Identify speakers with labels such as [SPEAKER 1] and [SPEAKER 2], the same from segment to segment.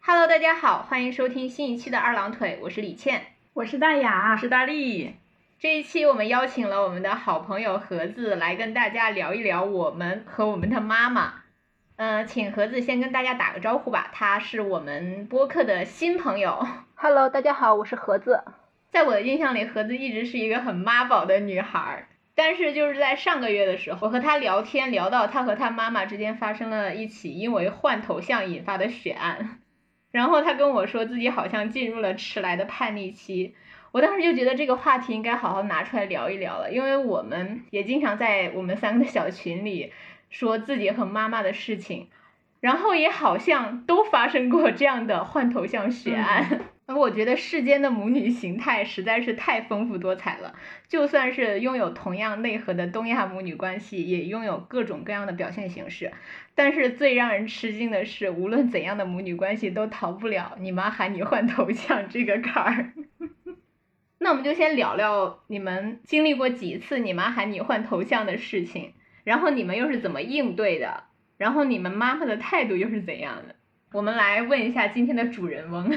[SPEAKER 1] Hello，大家好，欢迎收听新一期的二郎腿，我是李倩，
[SPEAKER 2] 我是大雅，
[SPEAKER 3] 我是大力。
[SPEAKER 1] 这一期我们邀请了我们的好朋友盒子来跟大家聊一聊我们和我们的妈妈。嗯、呃，请盒子先跟大家打个招呼吧，他是我们播客的新朋友。
[SPEAKER 4] Hello，大家好，我是盒子。
[SPEAKER 1] 在我的印象里，盒子一直是一个很妈宝的女孩。但是就是在上个月的时候，我和他聊天，聊到他和他妈妈之间发生了一起因为换头像引发的血案，然后他跟我说自己好像进入了迟来的叛逆期，我当时就觉得这个话题应该好好拿出来聊一聊了，因为我们也经常在我们三个的小群里说自己和妈妈的事情，然后也好像都发生过这样的换头像血案。 嗯那么我觉得世间的母女形态实在是太丰富多彩了，就算是拥有同样内核的东亚母女关系，也拥有各种各样的表现形式。但是最让人吃惊的是，无论怎样的母女关系都逃不了你妈喊你换头像这个坎儿。 那我们就先聊聊你们经历过几次你妈喊你换头像的事情，然后你们又是怎么应对的，然后你们妈妈的态度又是怎样的。我们来问一下今天的主人翁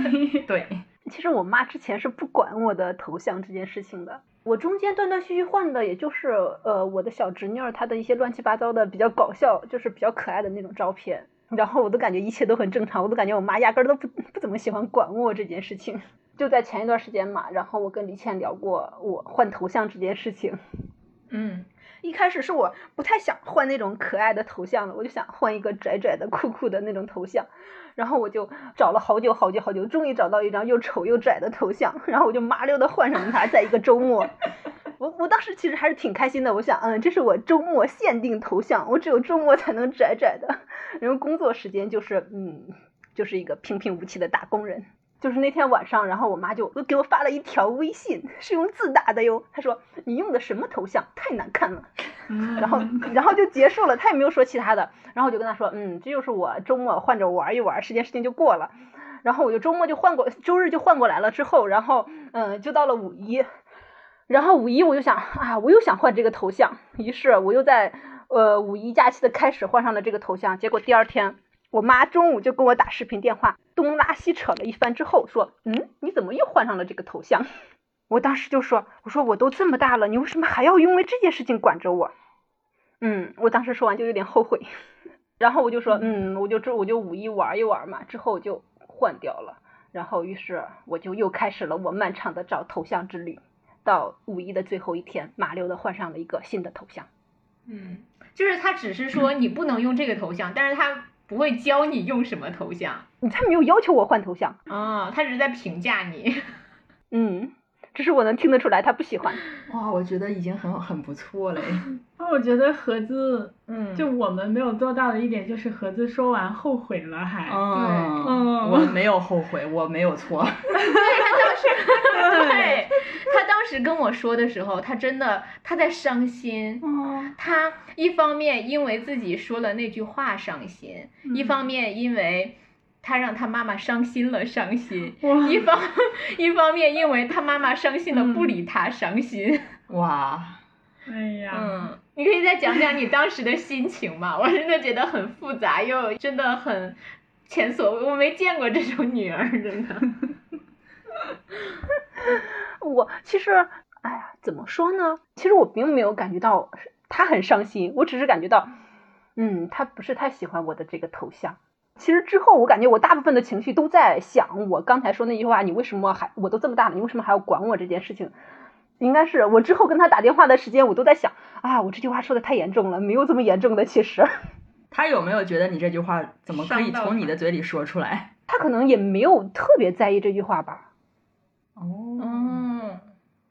[SPEAKER 3] 对，
[SPEAKER 4] 其实我妈之前是不管我的头像这件事情的。我中间断断续续换的，也就是呃我的小侄女儿她的一些乱七八糟的比较搞笑，就是比较可爱的那种照片。然后我都感觉一切都很正常，我都感觉我妈压根儿都不不怎么喜欢管我这件事情。 就在前一段时间嘛，然后我跟李倩聊过我换头像这件事情。
[SPEAKER 1] 嗯。
[SPEAKER 4] 一开始是我不太想换那种可爱的头像了，我就想换一个拽拽的、酷酷的那种头像，然后我就找了好久好久好久，终于找到一张又丑又拽的头像，然后我就麻溜的换上它，在一个周末，我我当时其实还是挺开心的，我想，嗯，这是我周末限定头像，我只有周末才能拽拽的，然后工作时间就是，嗯，就是一个平平无奇的打工人。就是那天晚上，然后我妈就给我发了一条微信，是用字打的哟。她说：“你用的什么头像？太难看了。”
[SPEAKER 1] 嗯
[SPEAKER 4] 然后， 然后就结束了，她也没有说其他的。然后我就跟她说：“嗯，这就是我周末换着玩一玩，这件事情就过了。”然后我就周末就换过，周日就换过来了。之后，然后，嗯，就到了五一。然后五一我就想啊，我又想换这个头像，于是我又在呃五一假期的开始换上了这个头像。结果第二天。我妈中午就跟我打视频电话，东拉西扯了一番之后说：“嗯，你怎么又换上了这个头像？” 我当时就说：“我说我都这么大了，你为什么还要因为这件事情管着我？”嗯，我当时说完就有点后悔， 然后我就说：“嗯，我就这我就五一玩一玩嘛，之后我就换掉了。”然后于是我就又开始了我漫长的找头像之旅，到五一的最后一天，麻溜的换上了一个新的头像。
[SPEAKER 1] 嗯，就是他只是说你不能用这个头像，嗯、但是他。不会教你用什么头像，
[SPEAKER 4] 他没有要求我换头像
[SPEAKER 1] 啊、哦，他只是在评价你。
[SPEAKER 4] 嗯，只是我能听得出来他不喜欢。
[SPEAKER 3] 哇，我觉得已经很很不错了。
[SPEAKER 2] 那我觉得盒子，
[SPEAKER 1] 嗯，
[SPEAKER 2] 就我们没有做到的一点就是盒子说完后悔了还。
[SPEAKER 3] 嗯，
[SPEAKER 2] 嗯
[SPEAKER 3] 我没有后悔，我没有 错。
[SPEAKER 1] 对他当时，对他当时跟我说的时候，他真的他在伤心。
[SPEAKER 2] 嗯、
[SPEAKER 1] 他一方面因为自己说了那句话伤心，
[SPEAKER 2] 嗯、
[SPEAKER 1] 一方面因为他让他妈妈伤心了伤心，一方 一方面因为他妈妈伤心了不
[SPEAKER 3] 嗯
[SPEAKER 1] 理他伤心。
[SPEAKER 3] 哇，
[SPEAKER 2] 哎呀，
[SPEAKER 1] 嗯，你可以再讲讲你当时的心情吗？ 我真的觉得很复杂，又真的很前所我没见过这种女儿，真的。
[SPEAKER 4] 我其实，哎呀，怎么说呢？其实我并没有感觉到他很伤心，我只是感觉到，嗯，他不是太喜欢我的这个头像。其实之后，我感觉我大部分的情绪都在想我刚才说那句话：“你为什么还我都这么大了，你为什么还要管我这件事情？”应该是我之后跟他打电话的时间，我都在想啊，我这句话说的太严重了，没有这么严重的。其实，
[SPEAKER 3] 他有没有觉得你这句话怎么可以从你的嘴里说出来？
[SPEAKER 4] 他可能也没有特别在意这句话吧。
[SPEAKER 3] 哦，嗯，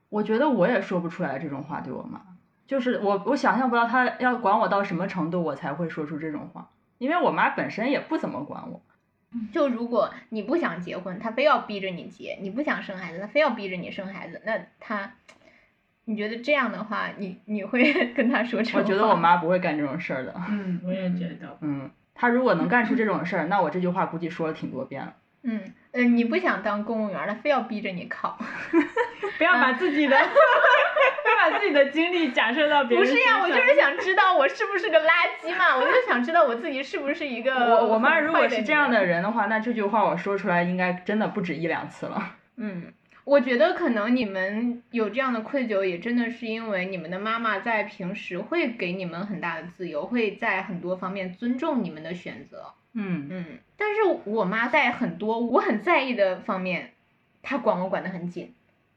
[SPEAKER 3] 我觉得我也说不出来这种话对我妈，就是我我想象不到她要管我到什么程度，我才会说出这种话，因为我妈本身也不怎么管我。
[SPEAKER 1] 就如果你不想结婚，她非要逼着你结；你不想生孩子，她非要逼着你生孩子，那她，你觉得这样的话，你你会跟她说什么？
[SPEAKER 3] 我觉得我妈不会干这种事儿的。
[SPEAKER 2] 嗯，我也觉得。
[SPEAKER 3] 嗯，她如果能干出这种事儿，那我这句话估计说了挺多遍了。
[SPEAKER 1] 嗯，呃，你不想当公务员，他非要逼着你考，
[SPEAKER 2] 不要把自己的，不要把自己的经历假设到别
[SPEAKER 1] 不
[SPEAKER 2] 人
[SPEAKER 1] 是
[SPEAKER 2] 身上。
[SPEAKER 1] 呀，我就是想知道我是不是个垃圾嘛，我就想知道我自己是不是一个
[SPEAKER 4] 呃我我妈
[SPEAKER 1] 很
[SPEAKER 4] 如
[SPEAKER 1] 坏
[SPEAKER 4] 果是这样
[SPEAKER 1] 女人
[SPEAKER 4] 的人的话，那这句话我说出来应该真的不止一两次了。
[SPEAKER 1] 嗯，我觉得可能你们有这样的愧疚，也真的是因为你们的妈妈在平时会给你们很大的自由，会在很多方面尊重你们的选择。
[SPEAKER 4] 嗯，
[SPEAKER 1] 嗯，但是我妈在很多我很在意的方面，她管我管得很紧，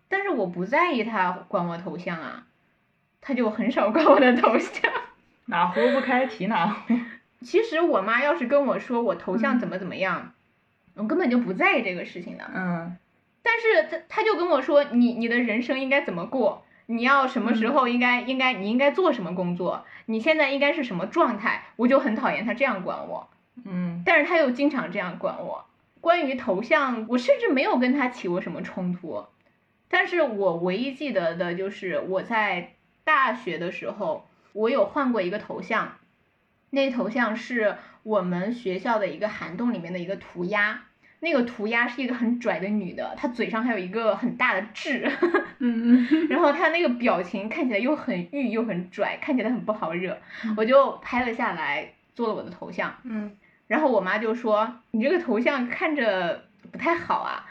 [SPEAKER 1] 但是我不在意她管我头像啊，她就很少管我的头像。
[SPEAKER 4] 哪壶不开提哪壶。
[SPEAKER 1] 其实我妈要是跟我说我头像怎么怎么样，我根本就不在意这个事情的。
[SPEAKER 4] 嗯
[SPEAKER 1] 但是他他就跟我说，你你的人生应该怎么过？你要什么时候应该、应该你应该做什么工作？你现在应该是什么状态？我就很讨厌他这样管我，
[SPEAKER 4] 嗯
[SPEAKER 1] 但是他又经常这样管我。关于头像，我甚至没有跟他起过什么冲突，但是我唯一记得的就是我在大学的时候，我有换过一个头像，那头像是我们学校的一个涵洞里面的一个涂鸦，那个涂鸦是一个很拽的女的，她嘴上还有一个很大的痣，
[SPEAKER 2] 嗯嗯
[SPEAKER 1] 然后她那个表情看起来又很欲又很拽，看起来很不好惹，我就拍了下来做了我的头像。
[SPEAKER 2] 嗯，
[SPEAKER 1] 然后我妈就说：“你这个头像看着不太好啊。”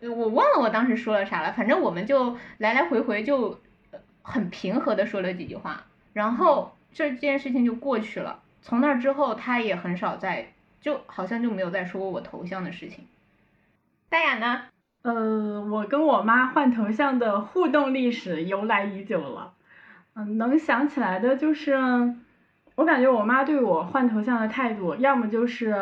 [SPEAKER 1] 我忘了我当时说了啥了，反正我们就来来回回就呃很平和的说了几句话，然后这件事情就过去了。从那之后，她也很少再，就好像就没有再说过我头像的事情。大雅呢？
[SPEAKER 2] 呃，我跟我妈换头像的互动历史由来已久了。嗯，能想起来的就是，我感觉我妈对我换头像的态度，要么就是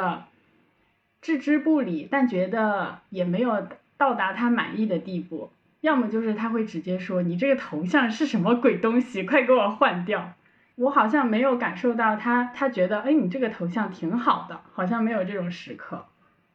[SPEAKER 2] 置之不理，但觉得也没有到达她满意的地步；要么就是她会直接说：“你这个头像是什么鬼东西，快给我换掉。”我好像没有感受到她，她觉得哎，你这个头像挺好的，好像没有这种时刻。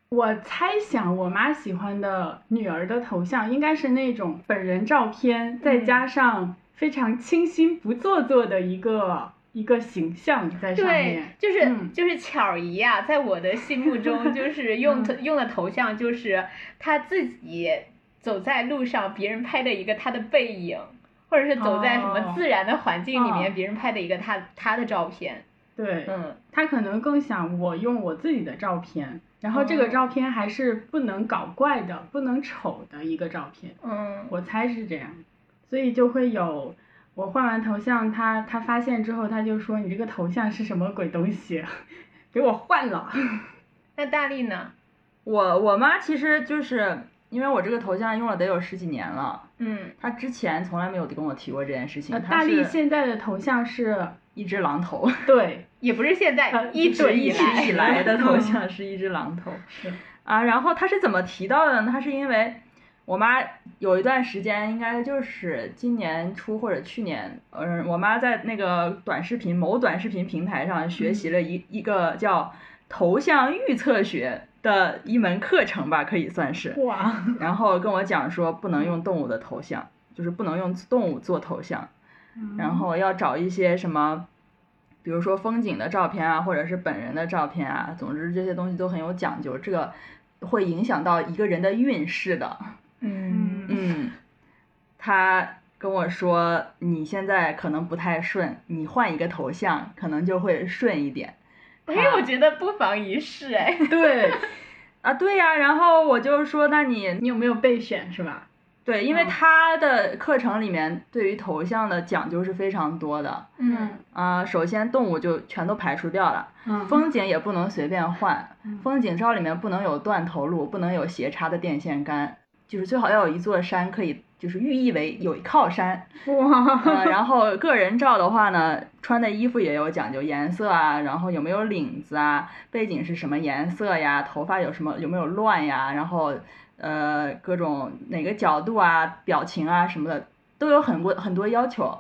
[SPEAKER 2] 我猜想，我妈喜欢的女儿的头像应该是那种本人照片，再加上非常清新不做作的一个一个形象在上
[SPEAKER 1] 对
[SPEAKER 2] 面。，
[SPEAKER 1] 就是、
[SPEAKER 2] 嗯
[SPEAKER 1] 就是巧儿姨啊，在我的心目中，就是用、用的头像就是她自己走在路上，别人拍的一个她的背影，或者是走在什么
[SPEAKER 2] 哦
[SPEAKER 1] 自然的环境里面，
[SPEAKER 2] 哦
[SPEAKER 1] 别人拍的一个她她的照片。
[SPEAKER 2] 对，
[SPEAKER 1] 嗯，
[SPEAKER 2] 她可能更想我用我自己的照片，然后这个照片还是不能搞怪的、不能丑的一个照片。
[SPEAKER 1] 嗯，
[SPEAKER 2] 我猜是这样，所以就会有我换完头像，他他发现之后，他就说你这个头像是什么鬼东西，啊 给我换了。
[SPEAKER 1] 那大力呢？
[SPEAKER 4] 我我妈其实就是因为我这个头像用了得有十几年了，
[SPEAKER 1] 嗯，
[SPEAKER 4] 她之前从来没有跟我提过这件事情。
[SPEAKER 2] 呃，
[SPEAKER 4] 她
[SPEAKER 2] 大力
[SPEAKER 4] 是
[SPEAKER 2] 现在的头像是，
[SPEAKER 4] 一只狼头，
[SPEAKER 2] 对，
[SPEAKER 1] 也不是现在，
[SPEAKER 2] 呃
[SPEAKER 1] 一直
[SPEAKER 2] 对
[SPEAKER 1] 以
[SPEAKER 4] 一直
[SPEAKER 1] 来，嗯
[SPEAKER 4] 以来的头像是一只狼头。
[SPEAKER 2] 嗯是，
[SPEAKER 4] 啊，然后他是怎么提到的呢？他是因为我妈有一段时间，应该就是今年初或者去年，嗯，我妈在那个短视频某短视频平台上
[SPEAKER 2] 嗯
[SPEAKER 4] 学习了一、一个叫头像预测学的一门课程吧，可以算是。
[SPEAKER 2] 哇，
[SPEAKER 4] 然后跟我讲说，不能用动物的头像，就是不能用动物做头像。然
[SPEAKER 2] 嗯
[SPEAKER 4] 后要找一些什么，比如说风景的照片啊，或者是本人的照片啊，总之这些东西都很有讲究，这个会影响到一个人的运势的。
[SPEAKER 1] 嗯，
[SPEAKER 2] 嗯，嗯
[SPEAKER 4] 嗯， 他跟我说你现在可能不太顺，你换一个头像可能就会顺一点。
[SPEAKER 1] 哎，我觉得不妨一试哎。
[SPEAKER 2] 对，
[SPEAKER 4] 啊，对呀、然后我就说，那你
[SPEAKER 2] 你有没有备选是吧？
[SPEAKER 4] 对，因为
[SPEAKER 2] 嗯
[SPEAKER 4] 他的课程里面对于头像的讲究是非常多的。
[SPEAKER 1] 嗯，
[SPEAKER 4] 啊、首先动物就全都排除掉了，
[SPEAKER 2] 嗯，
[SPEAKER 4] 风景也不能随便换
[SPEAKER 2] 嗯，
[SPEAKER 4] 风景照里面不能有断头路，不能有斜插的电线杆，就是最好要有一座山，可以就是寓意为有一靠山。
[SPEAKER 2] 哇，
[SPEAKER 4] 呃，然后个人照的话呢，穿的衣服也有讲究，颜色啊，然后有没有领子啊，背景是什么颜色呀，头发有什么有没有乱呀，然后呃各种哪个角度啊、表情啊什么的，都有很多很多要求。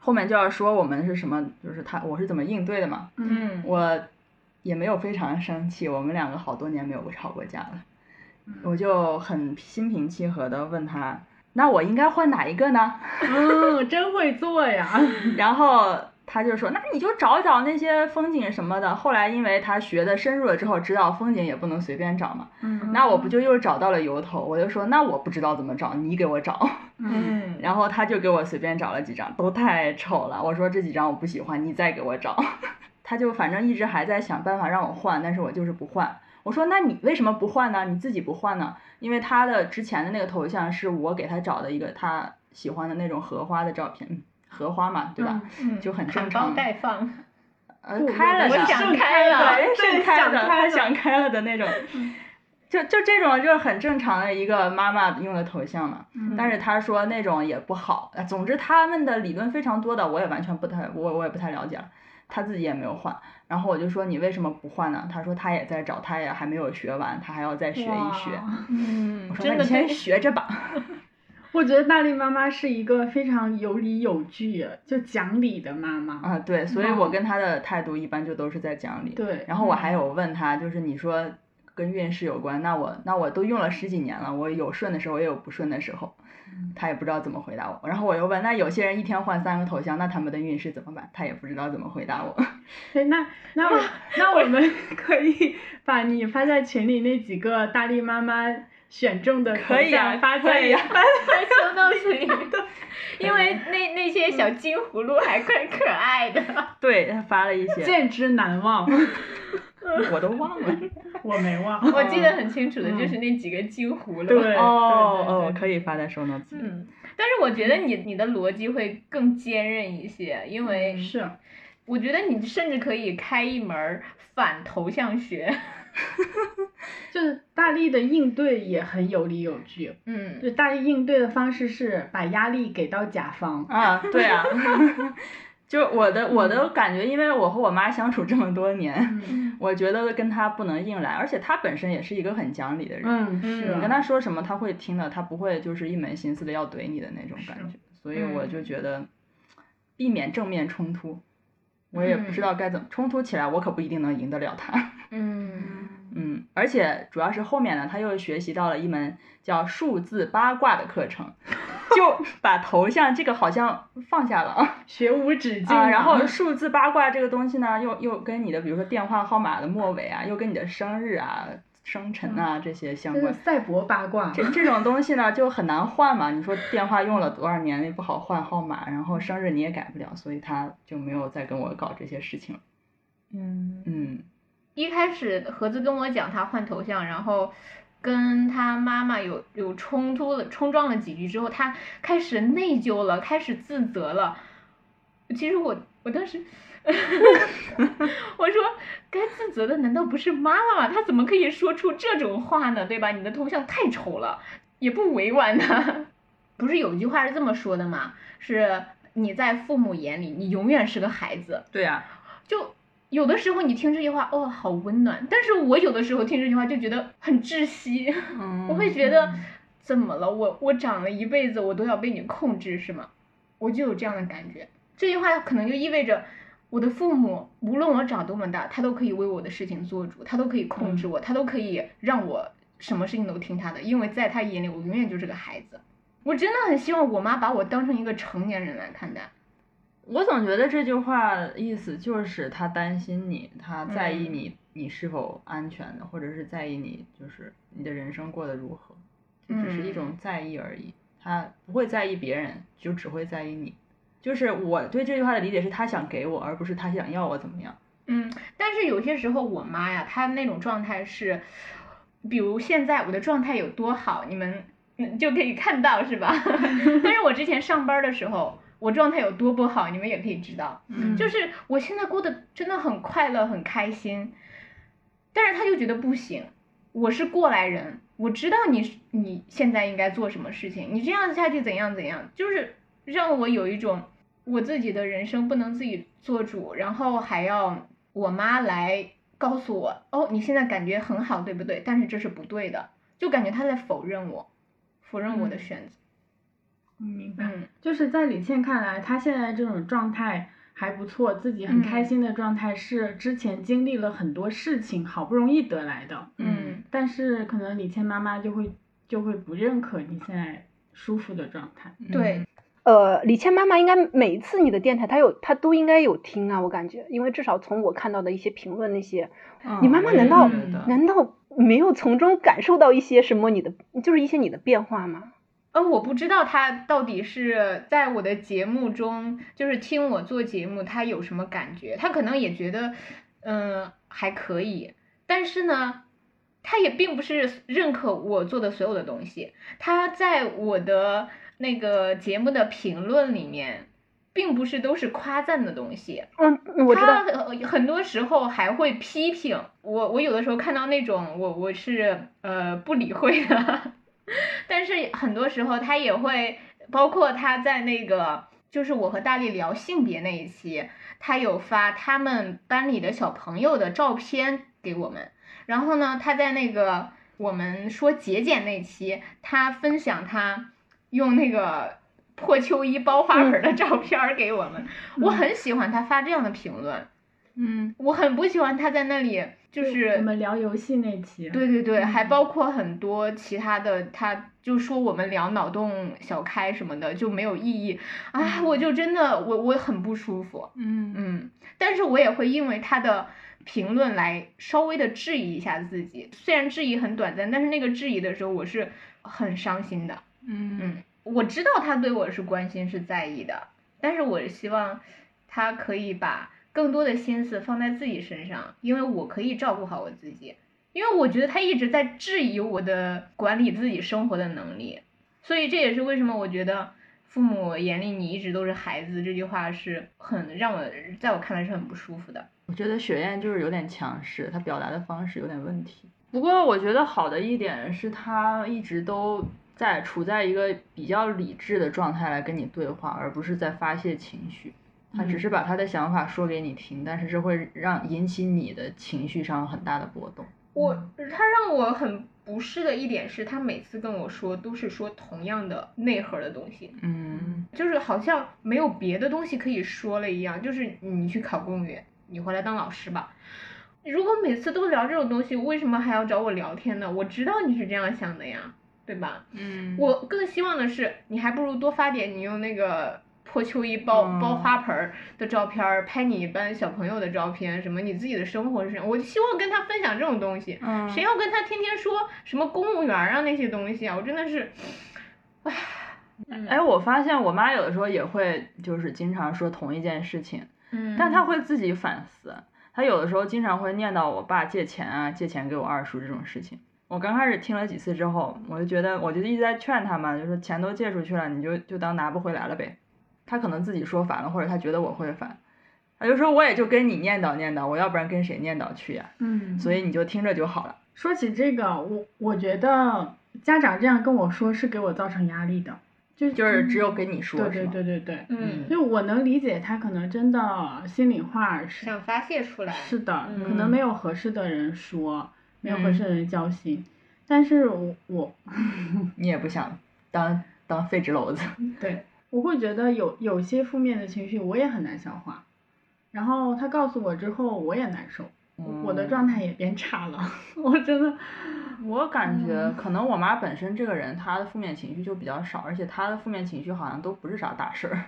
[SPEAKER 4] 后面就要说我们是什么，就是他我是怎么应对的嘛。
[SPEAKER 1] 嗯，
[SPEAKER 4] 我也没有非常生气，我们两个好多年没有吵过架了，我就很心平气和的问 他，那我应该换哪一个呢？
[SPEAKER 2] 嗯，真会做呀，
[SPEAKER 4] 然后
[SPEAKER 3] 他就说，那你就找一找那些风景什么的。后来因为他学的深入了之后，知道风景也不能随便找嘛，
[SPEAKER 2] 嗯
[SPEAKER 3] 那我不就又找到了由头？我就说，那我不知道怎么找，你给我找。
[SPEAKER 2] 嗯
[SPEAKER 1] 嗯，
[SPEAKER 3] 然后他就给我随便找了几张，都太丑了。我说这几张我不喜欢，你再给我找。 他就反正一直还在想办法让我换，但是我就是不换。我说那你为什么不换呢？你自己不换呢？因为他的之前的那个头像是我给他找的一个他喜欢的那种荷花的照片，嗯荷花嘛，对吧？
[SPEAKER 1] 嗯
[SPEAKER 3] 就很正
[SPEAKER 1] 含苞
[SPEAKER 3] 常
[SPEAKER 1] 待放。
[SPEAKER 3] 呃，
[SPEAKER 2] 不
[SPEAKER 3] 开了
[SPEAKER 1] 我
[SPEAKER 3] 的，
[SPEAKER 1] 想
[SPEAKER 2] 盛
[SPEAKER 1] 开了
[SPEAKER 2] 了，
[SPEAKER 3] 对，盛开
[SPEAKER 2] 想
[SPEAKER 3] 了，
[SPEAKER 2] 开
[SPEAKER 3] 他想开了的那种， 就就这种就是很正常的一个妈妈用的头像嘛。
[SPEAKER 2] 嗯
[SPEAKER 3] 但是他说那种也不好，呃总之他们的理论非常多的，我也完全不太，我我也不太了解了。他自己也没有换，然后我就说你为什么不换呢？他说他也在找，他也还没有学完，他还要再学啊一学。
[SPEAKER 2] 哇
[SPEAKER 1] 嗯
[SPEAKER 3] 我，说那
[SPEAKER 1] 真
[SPEAKER 3] 你
[SPEAKER 1] 的
[SPEAKER 3] 先
[SPEAKER 1] 跟
[SPEAKER 3] 学着吧。
[SPEAKER 2] 我觉得大力妈妈是一个非常有理有据、就讲理的妈妈。
[SPEAKER 3] 啊，对，所以我跟他的态度一般就都是在讲理。
[SPEAKER 2] 对，
[SPEAKER 3] 然后我还有问他，就是你说跟运势有关，那我那我都用了十几年了，我有顺的时候也有不顺的时候，他也不知道怎么回答我。然后我又问，那有些人一天换三个头像，那他们的运势怎么办？他也不知道怎么回答我。
[SPEAKER 2] 对，那那我那我们 可以把你发在群里那几个大力妈妈选中的头
[SPEAKER 3] 可以啊
[SPEAKER 2] 像发
[SPEAKER 3] 可
[SPEAKER 2] 在
[SPEAKER 3] 以啊
[SPEAKER 2] 发在
[SPEAKER 1] 收到这 里，因为那那些小金葫芦还怪可爱 的。
[SPEAKER 3] 对他发了一些，
[SPEAKER 2] 见之难 忘，
[SPEAKER 3] 我都忘了。
[SPEAKER 2] 我没忘。
[SPEAKER 1] 我记得很清楚的
[SPEAKER 2] 嗯
[SPEAKER 1] 就是那几个金葫芦。
[SPEAKER 2] 对对
[SPEAKER 3] 哦哦，
[SPEAKER 2] 对
[SPEAKER 3] 可以发在收 notes 里。
[SPEAKER 1] 嗯，但是我觉得你你的逻辑会更坚韧一些，因为
[SPEAKER 2] 对，是
[SPEAKER 1] 我觉得你甚至可以开一门儿反头像学。
[SPEAKER 2] 就是大力的应对也很有理有据。
[SPEAKER 1] 嗯，
[SPEAKER 2] 就大力应对的方式是把压力给到甲方。
[SPEAKER 3] 啊，对啊， 就我的我的感觉，因为我和我妈相处这么多年，
[SPEAKER 2] 嗯
[SPEAKER 3] 我觉得跟她不能硬来，而且她本身也是一个很讲理的人。
[SPEAKER 2] 嗯，是
[SPEAKER 1] 啊
[SPEAKER 3] 你跟他说什么，他会听的，他不会就是一门心思的要怼你的那种感觉。所以我就觉得，避免正面冲突，我也不知道该怎么冲突起来，我可不一定能赢得了他。
[SPEAKER 1] 嗯，
[SPEAKER 3] 嗯，而且主要是后面呢，他又学习到了一门叫数字八卦的课程，就把头像这个好像放下了啊。
[SPEAKER 2] 学无止境
[SPEAKER 3] 啊，然
[SPEAKER 2] 嘛
[SPEAKER 3] 后数字八卦这个东西呢，又又跟你的比如说电话号码的末尾啊，又跟你的生日啊、生辰啊这些相
[SPEAKER 2] 这
[SPEAKER 3] 关
[SPEAKER 2] 是。赛博八卦。
[SPEAKER 3] 这这种东西呢就很难换嘛，你说电话用了多少年也不好换号码，然后生日你也改不了，所以他就没有再跟我搞这些事情了。
[SPEAKER 1] 嗯，
[SPEAKER 3] 嗯，
[SPEAKER 1] 一开始盒子跟我讲他换头像，然后跟他妈妈有有冲突了，冲撞了几句之后，他开始内疚了，开始自责了。其实我我当时。我说，该自责的难道不是妈妈吗？她怎么可以说出这种话呢？对吧？你的头像太丑了，也不委婉呢。 不是有一句话是这么说的吗？是你在父母眼里，你永远是个孩子。
[SPEAKER 3] 对啊呀、
[SPEAKER 1] 就有的时候你听这句话，哦，好温暖；但是我有的时候听这句话就觉得很窒息，
[SPEAKER 3] 嗯
[SPEAKER 1] 我会觉得怎么了？我我长了一辈子，我都要被你控制是吗？我就有这样的感觉。这句话可能就意味着。我的父母，无论我长多么大，他都可以为我的事情做主，他都可以控
[SPEAKER 3] 嗯
[SPEAKER 1] 制我，他都可以让我什么事情都听他的，因为在他眼里，我永远就是个孩子。我真的很希望我妈把我当成一个成年人来看待。
[SPEAKER 3] 我总觉得这句话意思就是他担心你，他在意你、你是否安全的，或者是在意你就是你的人生过得如何，就只是一种在意而已。他不会在意别人，就只会在意你。就是我对这句话的理解是他想给我，而不是他想要我怎么样。
[SPEAKER 1] 嗯，但是有些时候我妈呀，她那种状态是，比如现在我的状态有多好，你们嗯就可以看到是吧？ 但是我之前上班的时候，我状态有多不好，你们也可以知道。
[SPEAKER 2] 嗯
[SPEAKER 1] 就是我现在过得真的很快乐，很开心，但是她就觉得不行，我是过来人，我知道你是你现在应该做什么事情，你这样下去怎样怎样，就是让我有一种我自己的人生不能自己做主，然后还要我妈来告诉我，哦，你现在感觉很好，对不对？但是这是不对的，就感觉她在否认我，否认我的选择。
[SPEAKER 2] 明白。
[SPEAKER 1] 嗯
[SPEAKER 2] 就是在李倩看来，她现在这种状态还不错，自己很开心的状态是之前经历了很多事情，好不容易得来的。
[SPEAKER 1] 嗯
[SPEAKER 2] 但是可
[SPEAKER 1] 嗯
[SPEAKER 3] 嗯
[SPEAKER 2] 能李倩妈妈就会就会不认可你现在舒服的状态。
[SPEAKER 1] 对，
[SPEAKER 4] 呃，李倩妈妈应该每一次你的电台，她有她都应该有听啊，我感觉，因为至少从我看到的一些评论那些，你妈妈难道
[SPEAKER 3] 嗯我也觉得
[SPEAKER 4] 难道没有从中感受到一些什么你的，就是一些你的变化吗？
[SPEAKER 1] 呃，我不知道他到底是在我的节目中，就是听我做节目，他有什么感觉？他可能也觉得，嗯、还可以，但是呢，他也并不是认可我做的所有的东西。他在我的那个节目的评论里面，并不是都是夸赞的东西，
[SPEAKER 4] 嗯，我知道，
[SPEAKER 1] 他呃很多时候还会批评我，我有的时候看到那种我我是呃不理会的， 但是很多时候他也会，包括他在那个就是我和大力聊性别那一期，他有发他们班里的小朋友的照片给我们，然后呢，他在那个我们说节俭那期，他分享他用那个破秋衣包花盆的照片儿给我们，我很喜欢他发这样的评论，
[SPEAKER 2] 嗯，
[SPEAKER 1] 我很不喜欢他在那里就
[SPEAKER 2] 我
[SPEAKER 1] 是。
[SPEAKER 2] 们聊游戏那期，
[SPEAKER 1] 对对对，
[SPEAKER 2] 嗯
[SPEAKER 1] 还包括很多其他的，他就说我们聊脑洞小开什么的就没有意义啊，我就真的我我很不舒服，
[SPEAKER 2] 嗯
[SPEAKER 1] 嗯，但是我也会因为他的评论来稍微的质疑一下自己，虽然质疑很短暂，但是那个质疑的时候我是很伤心的，
[SPEAKER 2] 嗯
[SPEAKER 1] 嗯，我知道他对我是关心是在意的，但是我希望他可以把更多的心思放在自己身上，因为我可以照顾好我自己，因为我觉得他一直在质疑我的管理自己生活的能力，所以这也是为什么我觉得父母眼里你一直都是孩子这句话是很让我在我看来是很不舒服的。
[SPEAKER 3] 我觉得雪燕就是有点强势，她表达的方式有点问题。不过我觉得好的一点是她一直都在处在一个比较理智的状态来跟你对话，而不是在发泄情绪。她只是把她的想法说给你听，但是这会让引起你的情绪上很大的波动。
[SPEAKER 1] 我他让我很不适的一点是他每次跟我说都是说同样的内核的东西，
[SPEAKER 3] 嗯，
[SPEAKER 1] 就是好像没有别的东西可以说了一样，就是你去考公务员，你回来当老师吧。如果每次都聊这种东西，为什么还要找我聊天呢？我知道你是这样想的呀，对吧？
[SPEAKER 3] 嗯
[SPEAKER 1] 我更希望的是，你还不如多发点你用那个破秋衣包、
[SPEAKER 3] 嗯
[SPEAKER 1] 包花盆儿的照片儿，拍你班小朋友的照片，什么你自己的生活是什么。我就希望跟他分享这种东西，
[SPEAKER 3] 嗯
[SPEAKER 1] 谁要跟他天天说什么公务员儿啊那些东西啊？我真的是，
[SPEAKER 3] 哎，我发现我妈有的时候也会就是经常说同一件事情，
[SPEAKER 1] 嗯
[SPEAKER 3] 但她会自己反思。她有的时候经常会念叨我爸借钱啊，借钱给我二叔这种事情。我刚开始听了几次之后，我就觉得，我就一直在劝她嘛，就说钱都借出去了，你就就当拿不回来了呗。她可能自己说烦了，或者她觉得我会烦，她就说我也就跟你念叨念叨，我要不然跟谁念叨去呀、
[SPEAKER 2] 嗯，
[SPEAKER 3] 所以你就听着就好了。
[SPEAKER 2] 说起这个，我我觉得家长这样跟我说是给我造成压力的，就
[SPEAKER 3] 就是只有给你说，
[SPEAKER 2] 嗯对
[SPEAKER 3] 是
[SPEAKER 2] 对
[SPEAKER 3] 吗
[SPEAKER 2] 对对对，
[SPEAKER 1] 嗯，
[SPEAKER 2] 就我能理解他可能真的心里话是
[SPEAKER 1] 想发泄出来，
[SPEAKER 2] 是的，
[SPEAKER 1] 嗯
[SPEAKER 2] 可能没有合适的人说，没有合
[SPEAKER 3] 嗯
[SPEAKER 2] 适的人交心，但是我我
[SPEAKER 3] 你也不想当当废纸篓子。
[SPEAKER 2] 对，我会觉得有有些负面的情绪我也很难消化，然后他告诉我之后我也难受，我的
[SPEAKER 3] 嗯
[SPEAKER 2] 状态也变差了， 我真的，
[SPEAKER 3] 我感觉
[SPEAKER 2] 嗯
[SPEAKER 3] 可能我妈本身这个人，她的负面情绪就比较少，而且她的负面情绪好像都不是啥大事儿，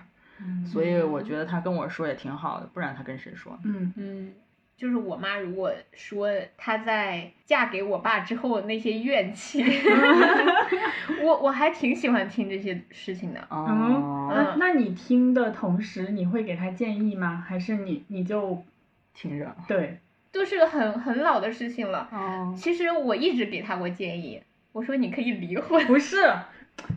[SPEAKER 1] 嗯
[SPEAKER 3] 所以我觉得她跟我说也挺好的，不然她跟谁说呢？
[SPEAKER 2] 嗯
[SPEAKER 1] 嗯，就是我妈如果说她在嫁给我爸之后那些怨 气， 我我还挺喜欢听这些事情的。
[SPEAKER 3] 哦，
[SPEAKER 2] 哎那那你听的同时，你会给他建议吗？还是你你就
[SPEAKER 3] 听着，
[SPEAKER 2] 对？
[SPEAKER 1] 都是很很老的事情了。
[SPEAKER 3] 哦，
[SPEAKER 1] 其实我一直给她过建议，我说你可以离婚。
[SPEAKER 2] 不是，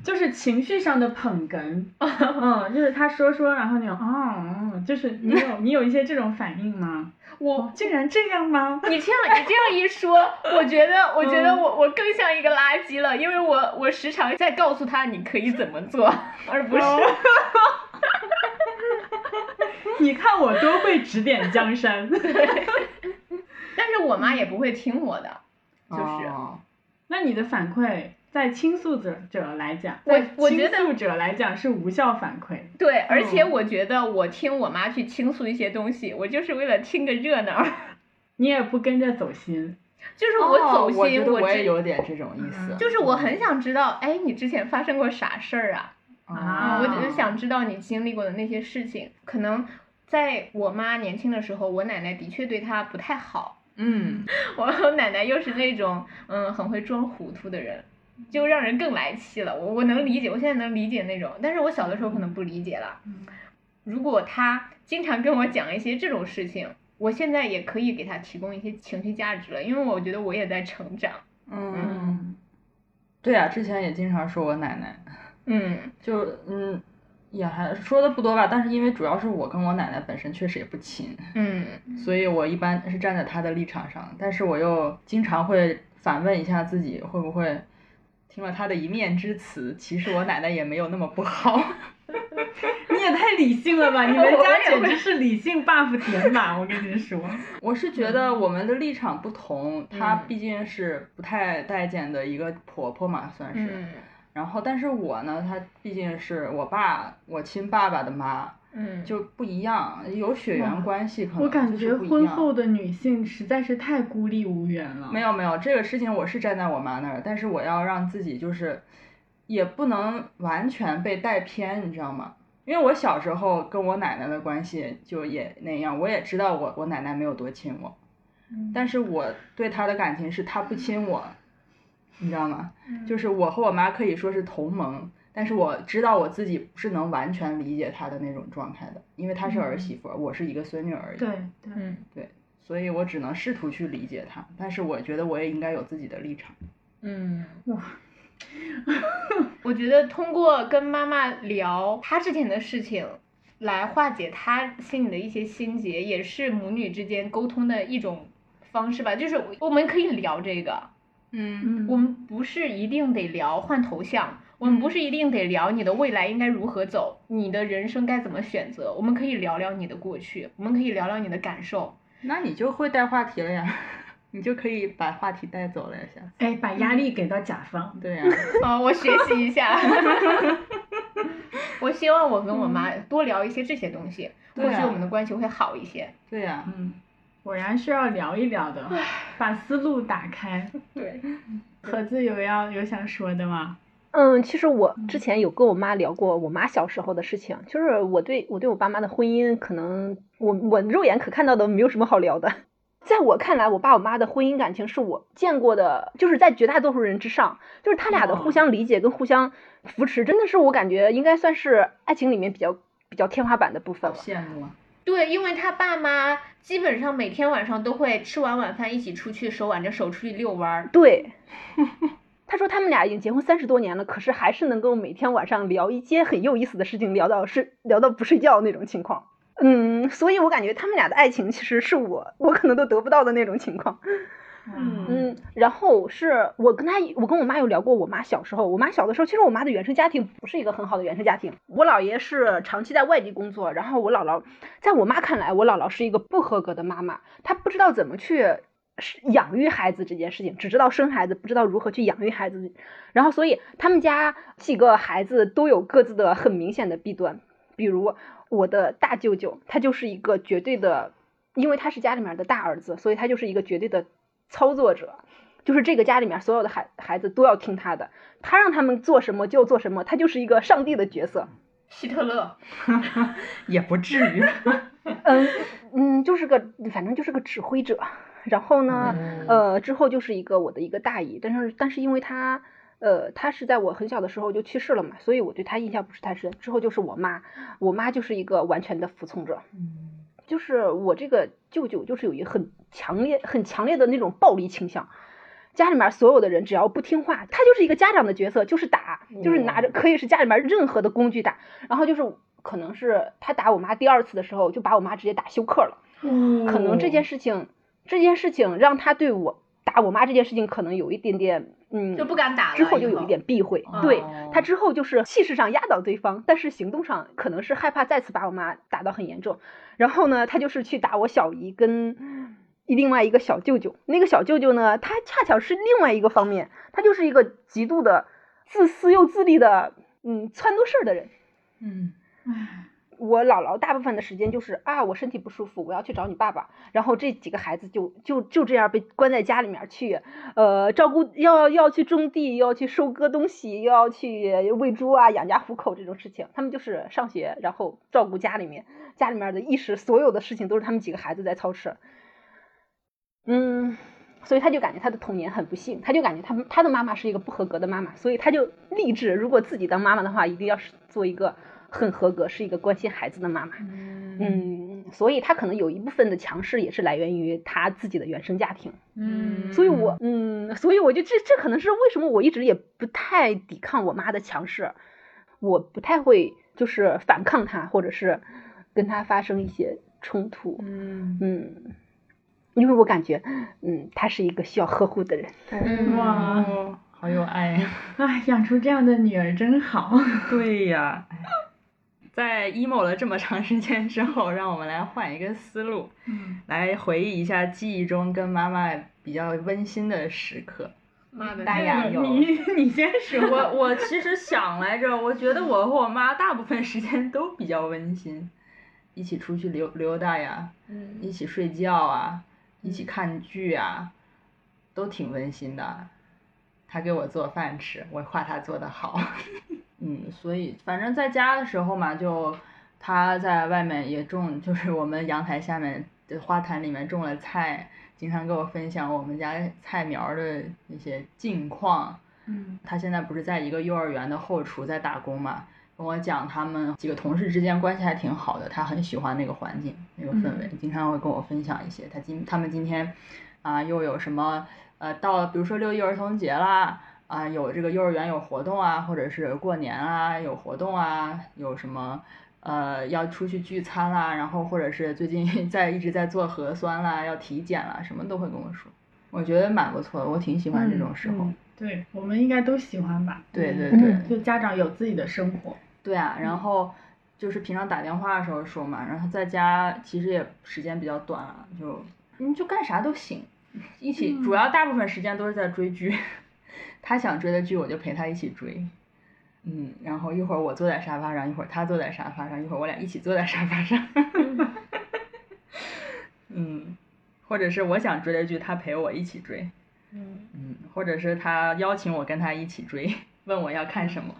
[SPEAKER 2] 就是情绪上的 捧哏，嗯，就是他说说，然后你有哦，嗯就是你有你有一些这种反应吗？
[SPEAKER 1] 我
[SPEAKER 2] 哦，竟然这样吗？
[SPEAKER 1] 你这样你这样一说，我觉得我觉得
[SPEAKER 3] 嗯
[SPEAKER 1] 我我更像一个垃圾了，因为我我时常在告诉她你可以怎么做， 而不是
[SPEAKER 2] 哦 你看我多会指点江山。
[SPEAKER 1] 但是我妈也不会听我的，就是
[SPEAKER 3] 哦
[SPEAKER 2] 那你的反馈，在倾诉者者来讲，
[SPEAKER 1] 我
[SPEAKER 2] 在
[SPEAKER 1] 我觉得
[SPEAKER 2] 倾诉者来讲是无效反馈。
[SPEAKER 1] 对，而且
[SPEAKER 3] 嗯
[SPEAKER 1] 我觉得我听我妈去倾诉一些东西，我就是为了听个热闹，
[SPEAKER 2] 你也不跟着走心，
[SPEAKER 1] 就是
[SPEAKER 3] 哦
[SPEAKER 1] 我走
[SPEAKER 3] 我
[SPEAKER 1] 心，
[SPEAKER 3] 觉得我
[SPEAKER 1] 我
[SPEAKER 3] 也
[SPEAKER 1] 知
[SPEAKER 3] 有点这种意思，
[SPEAKER 2] 嗯
[SPEAKER 1] 就是我很想知道，哎，你之前发生过啥事儿啊？
[SPEAKER 2] 啊
[SPEAKER 3] 哦
[SPEAKER 1] 我
[SPEAKER 3] 嗯
[SPEAKER 1] 只是想知道你经历过的那些事情。可能在我妈年轻的时候，我奶奶的确对她不太好。
[SPEAKER 3] 嗯，
[SPEAKER 1] 我奶奶又是那种嗯很会装糊涂的人，就让人更来气了。我我能理解，我现在能理解那种，但是我小的时候可能不理解了。如果她经常跟我讲一些这种事情，我现在也可以给她提供一些情绪价值了，因为我觉得我也在成长。
[SPEAKER 3] 嗯，对呀、之前也经常说我奶奶，
[SPEAKER 1] 嗯
[SPEAKER 3] 就嗯，也还说的不多吧，但是因为主要是我跟我奶奶本身确实也不亲，
[SPEAKER 1] 嗯
[SPEAKER 3] 所以我一般是站在她的立场上，但是我又经常会反问一下自己，会不会听了她的一面之词，其实我奶奶也没有那么不好。
[SPEAKER 2] 你也太理性了吧！你们
[SPEAKER 1] 我
[SPEAKER 2] 家
[SPEAKER 1] 也
[SPEAKER 2] 简
[SPEAKER 1] 会
[SPEAKER 2] 直是理性 buff 填满，我跟你说。
[SPEAKER 3] 我是觉得我们的立场不同，她
[SPEAKER 1] 嗯
[SPEAKER 3] 毕竟是不太待见的一个婆婆嘛，算是。
[SPEAKER 1] 嗯
[SPEAKER 3] 然后，但是我呢，她毕竟是我爸，我亲爸爸的妈，
[SPEAKER 1] 嗯，
[SPEAKER 3] 就不一样，有血缘
[SPEAKER 2] 哇
[SPEAKER 3] 关系可能
[SPEAKER 2] 我感
[SPEAKER 3] 就是
[SPEAKER 2] 觉
[SPEAKER 3] 不一
[SPEAKER 2] 婚
[SPEAKER 3] 样
[SPEAKER 2] 后的女性实在是太孤立无援了。
[SPEAKER 3] 没有没有这个事情，我是站在我妈那儿，但是我要让自己就是也不能完全被带偏，你知道吗？因为我小时候跟我奶奶的关系就也那样，我也知道我我奶奶没有多亲我，
[SPEAKER 2] 嗯，
[SPEAKER 3] 但是我对她的感情是她不亲我，你知道吗？就是我和我妈可以说是同盟，但是我知道我自己不是能完全理解她的那种状态的，因为她是儿媳妇儿，我是一个孙女而已。
[SPEAKER 2] 对对，
[SPEAKER 1] 嗯。
[SPEAKER 3] 所以我只能试图去理解他，但是我觉得我也应该有自己的立场。
[SPEAKER 1] 嗯，
[SPEAKER 2] 哇
[SPEAKER 1] 我觉得通过跟妈妈聊她之前的事情，来化解她心里的一些心结，也是母女之间沟通的一种方式吧。就是我我们可以聊这个，
[SPEAKER 3] 嗯
[SPEAKER 2] 嗯，
[SPEAKER 1] 我们不是一定得聊换头像，我们不是一定得聊你的未来应该如何走，你的人生该怎么选择。我们可以聊聊你的过去，我们可以聊聊你的感受。
[SPEAKER 3] 那你就会带话题了呀， 你就可以把话题带走了呀，下次。
[SPEAKER 2] 哎，把压
[SPEAKER 3] 嗯
[SPEAKER 2] 力给到甲方。
[SPEAKER 3] 对呀、
[SPEAKER 1] 啊，我学习一下。我希望我跟我妈多聊一些这些东西，
[SPEAKER 3] 对
[SPEAKER 1] 或许
[SPEAKER 3] 啊
[SPEAKER 1] 我们的关系会好一些。
[SPEAKER 3] 对呀、
[SPEAKER 2] 嗯，果然是要聊一聊的，把思路打开。
[SPEAKER 1] 对，
[SPEAKER 2] 盒子有要有想说的吗？
[SPEAKER 4] 嗯，其实我
[SPEAKER 2] 嗯
[SPEAKER 4] 之前有跟我妈聊过我妈小时候的事情，就是我对我对我爸妈的婚姻，可能我我肉眼可看到的没有什么好聊的。在我看来，我爸我妈的婚姻感情是我见过的，就是在绝大多数人之上，就是他俩的互
[SPEAKER 2] 哦
[SPEAKER 4] 相理解跟互相扶持，真的是我感觉应该算是爱情里面比较比较天花板的部分
[SPEAKER 3] 好
[SPEAKER 4] 了。
[SPEAKER 3] 羡慕啊！
[SPEAKER 1] 对，因为他爸妈基本上每天晚上都会吃完晚饭一起出去，手挽着手出去遛弯儿。
[SPEAKER 4] 对，他说他们俩已经结婚三十多年了，可是还是能够每天晚上聊一些很有意思的事情，聊到睡聊到不睡觉那种情况。嗯，所以我感觉他们俩的爱情其实是我我可能都得不到的那种情况。
[SPEAKER 2] 嗯
[SPEAKER 4] 嗯，然后是我跟他，我跟我妈有聊过，我妈小时候，我妈小的时候，其实我妈的原生家庭不是一个很好的原生家庭。我姥爷是长期在外地工作，然后我姥姥，在我妈看来，我姥姥是一个不合格的妈妈，她不知道怎么去是养育孩子这件事情，只知道生孩子，不知道如何去养育孩子。然后，所以他们家几个孩子都有各自的很明显的弊端，比如我的大舅舅，他就是一个绝对的，因为他是家里面的大儿子，所以他就是一个绝对的操作者，就是这个家里面所有的孩孩子都要听他的，他让他们做什么就做什么，他就是一个上帝的角色，
[SPEAKER 1] 希特勒，
[SPEAKER 3] 也不至 于。
[SPEAKER 4] 嗯嗯，就是个反正就是个指挥者。然后呢，呃，之后就是一个我的一个大姨，但是但是因为她，呃，她是在我很小的时候就去世了嘛，所以我对她印象不是太深。之后就是我妈，我妈就是一个完全的服从者，就是我这个舅舅就是有一个很强烈、很强烈的那种暴力倾向。家里面所有的人只要不听话，他就是一个家长的角色，就是打，就是拿着可以是家里面任何的工具打。然后就是可能是他打我妈第二次的时候，就把我妈直接打休克了。可能这件事情，这件事情让他对我打我妈这件事情，可能有一点点，嗯，
[SPEAKER 1] 就不敢打了。
[SPEAKER 4] 之后就有一点避讳。对他之后就是气势上压倒对方，但是行动上可能是害怕再次把我妈打到很严重。然后呢，他就是去打我小姨跟另外一个小舅舅。那个小舅舅呢，他恰巧是另外一个方面，他就是一个极度的自私又自利的，嗯，撺掇事儿的人。
[SPEAKER 3] 嗯，
[SPEAKER 2] 唉
[SPEAKER 4] 我姥姥大部分的时间就是啊，我身体不舒服，我要去找你爸爸。然后这几个孩子就就就这样被关在家里面去，呃，照顾要要去种地，要去收割东西，又要去喂猪啊，养家糊口这种事情。他们就是上学，然后照顾家里面，家里面的衣食所有的事情都是他们几个孩子在操持。嗯，所以他就感觉他的童年很不幸，他就感觉他他的妈妈是一个不合格的妈妈，所以他就立志，如果自己当妈妈的话，一定要是做一个很合格，是一个关心孩子的妈妈。嗯，所以他可能有一部分的强势也是来源于他自己的原生家庭。
[SPEAKER 1] 嗯
[SPEAKER 4] 所以我嗯，所以我就这这可能是为什么我一直也不太抵抗我妈的强势，我不太会就是反抗她，或者是跟她发生一些冲突。
[SPEAKER 3] 嗯，
[SPEAKER 4] 嗯，因为我感觉，嗯，他是一个需要呵护的人。
[SPEAKER 1] 嗯
[SPEAKER 2] 哇，
[SPEAKER 3] 哦好有爱呀！
[SPEAKER 2] 哎，养出这样的女儿真好。
[SPEAKER 3] 对呀， 在 emo 了这么长时间之后，让我们来换一个思路，
[SPEAKER 2] 嗯，
[SPEAKER 3] 来回忆一下记忆中跟妈妈比较温馨的时刻。
[SPEAKER 1] 妈的，
[SPEAKER 3] 大家哎有
[SPEAKER 2] 哎你 你先说。
[SPEAKER 3] 我我其实想来着，我觉得我和我妈大部分时间都比较温馨，一起出去溜溜达呀，
[SPEAKER 1] 嗯
[SPEAKER 3] 一起睡觉啊，一起看剧啊，都挺温馨的。她给我做饭吃，我夸她做的好。 嗯，所以反正在家的时候嘛，就她在外面也种，就是我们阳台下面的花坛里面种了菜，经常跟我分享我们家菜苗儿的一些近况。
[SPEAKER 2] 嗯
[SPEAKER 3] 他现在不是在一个幼儿园的后厨在打工嘛，跟我讲他们几个同事之间关系还挺好的，他很喜欢那个环境、那个氛围，经常会跟我分享一些他今他们今天啊、又有什么呃到比如说六一儿童节啦。啊，有这个幼儿园有活动啊，或者是过年啊有活动啊，有什么呃要出去聚餐啦，然后或者是最近 在一直在做核酸啦，要体检啦，什么都会跟我说，我觉得蛮不错的，我挺喜欢这种时候。
[SPEAKER 2] 嗯对，我们应该都喜欢吧？
[SPEAKER 3] 对对
[SPEAKER 2] 嗯
[SPEAKER 3] 对，
[SPEAKER 2] 就家长有自己的生活。
[SPEAKER 3] 对啊，然后就是平常打电话的时候说嘛，然后在家其实也时间比较短了，就你就干啥都行，一起、主要大部分时间都是在追剧， 他想追的剧我就陪他一起追，嗯，然后一会儿我坐在沙发上，一会儿他坐在沙发上，一会儿我俩一起坐在沙发上， 嗯，或者是我想追的剧他陪我一起追，
[SPEAKER 1] 嗯
[SPEAKER 3] 嗯，或者是他邀请我跟他一起追，问我要看什么。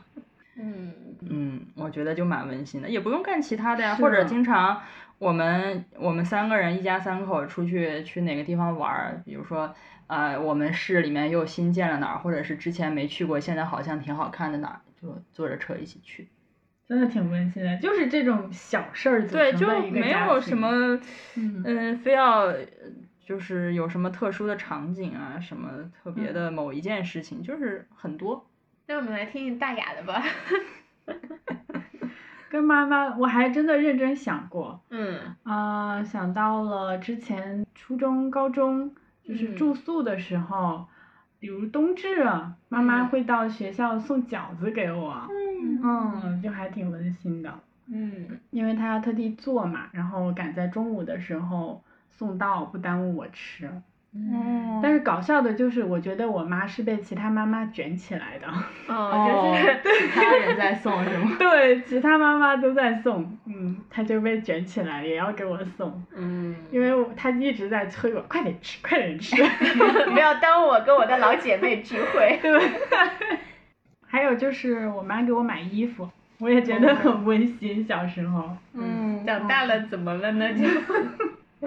[SPEAKER 1] 嗯
[SPEAKER 3] 嗯，我觉得就蛮温馨的，也不用干其他的
[SPEAKER 2] 是啊
[SPEAKER 3] 呀，或者
[SPEAKER 2] 的
[SPEAKER 3] 经常我们我们三个人一家三口出去去哪个地方玩儿，比如说呃我们市里面又新建了哪儿，或者是之前没去过，现在好像挺好看的哪儿，就坐着车一起去。
[SPEAKER 2] 真的挺温馨的，就是这种小事儿组
[SPEAKER 3] 对，
[SPEAKER 2] 成
[SPEAKER 3] 就
[SPEAKER 2] 的一个
[SPEAKER 3] 没
[SPEAKER 2] 家
[SPEAKER 3] 有
[SPEAKER 2] 庭
[SPEAKER 3] 什么，
[SPEAKER 2] 嗯
[SPEAKER 3] 呃，非要呃就是有什么特殊的场景啊，什么特
[SPEAKER 2] 嗯
[SPEAKER 3] 别的某一件事情，就是很多。
[SPEAKER 1] 那我们来听听大雅的吧。
[SPEAKER 2] 跟妈妈，我还真的认真想过，
[SPEAKER 1] 嗯
[SPEAKER 2] 啊、想到了之前初中、高中就是
[SPEAKER 1] 嗯
[SPEAKER 2] 住宿的时候，比如冬至，啊妈妈
[SPEAKER 1] 嗯
[SPEAKER 2] 会到学校送饺子给我，嗯，就还挺温馨的，
[SPEAKER 1] 嗯
[SPEAKER 2] 因为她要特地做嘛，然后赶在中午的时候送到，不耽误我吃。
[SPEAKER 1] 嗯，
[SPEAKER 2] 但是搞笑的就是，我觉得我妈是被其他妈妈卷起来的，
[SPEAKER 1] 哦，就是
[SPEAKER 3] 其他人在送是吗？
[SPEAKER 2] 对，其他妈妈都在送，嗯，她就被卷起来，也要给我送。
[SPEAKER 3] 嗯，
[SPEAKER 2] 因为我她一直在催我，快点吃， 快点吃。
[SPEAKER 1] 不要耽误我跟我的老姐妹聚会。
[SPEAKER 2] 还有就是我妈给我买衣服，我也觉
[SPEAKER 3] 哦
[SPEAKER 2] 得很温馨。小时候，
[SPEAKER 3] 嗯
[SPEAKER 1] 长大了怎么了呢？就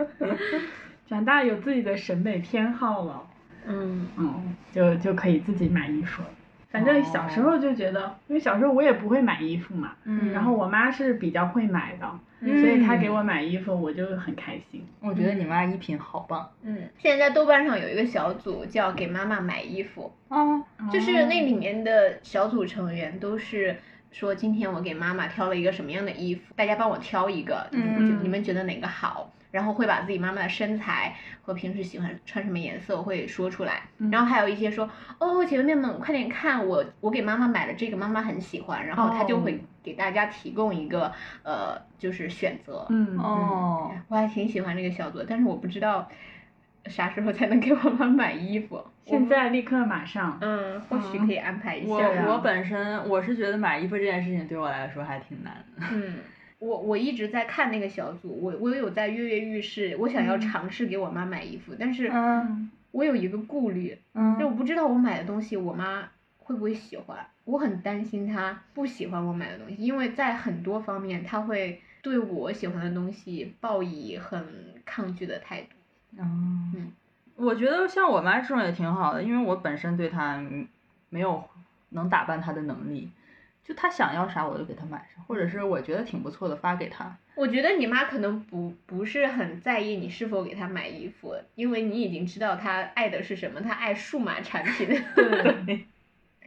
[SPEAKER 2] 长大有自己的审美偏好了，
[SPEAKER 1] 嗯
[SPEAKER 3] 哦
[SPEAKER 2] 嗯，就就可以自己买衣服。反正小时候就觉得，因为小时候我也不会买衣服嘛，
[SPEAKER 3] 嗯
[SPEAKER 2] 然后我妈是比较会买的，
[SPEAKER 3] 嗯
[SPEAKER 2] 所以她给我买衣服，我就很开心。
[SPEAKER 3] 我觉得你妈衣品好棒。
[SPEAKER 1] 嗯，现在豆瓣上有一个小组叫“给妈妈买衣服”，
[SPEAKER 3] 啊，
[SPEAKER 2] 哦
[SPEAKER 1] 就是那里面的小组成员都是说，今天我给妈妈挑了一个什么样的衣服，大家帮我挑一个，你们觉
[SPEAKER 2] 嗯
[SPEAKER 1] 你们觉得哪个好？然后会把自己妈妈的身材和平时喜欢穿什么颜色会说出来，
[SPEAKER 2] 嗯
[SPEAKER 1] 然后还有一些说，哦，姐妹们快点看我我给妈妈买了这个，妈妈很喜欢，然后她就
[SPEAKER 2] 哦
[SPEAKER 1] 会给大家提供一个呃就是选择。
[SPEAKER 2] 嗯，嗯，
[SPEAKER 3] 哦，
[SPEAKER 1] 我还挺喜欢这个小组的，但是我不知道啥时候才能给我妈买衣服。我
[SPEAKER 2] 现
[SPEAKER 1] 们
[SPEAKER 2] 在立刻马上，
[SPEAKER 1] 嗯，或许可以安排一下。
[SPEAKER 3] 我
[SPEAKER 2] 对啊
[SPEAKER 3] 我本身我是觉得买衣服这件事情对我来说还挺难的，
[SPEAKER 1] 嗯我我一直在看那个小组，我我有在跃跃欲试，我想要
[SPEAKER 2] 嗯
[SPEAKER 1] 尝试给我妈买衣服，但是
[SPEAKER 3] 嗯
[SPEAKER 1] 我有一个顾虑，就我
[SPEAKER 3] 嗯
[SPEAKER 1] 不知道我买的东西我妈会不会喜欢，我很担心她不喜欢我买的东西，因为在很多方面她会对我喜欢的东西抱以很抗拒的态度。
[SPEAKER 3] 嗯，我觉得像我妈这种也挺好的，因为我本身对她没有能打扮她的能力，就她想要啥我就给她买上，或者是我觉得挺不错的发给她。
[SPEAKER 1] 我觉得你妈可能不不是很在意你是否给她买衣服，因为你已经知道她爱的是什么，她爱数码产品。
[SPEAKER 2] 对，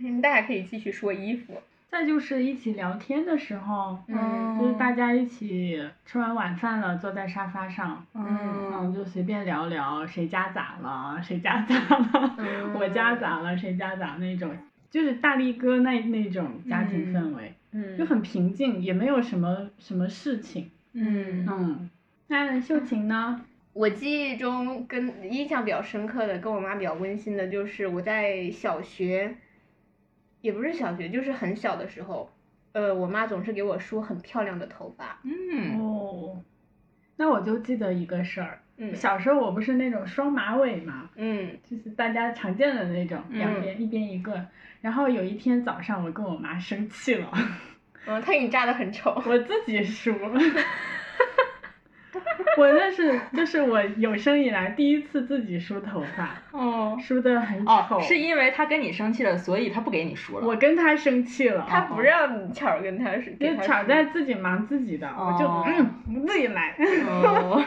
[SPEAKER 1] 嗯大家可以继续说衣服。
[SPEAKER 2] 再就是一起聊天的时候，
[SPEAKER 1] 嗯
[SPEAKER 2] 就是大家一起吃完晚饭了，坐在沙发上，嗯，
[SPEAKER 3] 嗯
[SPEAKER 2] 就随便聊聊谁家咋了，谁家咋了，
[SPEAKER 1] 嗯
[SPEAKER 2] 我家咋了，谁家咋那种，就是大力哥那那种家庭氛围，
[SPEAKER 1] 嗯，
[SPEAKER 2] 就很平静，也没有什么什么事情。
[SPEAKER 1] 嗯。
[SPEAKER 2] 嗯，那秀琴呢？
[SPEAKER 1] 我记忆中跟印象比较深刻的，跟我妈比较温馨的，就是我在小学，也不是小学，就是很小的时候，呃，我妈总是给我梳很漂亮的头发。
[SPEAKER 3] 嗯
[SPEAKER 2] 哦，那我就记得一个事儿，
[SPEAKER 1] 嗯
[SPEAKER 2] 小时候我不是那种双马尾嘛，
[SPEAKER 1] 嗯
[SPEAKER 2] 就是大家常见的那种，
[SPEAKER 3] 嗯
[SPEAKER 2] 两边一边一个。然后有一天早上，我跟我妈生气了，
[SPEAKER 1] 嗯，她给你扎的很丑。
[SPEAKER 2] 我自己梳。 我那是就是我有生以来第一次自己梳头发，
[SPEAKER 3] 哦
[SPEAKER 2] 梳的很丑。
[SPEAKER 3] 哦，是因为她跟你生气了，所以她不给你梳了。
[SPEAKER 2] 我跟她生气了，
[SPEAKER 1] 她不让你巧儿跟她是，
[SPEAKER 2] 就
[SPEAKER 1] 跟她
[SPEAKER 2] 巧
[SPEAKER 1] 梳
[SPEAKER 2] 在自己忙自己的，我就
[SPEAKER 3] 哦
[SPEAKER 2] 嗯自己来，
[SPEAKER 3] 哦，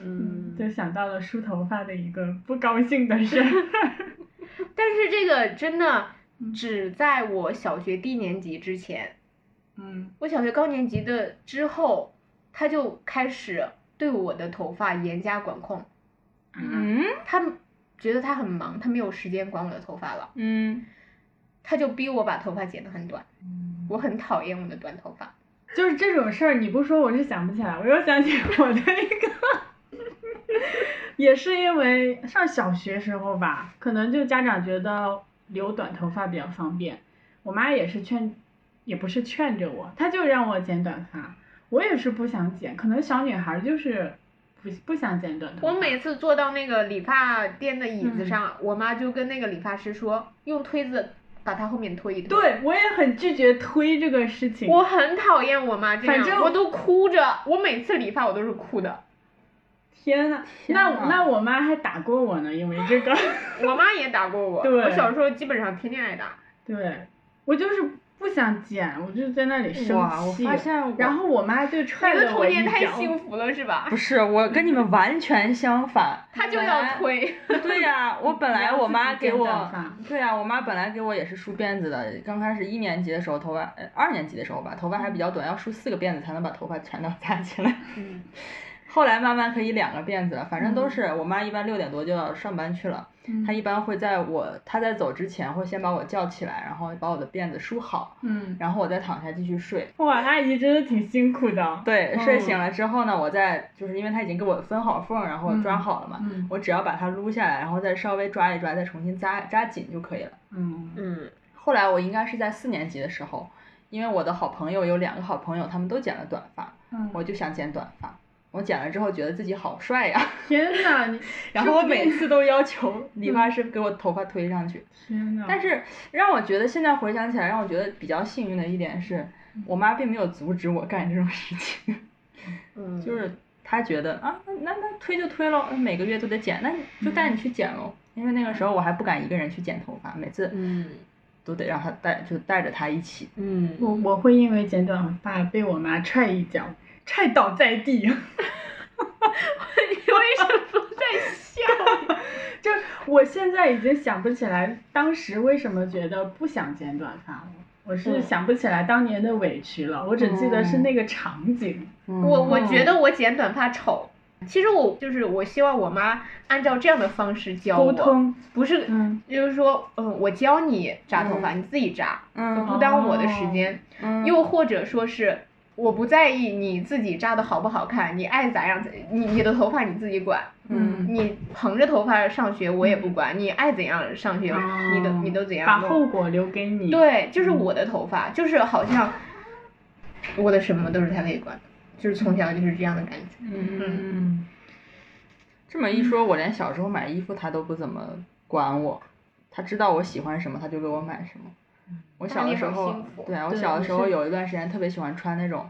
[SPEAKER 1] 嗯，
[SPEAKER 2] 就想到了梳头发的一个不高兴的事儿。
[SPEAKER 1] 但是这个真的
[SPEAKER 2] 嗯
[SPEAKER 1] 只在我小学低年级之前，
[SPEAKER 2] 嗯，
[SPEAKER 1] 我小学高年级的之后，她就开始对我的头发严加管控。
[SPEAKER 3] 嗯
[SPEAKER 1] 他觉得他很忙，他没有时间管我的头发了，
[SPEAKER 3] 嗯，
[SPEAKER 1] 他就逼我把头发剪得很短。
[SPEAKER 2] 嗯
[SPEAKER 1] 我很讨厌我的短头发。
[SPEAKER 2] 就是这种事儿，你不说我是想不起来，我又想起我的一个，也是因为上小学时候吧，可能就家长觉得留短头发比较方便，我妈也是劝，也不是劝着我，她就让我剪短发，我也是不想剪，可能小女孩就是不不想剪短头发。
[SPEAKER 1] 我每次坐到那个理发店的椅
[SPEAKER 2] 嗯
[SPEAKER 1] 子上，我妈就跟那个理发师说，用推子把它后面推一推。，
[SPEAKER 2] 对我也很拒绝推这个事情，
[SPEAKER 1] 我很讨厌我妈这样，
[SPEAKER 2] 反正
[SPEAKER 1] 我都哭着，我每次理发我都是哭的。
[SPEAKER 2] 天呐，
[SPEAKER 3] 天
[SPEAKER 2] 那
[SPEAKER 3] 呐
[SPEAKER 2] 那我妈还打过我呢，因为 这个。
[SPEAKER 1] 我妈也打过我，
[SPEAKER 2] 对
[SPEAKER 1] 我小时候基本上天天挨打。
[SPEAKER 2] 对，我就是不想剪，我就在那里生气。
[SPEAKER 3] 哇，我发现我，
[SPEAKER 2] 然后我妈就
[SPEAKER 1] 你
[SPEAKER 2] 踹
[SPEAKER 1] 的
[SPEAKER 2] 了
[SPEAKER 1] 童
[SPEAKER 2] 我一
[SPEAKER 1] 年太
[SPEAKER 2] 脚。
[SPEAKER 1] 幸福了是吧
[SPEAKER 3] 不？是我跟你们完全相反，
[SPEAKER 1] 她就
[SPEAKER 3] 本
[SPEAKER 1] 要
[SPEAKER 3] 来
[SPEAKER 1] 推。
[SPEAKER 3] 对呀、我本来我妈给
[SPEAKER 2] 你要
[SPEAKER 3] 我
[SPEAKER 2] 自己剪短，
[SPEAKER 3] 对呀、我妈本来给我也是梳辫子的。刚开始一年级的时候，头发，呃二年级的时候吧，头发还比较
[SPEAKER 2] 嗯
[SPEAKER 3] 短，要梳四个辫子才能把头发全都扎起来。
[SPEAKER 1] 嗯
[SPEAKER 3] 后来慢慢可以两个辫子了，
[SPEAKER 2] 嗯
[SPEAKER 3] 反正都是、我妈一般六点多就要上班去了，她一般会在我她在走之前会先把我叫起来，然后把我的辫子梳好，
[SPEAKER 2] 嗯，
[SPEAKER 3] 然后我再躺下继续睡。
[SPEAKER 2] 哇，阿姨真的挺辛苦的。
[SPEAKER 3] 对，睡醒
[SPEAKER 2] 嗯
[SPEAKER 3] 了之后呢，我再就是因为她已经给我分好缝儿，然后抓好了嘛，
[SPEAKER 2] 嗯
[SPEAKER 3] 我只要把它撸下来，然后再稍微抓一抓，再重新扎扎紧就可以了。
[SPEAKER 2] 嗯
[SPEAKER 1] 嗯
[SPEAKER 3] 后来我应该是在四年级的时候，因为我的好朋友有两个好朋友，他们都剪了短发，
[SPEAKER 2] 嗯，
[SPEAKER 3] 我就想剪短发。我剪了之后觉得自己好帅呀，
[SPEAKER 2] 天呐，你
[SPEAKER 3] 然
[SPEAKER 2] 是
[SPEAKER 3] 后我
[SPEAKER 2] 不
[SPEAKER 3] 每
[SPEAKER 2] 是
[SPEAKER 3] 次都要求理发师给我头发推上去。
[SPEAKER 2] 天呐，
[SPEAKER 3] 但是让我觉得现在回想起来，让我觉得比较幸运的一点是，我妈并没有阻止我干这种事情，
[SPEAKER 1] 嗯，
[SPEAKER 3] 就是她觉得啊，那那那推就推喽，每个月都得剪，那就带
[SPEAKER 1] 嗯
[SPEAKER 3] 你去剪喽。因为那个时候我还不敢一个人去剪头发，每次
[SPEAKER 1] 嗯
[SPEAKER 3] 都得让她带，就带着她一起。
[SPEAKER 1] 嗯
[SPEAKER 2] 我我会因为剪短发被我妈踹一脚，踹倒在地。
[SPEAKER 1] 你 为什么在笑？
[SPEAKER 2] 就是我现在已经想不起来当时为什么觉得不想剪短发了，我是
[SPEAKER 1] 嗯
[SPEAKER 2] 想不起来当年的委屈了，我只记得是那个场景。
[SPEAKER 1] 我我
[SPEAKER 3] 嗯
[SPEAKER 1] 觉得我剪短发丑。其实我就是我希望我妈按照这样的方式教哦我，
[SPEAKER 2] 沟通，
[SPEAKER 1] 不是，
[SPEAKER 2] 嗯
[SPEAKER 1] 就是说，嗯，我教你扎头发，你自己扎，
[SPEAKER 3] 嗯
[SPEAKER 1] 不耽误我的时间。
[SPEAKER 3] 嗯
[SPEAKER 1] 又或者说是。我不在意你自己扎的好不好看，你爱咋样咋，你你的头发你自己管，
[SPEAKER 3] 嗯
[SPEAKER 1] 你捧着头发上学我也不管，你爱怎样上学，你
[SPEAKER 3] 哦
[SPEAKER 1] 都你都怎样
[SPEAKER 2] 把
[SPEAKER 1] 弄
[SPEAKER 2] 后果留给你。，
[SPEAKER 1] 对，就是我的头发，就是好像我的什么都是他给管的，就是从小就是这样的感觉。
[SPEAKER 3] 嗯，这么一说，我连小时候买衣服他都不怎么管我，他知道我喜欢什么，他就给我买什么。我
[SPEAKER 1] 嗯那
[SPEAKER 3] 小
[SPEAKER 1] 你
[SPEAKER 3] 的时
[SPEAKER 1] 好
[SPEAKER 3] 候
[SPEAKER 1] 幸福，
[SPEAKER 3] 对我
[SPEAKER 2] 对
[SPEAKER 3] 小的
[SPEAKER 2] 你
[SPEAKER 3] 时候
[SPEAKER 2] 是
[SPEAKER 3] 有一段时间特别喜欢穿那种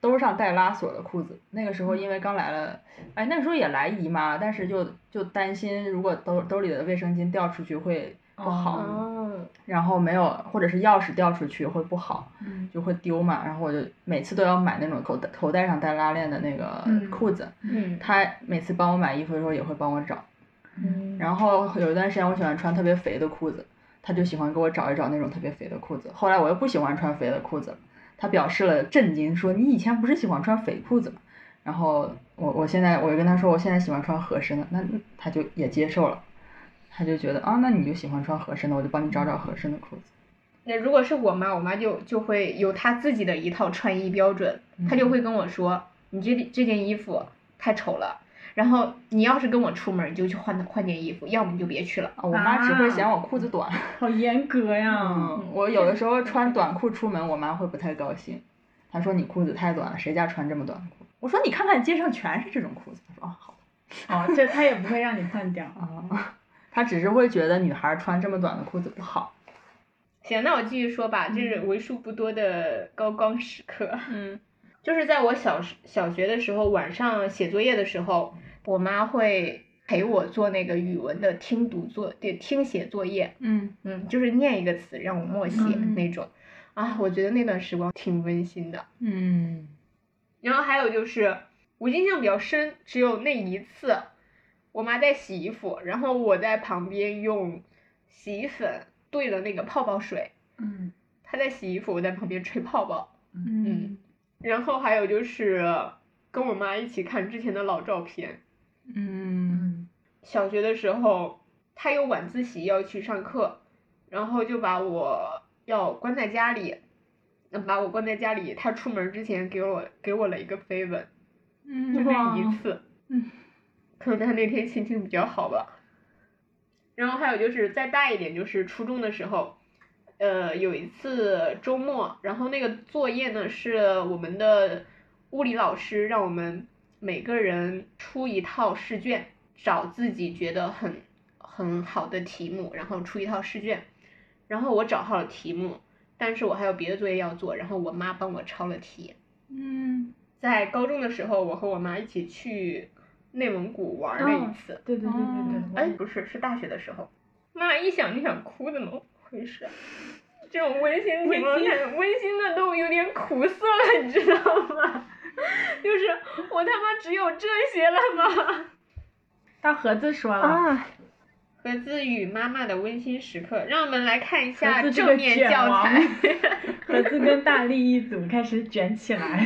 [SPEAKER 3] 兜上带拉锁的裤子。那个时
[SPEAKER 1] 嗯
[SPEAKER 3] 候因为刚来了，哎，那个时候也来姨妈了，但是就就担心如果兜兜里的卫生巾掉出去会不好，
[SPEAKER 1] 哦，
[SPEAKER 3] 然后没有或者是钥匙掉出去会不好，
[SPEAKER 2] 嗯
[SPEAKER 3] 就会丢嘛。然后我就每次都要买那种口袋口袋上带拉链的那个
[SPEAKER 2] 嗯
[SPEAKER 3] 裤子。
[SPEAKER 1] 嗯，
[SPEAKER 3] 他每次帮我买衣服的时候也会帮我找，
[SPEAKER 1] 嗯
[SPEAKER 3] 然后有一段时间我喜欢穿特别肥的裤子，他就喜欢给我找一找那种特别肥的裤子。后来我又不喜欢穿肥的裤子了，他表示了震惊，说你以前不是喜欢穿肥裤子吗？然后我我现在我就跟他说我现在喜欢穿合身的，那他就也接受了，他就觉得啊那你就喜欢穿合身的，我就帮你找找合身的裤子。
[SPEAKER 1] 那如果是我妈，我妈就就会有她自己的一套穿衣标准，她就会跟我说，你这这件衣服太丑了，然后你要是跟我出门，你就去换换件衣服，要么你就别去了。
[SPEAKER 3] 啊，我妈只会嫌
[SPEAKER 2] 啊
[SPEAKER 3] 我裤子短，
[SPEAKER 2] 好严格呀。
[SPEAKER 3] 嗯， 我有的时候穿短裤出门，我妈会不太高兴。她说你裤子太短了，谁家穿这么短的裤子？我说你看看街上全是这种裤子。她说啊好
[SPEAKER 2] 哦，这他也不会让你换掉。
[SPEAKER 3] 啊，她只是会觉得女孩穿这么短的裤子不好。
[SPEAKER 1] 行，那我继续说吧，这是为数不多的高光时刻。
[SPEAKER 3] 嗯
[SPEAKER 1] 就是在我小时小学的时候，晚上写作业的时候，我妈会陪我做那个语文的听读作对听写作业，
[SPEAKER 3] 嗯，
[SPEAKER 1] 嗯，就是念一个词让我默写
[SPEAKER 3] 嗯
[SPEAKER 1] 那种。啊，我觉得那段时光挺温馨的。
[SPEAKER 3] 嗯，
[SPEAKER 1] 然后还有就是，我印象比较深，只有那一次，我妈在洗衣服，然后我在旁边用洗衣粉兑了那个泡泡水，
[SPEAKER 2] 嗯
[SPEAKER 1] 她在洗衣服，我在旁边吹泡泡。
[SPEAKER 3] 嗯
[SPEAKER 1] 然后还有就是跟我妈一起看之前的老照片。
[SPEAKER 3] 嗯
[SPEAKER 1] 小学的时候，她有晚自习要去上课，然后就把我要关在家里，嗯把我关在家里。她出门之前给我给我了一个飞吻，
[SPEAKER 3] 嗯
[SPEAKER 1] 就那一次。
[SPEAKER 3] 嗯，
[SPEAKER 1] 可能她那天心情比较好吧。然后还有就是再大一点，就是初中的时候，呃，有一次周末，然后那个作业呢是我们的物理老师让我们每个人出一套试卷，找自己觉得很很好的题目，然后出一套试卷。然后我找好了题目，但是我还有别的作业要做，然后我妈帮我抄了题。
[SPEAKER 3] 嗯
[SPEAKER 1] 在高中的时候，我和我妈一起去内蒙古玩了一
[SPEAKER 2] 哦
[SPEAKER 1] 次。
[SPEAKER 2] 对对对对对。
[SPEAKER 1] 哎，不是，是大学的时候。妈一想就想哭，怎么回事啊？这种温馨情况，下，温馨的都有点苦涩了，你知道吗？ 就是我他妈只有这些了吗？
[SPEAKER 2] 到盒子说了，
[SPEAKER 4] 啊，
[SPEAKER 1] 盒子与妈妈的温馨时刻，让我们来看一下
[SPEAKER 2] 盒子这
[SPEAKER 1] 正
[SPEAKER 2] 个
[SPEAKER 1] 面
[SPEAKER 2] 卷
[SPEAKER 1] 教
[SPEAKER 2] 王
[SPEAKER 1] 材。
[SPEAKER 2] 盒子跟大力一组开始卷起来。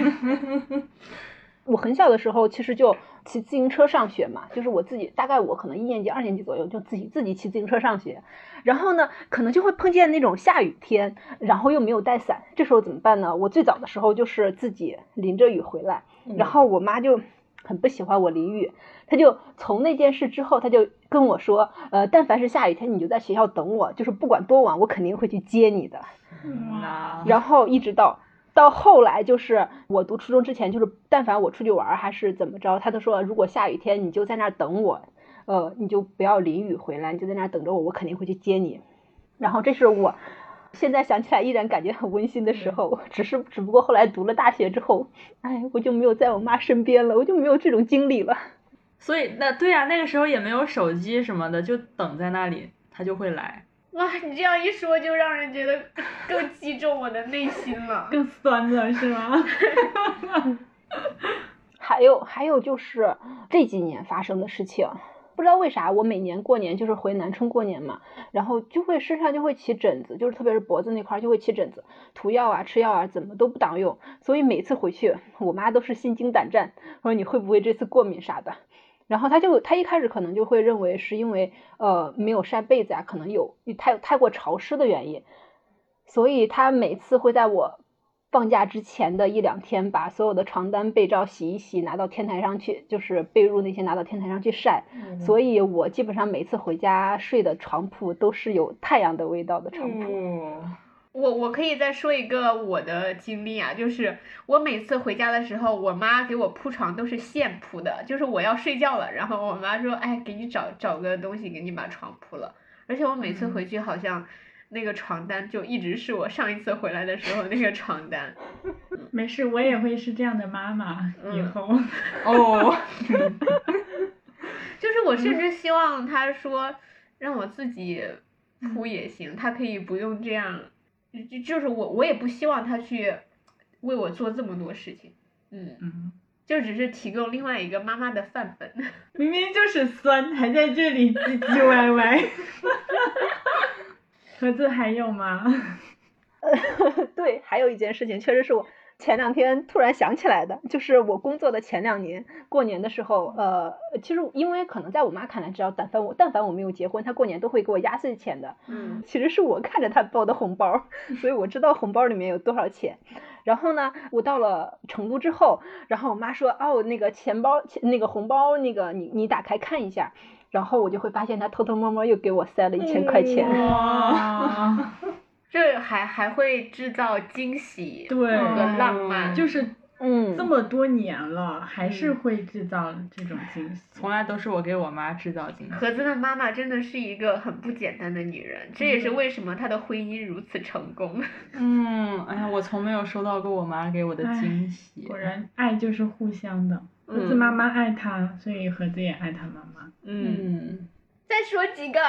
[SPEAKER 4] 我很小的时候其实就骑自行车上学嘛，就是我自己，大概我可能一年级、二年级左右就自己自己骑自行车上学，然后呢，可能就会碰见那种下雨天，然后又没有带伞，这时候怎么办呢？我最早的时候就是自己淋着雨回来，然后我妈就很不喜欢我淋雨，她就从那件事之后，她就跟我说，呃，但凡是下雨天，你就在学校等我，就是不管多晚，我肯定会去接你的。
[SPEAKER 2] 嗯
[SPEAKER 3] 哇，
[SPEAKER 4] 然后一直到到后来，就是我读初中之前，就是但凡我出去玩儿还是怎么着，他都说如果下雨天你就在那儿等我，呃，你就不要淋雨回来，你就在那儿等着我，我肯定会去接你。然后这是我现在想起来依然感觉很温馨的时候，只是只不过后来读了大学之后，哎，我就没有在我妈身边了，我就没有这种经历了。
[SPEAKER 3] 所以那对啊，那个时候也没有手机什么的，就等在那里，他就会来。
[SPEAKER 1] 哇，你这样一说，就让人觉得更击中我的内心了。
[SPEAKER 2] 更酸了是吗？
[SPEAKER 4] 还有还有就是这几年发生的事情，不知道为啥我每年过年就是回南充过年嘛，然后就会身上就会起疹子，就是特别是脖子那块儿就会起疹子，涂药啊吃药啊怎么都不挡用，所以每次回去我妈都是心惊胆战，说你会不会这次过敏啥的。然后她就她一开始可能就会认为是因为呃没有晒被子啊，可能有太太过潮湿的原因，所以她每次会在我放假之前的一两天，把所有的床单被罩洗一洗，拿到天台上去，就是被褥那些拿到天台上去晒。所以我基本上每次回家睡的床铺都是有太阳的味道的床铺。
[SPEAKER 3] 哦，
[SPEAKER 1] 我我可以再说一个我的经历啊，就是我每次回家的时候，我妈给我铺床都是现铺的，就是我要睡觉了，然后我妈说，哎，给你找找个东西给你把床铺了。而且我每次回去好像那个床单就一直是我上一次回来的时候那个床单。
[SPEAKER 2] 没事，我也会是这样的妈妈，以
[SPEAKER 1] 嗯
[SPEAKER 2] 后。
[SPEAKER 3] 哦，
[SPEAKER 1] 就是我
[SPEAKER 2] 嗯
[SPEAKER 1] 甚至希望他说让我自己
[SPEAKER 2] 嗯
[SPEAKER 1] 铺也行，他可以不用这样，就就就是我我也不希望他去为我做这么多事情，嗯，
[SPEAKER 3] 嗯，
[SPEAKER 1] 就只是提供另外一个妈妈的范本。
[SPEAKER 2] 明明就是酸，还在这里唧唧歪歪。盒子还有吗？
[SPEAKER 4] 对，还有一件事情，确实是我前两天突然想起来的，就是我工作的前两年，过年的时候，呃，其实因为可能在我妈看来，只要但凡我但凡我没有结婚，她过年都会给我压岁钱的。
[SPEAKER 1] 嗯
[SPEAKER 4] 其实是我看着她包的红包，所以我知道红包里面有多少钱。然后呢，我到了成都之后，然后我妈说，哦，那个钱包，钱那个红包，那个你你打开看一下。然后我就会发现她偷偷摸摸又给我塞了一千块钱。
[SPEAKER 2] 哇，
[SPEAKER 1] 这还还会制造惊喜
[SPEAKER 2] 对
[SPEAKER 1] 和浪漫，
[SPEAKER 2] 就是
[SPEAKER 4] 嗯，
[SPEAKER 2] 这么多年了，还是会制造这种惊喜。
[SPEAKER 3] 从来都是我给我妈制造惊喜。
[SPEAKER 1] 盒子的妈妈真的是一个很不简单的女人，这也
[SPEAKER 2] 嗯
[SPEAKER 1] 是为什么她的婚姻如此成功。
[SPEAKER 3] 嗯，哎呀，我从没有收到过我妈给我的惊喜。
[SPEAKER 2] 果然，爱就是互相的。盒子妈妈爱他，所以盒子也爱他妈妈。
[SPEAKER 1] 嗯，
[SPEAKER 3] 嗯，
[SPEAKER 1] 再说几个，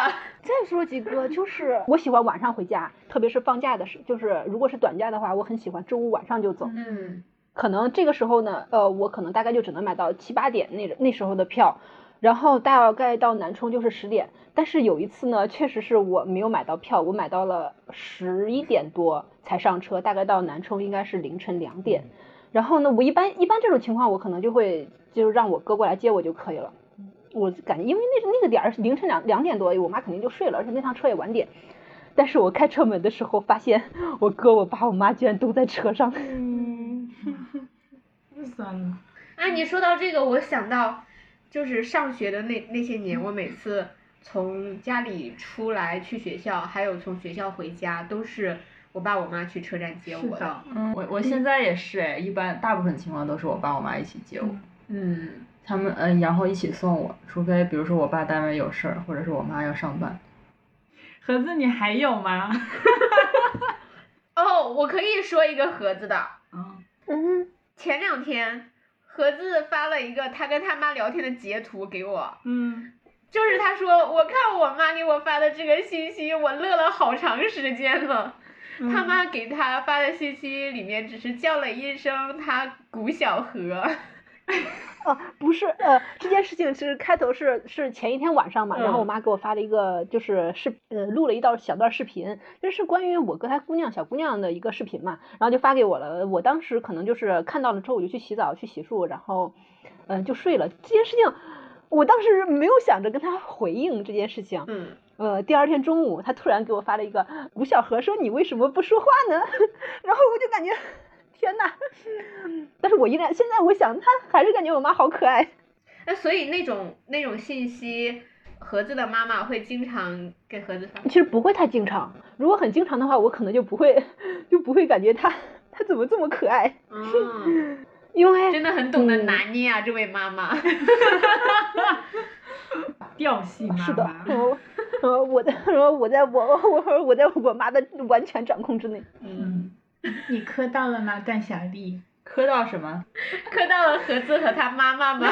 [SPEAKER 4] 再说几个，就是我喜欢晚上回家，特别是放假的时，就是如果是短假的话，我很喜欢周五晚上就走。
[SPEAKER 1] 嗯
[SPEAKER 4] 可能这个时候呢，呃，我可能大概就只能买到七八点那那时候的票，然后大概到南充就是十点。但是有一次呢，确实是我没有买到票，我买到了十一点多才上车，大概到南充应该是凌晨两点。然后呢，我一般一般这种情况，我可能就会就是让我哥过来接我就可以了。我感觉因为那那个点儿凌晨两两点多，我妈肯定就睡了，而且那趟车也晚点。但是我开车门的时候，发现我哥、我爸、我妈居然都在车上。
[SPEAKER 3] 嗯
[SPEAKER 2] 算了，
[SPEAKER 1] 啊，你说到这个，我想到就是上学的那那些年，我每次从家里出来去学校，还有从学校回家，都是我爸我妈去车站接
[SPEAKER 2] 是
[SPEAKER 1] 我的。
[SPEAKER 2] 的。
[SPEAKER 3] 嗯我我现在也是哎，一般大部分情况都是我爸我妈一起接我，
[SPEAKER 1] 嗯
[SPEAKER 3] 他们嗯、然后一起送我，除非比如说我爸单位有事儿，或者是我妈要上班。
[SPEAKER 2] 盒子，你还有吗？
[SPEAKER 1] 哦，我可以说一个盒子的，
[SPEAKER 2] 啊，
[SPEAKER 4] 嗯，
[SPEAKER 1] 前两天盒子发了一个他跟他妈聊天的截图给我，
[SPEAKER 2] 嗯，
[SPEAKER 1] 就是他说我看我妈给我发的这个信息，我乐了好长时间了。
[SPEAKER 2] 嗯
[SPEAKER 1] 他妈给他发的信息里面只是叫了一声他古小河。
[SPEAKER 4] 哦，不是，呃，这件事情是开头是是前一天晚上嘛，然后我
[SPEAKER 1] 嗯
[SPEAKER 4] 妈给我发了一个就是视呃录了一道小段视频，就是关于我跟她姑娘小姑娘的一个视频嘛，然后就发给我了。我当时可能就是看到了之后，我就去洗澡去洗漱，然后嗯、呃就睡了。这件事情我当时没有想着跟她回应这件事情，
[SPEAKER 1] 嗯，
[SPEAKER 4] 呃，第二天中午，他突然给我发了一个吴小河说：“你为什么不说话呢？” 然后我就感觉，天呐！
[SPEAKER 1] 嗯
[SPEAKER 4] 但是我依然现在我想，他还是感觉我妈好可爱。
[SPEAKER 1] 那所以那种那种信息，盒子的妈妈会经常给盒子发。
[SPEAKER 4] 其实不会太经常，如果很经常的话，我可能就不会就不会感觉他他怎么这么可爱，
[SPEAKER 1] 嗯，
[SPEAKER 4] 因为
[SPEAKER 1] 真的很懂得
[SPEAKER 4] 嗯
[SPEAKER 1] 拿捏啊，这位妈妈。
[SPEAKER 2] 调戏妈妈。
[SPEAKER 4] 是的，呃呃，我的呃我在我我我在我妈的完全掌控之内。
[SPEAKER 2] 嗯，你磕到了吗，段小丽？
[SPEAKER 3] 磕到什么？
[SPEAKER 1] 磕到了盒子和他妈妈吗？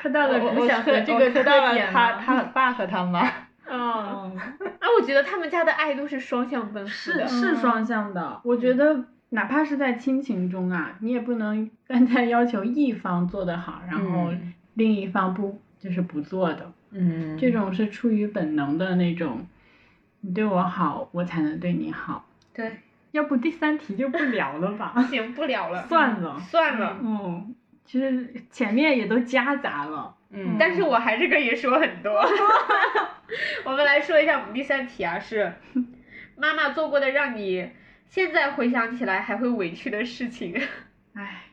[SPEAKER 2] 磕到
[SPEAKER 3] 我
[SPEAKER 2] 了
[SPEAKER 3] 我
[SPEAKER 2] 不
[SPEAKER 3] 我
[SPEAKER 2] 想
[SPEAKER 3] 磕
[SPEAKER 2] 和这个
[SPEAKER 3] 我磕到
[SPEAKER 2] 特
[SPEAKER 3] 了
[SPEAKER 2] 点
[SPEAKER 3] 他
[SPEAKER 2] 吗
[SPEAKER 3] 他爸和他妈。
[SPEAKER 1] 嗯，
[SPEAKER 2] 嗯，
[SPEAKER 1] 啊，我觉得他们家的爱都是双向奔赴
[SPEAKER 2] 是
[SPEAKER 1] 的。
[SPEAKER 2] 是双向的。我觉得哪怕是在亲情中啊，你也不能单单要求一方做得好，然后
[SPEAKER 3] 嗯
[SPEAKER 2] 另一方不就是不做的。
[SPEAKER 3] 嗯，
[SPEAKER 2] 这种是出于本能的那种，你对我好，我才能对你好。
[SPEAKER 1] 对，，
[SPEAKER 2] 要不第三题就不聊了吧
[SPEAKER 1] 行，不聊了，
[SPEAKER 2] 算了。
[SPEAKER 1] 算了。
[SPEAKER 2] 嗯，其实前面也都夹杂了。
[SPEAKER 3] 嗯，
[SPEAKER 1] 但是我还是可以说很多。我们来说一下我们第三题啊，是妈妈做过的让你现在回想起来还会委屈的事情。
[SPEAKER 2] 唉，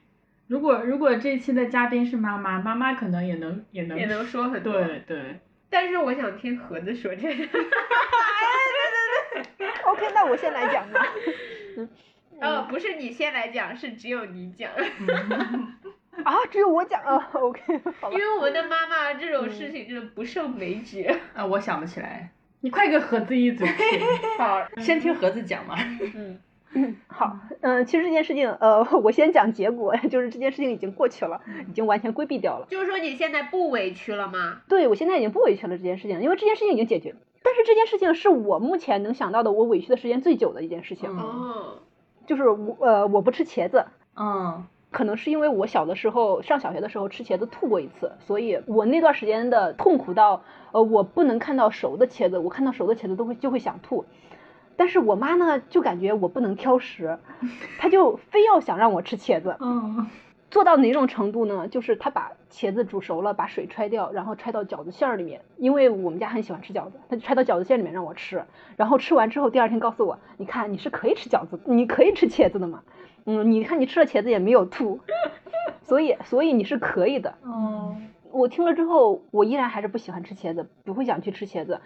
[SPEAKER 2] 如果如果这期的嘉宾是妈妈，妈妈可能也能也能
[SPEAKER 1] 也能说很多
[SPEAKER 2] 对对，
[SPEAKER 1] 但是我想听盒子说这个。
[SPEAKER 4] 哦， OK，那我先来讲吧。
[SPEAKER 1] 呃，不是你先来讲，是只有你讲，
[SPEAKER 4] 啊，只有我讲啊，OK，好吧
[SPEAKER 1] 因。为我们的妈妈这种事情就是不胜枚举。
[SPEAKER 3] 啊，我想不起来，
[SPEAKER 2] 你快给盒子一嘴气。
[SPEAKER 1] 好，
[SPEAKER 3] 先听盒子讲嘛。
[SPEAKER 1] 嗯，
[SPEAKER 4] 嗯，好，嗯、其实这件事情，呃，我先讲结果， 就是这件事情已经过去了，已经完全规避掉了。
[SPEAKER 1] 就是说你现在不委屈了吗？
[SPEAKER 4] 对我现在已经不委屈了这件事情，因为这件事情已经解决了。但是这件事情是我目前能想到的，我委屈的时间最久的一件事情，
[SPEAKER 3] 嗯
[SPEAKER 1] 哦，
[SPEAKER 4] 就是我呃我不吃茄子，
[SPEAKER 3] 嗯
[SPEAKER 4] 可能是因为我小的时候上小学的时候吃茄子吐过一次，所以我那段时间的痛苦到，呃，我不能看到熟的茄子，我看到熟的茄子都会就会想吐。但是我妈呢，就感觉我不能挑食，她就非要想让我吃茄子，
[SPEAKER 2] 嗯，
[SPEAKER 4] 做到哪种程度呢？就是她把茄子煮熟了，把水揣掉，然后揣到饺子馅儿里面，因为我们家很喜欢吃饺子，她就揣到饺子馅儿里面让我吃，然后吃完之后第二天告诉我，你看你是可以吃饺子，你可以吃茄子的嘛，嗯，你看你吃了茄子也没有吐， 所以所以你是可以的。
[SPEAKER 2] 哦，
[SPEAKER 4] 我听了之后，我依然还是不喜欢吃茄子，不会想去吃茄子。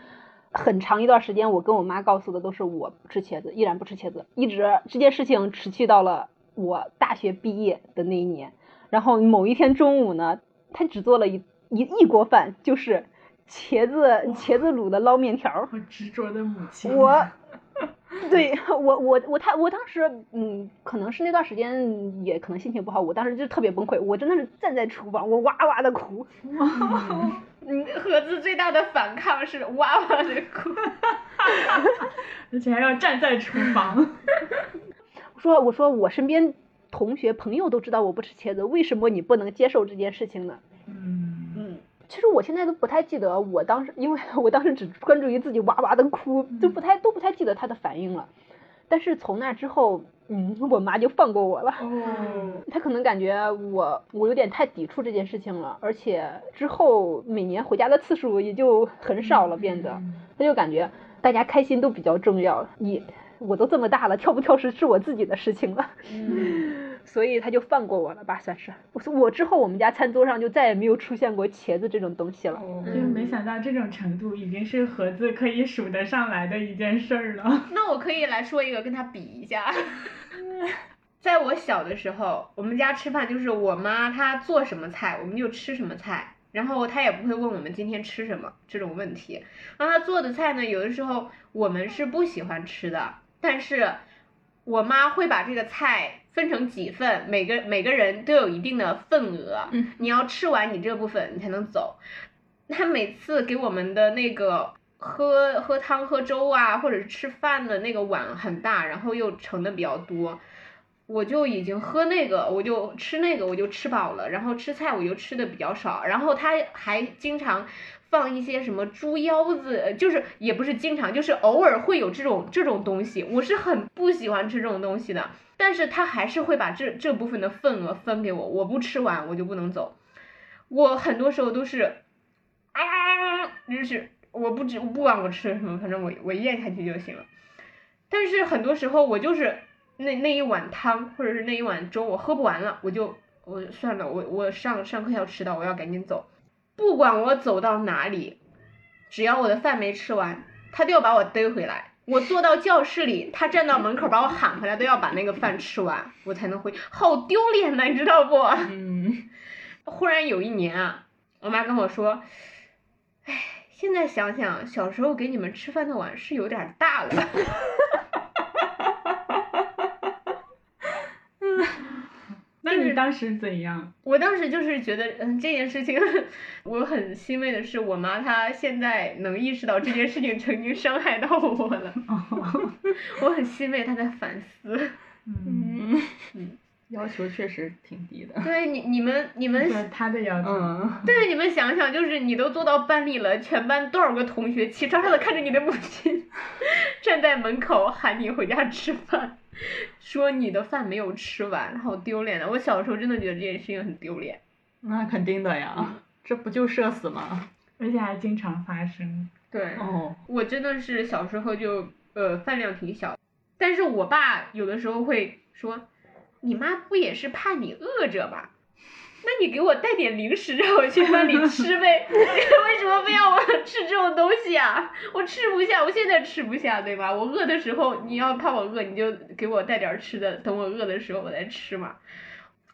[SPEAKER 4] 很长一段时间，我跟我妈告诉的都是我不吃茄子，依然不吃茄子，一直这件事情持续到了我大学毕业的那一年。然后某一天中午呢，她只做了一一一锅饭，就是茄子茄子卤的捞面条 儿。
[SPEAKER 2] 我执着的母亲。啊
[SPEAKER 4] 我，对我我我他我当时嗯，可能是那段时间也可能心情不好，我当时就特别崩溃，我真的是站在厨房，我哇哇的哭，
[SPEAKER 1] 嗯，盒子最大的反抗是哇哇的哭。
[SPEAKER 2] 而且还要站在厨房。
[SPEAKER 4] 说我说我身边同学朋友都知道我不吃茄子，为什么你不能接受这件事情呢？
[SPEAKER 3] 嗯
[SPEAKER 1] 嗯，
[SPEAKER 4] 其实我现在都不太记得我当时，因为 我当时只关注于自己哇哇的哭，就不太都不太记得他的反应了。但是从那之后，嗯，我妈就放过我了。
[SPEAKER 2] 哦，
[SPEAKER 4] 他可能感觉我我有点太抵触这件事情了，而且之后每年回家的次数也就很少了，变得他就感觉大家开心都比较重要，你我都这么大了，挑不挑食是我自己的事情了，
[SPEAKER 1] 嗯，
[SPEAKER 4] 所以他就放过我了吧，算是。我说我之后我们家餐桌上就再也没有出现过茄子这种东西了。
[SPEAKER 3] 哦
[SPEAKER 2] 就是没想到这种程度已经是盒子可以数得上来的一件事儿了。
[SPEAKER 1] 那我可以来说一个，跟他比一下。 在我小的时候，我们家吃饭就是我妈她做什么菜，我们就吃什么菜，然后她也不会问我们今天吃什么这种问题。然后她做的菜呢，有的时候我们是不喜欢吃的，但是我妈会把这个菜分成几份，每个每个人都有一定的份额，
[SPEAKER 3] 嗯
[SPEAKER 1] 你要吃完你这部分，你才能走。她每次给我们的那个喝喝汤、喝粥啊，或者是吃饭的那个碗很大，然后又盛的比较多，我就已经喝那个，我就吃那个，我就吃饱了，然后吃菜我就吃的比较少，然后他还经常放一些什么猪腰子，呃就是也不是经常，就是偶尔会有这种这种东西，我是很不喜欢吃这种东西的，但是他还是会把这这部分的份额分给我，我不吃完我就不能走，我很多时候都是啊，就是我不知我不管我吃什么，反正我我咽下去就行了。但是很多时候我就是那那一碗汤或者是那一碗粥我喝不完了，我就我算了，我我上上课要迟到，我要赶紧走。不管我走到哪里，只要我的饭没吃完，他都要把我逮回来。我坐到教室里，他站到门口把我喊回来，都要把那个饭吃完，我才能回。好丢脸呐，你知道不？
[SPEAKER 3] 嗯
[SPEAKER 1] 忽然有一年啊，我妈跟我说：“哎，现在想想，小时候给你们吃饭的碗是有点大了。
[SPEAKER 2] 那你当时怎样？”
[SPEAKER 1] 我当时就是觉得，嗯，这件事情 我很欣慰的是，我妈她现在能意识到这件事情曾经伤害到我了， 我很欣慰她在反思。
[SPEAKER 2] 嗯，
[SPEAKER 3] 嗯
[SPEAKER 1] 嗯，
[SPEAKER 3] 要求确实挺低的。
[SPEAKER 1] 对你你们你们
[SPEAKER 2] 对他的要求。
[SPEAKER 3] 嗯，
[SPEAKER 1] 对，你们想想，就是你都坐到班里了，全班多少个同学齐刷刷的看着你的母亲 站在门口喊你回家吃饭，说你的饭没有吃完，好丢脸的。啊我小时候真的觉得这件事情很丢脸。
[SPEAKER 3] 那肯定的呀，这不就社死吗？
[SPEAKER 2] 而且还经常发生。
[SPEAKER 1] 对，
[SPEAKER 3] 哦，
[SPEAKER 1] 我真的是小时候就呃饭量挺小，但是我爸有的时候会说，你妈不也是怕你饿着吧？那你给我带点零食让我去饭里吃呗， 为什么非要我 吃这种东西啊？我吃不下，我现在吃不下，对吧？我饿的时候，你要怕我饿，你就给我带点吃的，等我饿的时候我再吃嘛。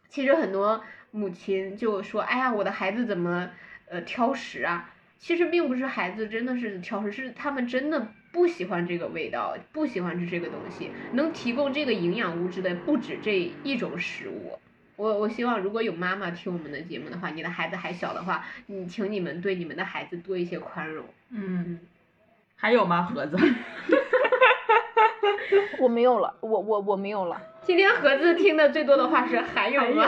[SPEAKER 1] 其实很多母亲就说，哎呀，我的孩子怎么呃挑食啊？其实并不是孩子真的是挑食，是他们真的不喜欢这个味道，不喜欢吃这个东西。能提供这个营养物质的不止这一种食物。我我希望如果有妈妈听我们的节目的话，你的孩子还小的话，你请你们对你们的孩子多一些宽容。
[SPEAKER 3] 嗯，还有吗？盒子，
[SPEAKER 4] 我没有了，我我我没有了。
[SPEAKER 1] 今天盒子听的最多的话是还
[SPEAKER 3] 哎
[SPEAKER 1] 有吗？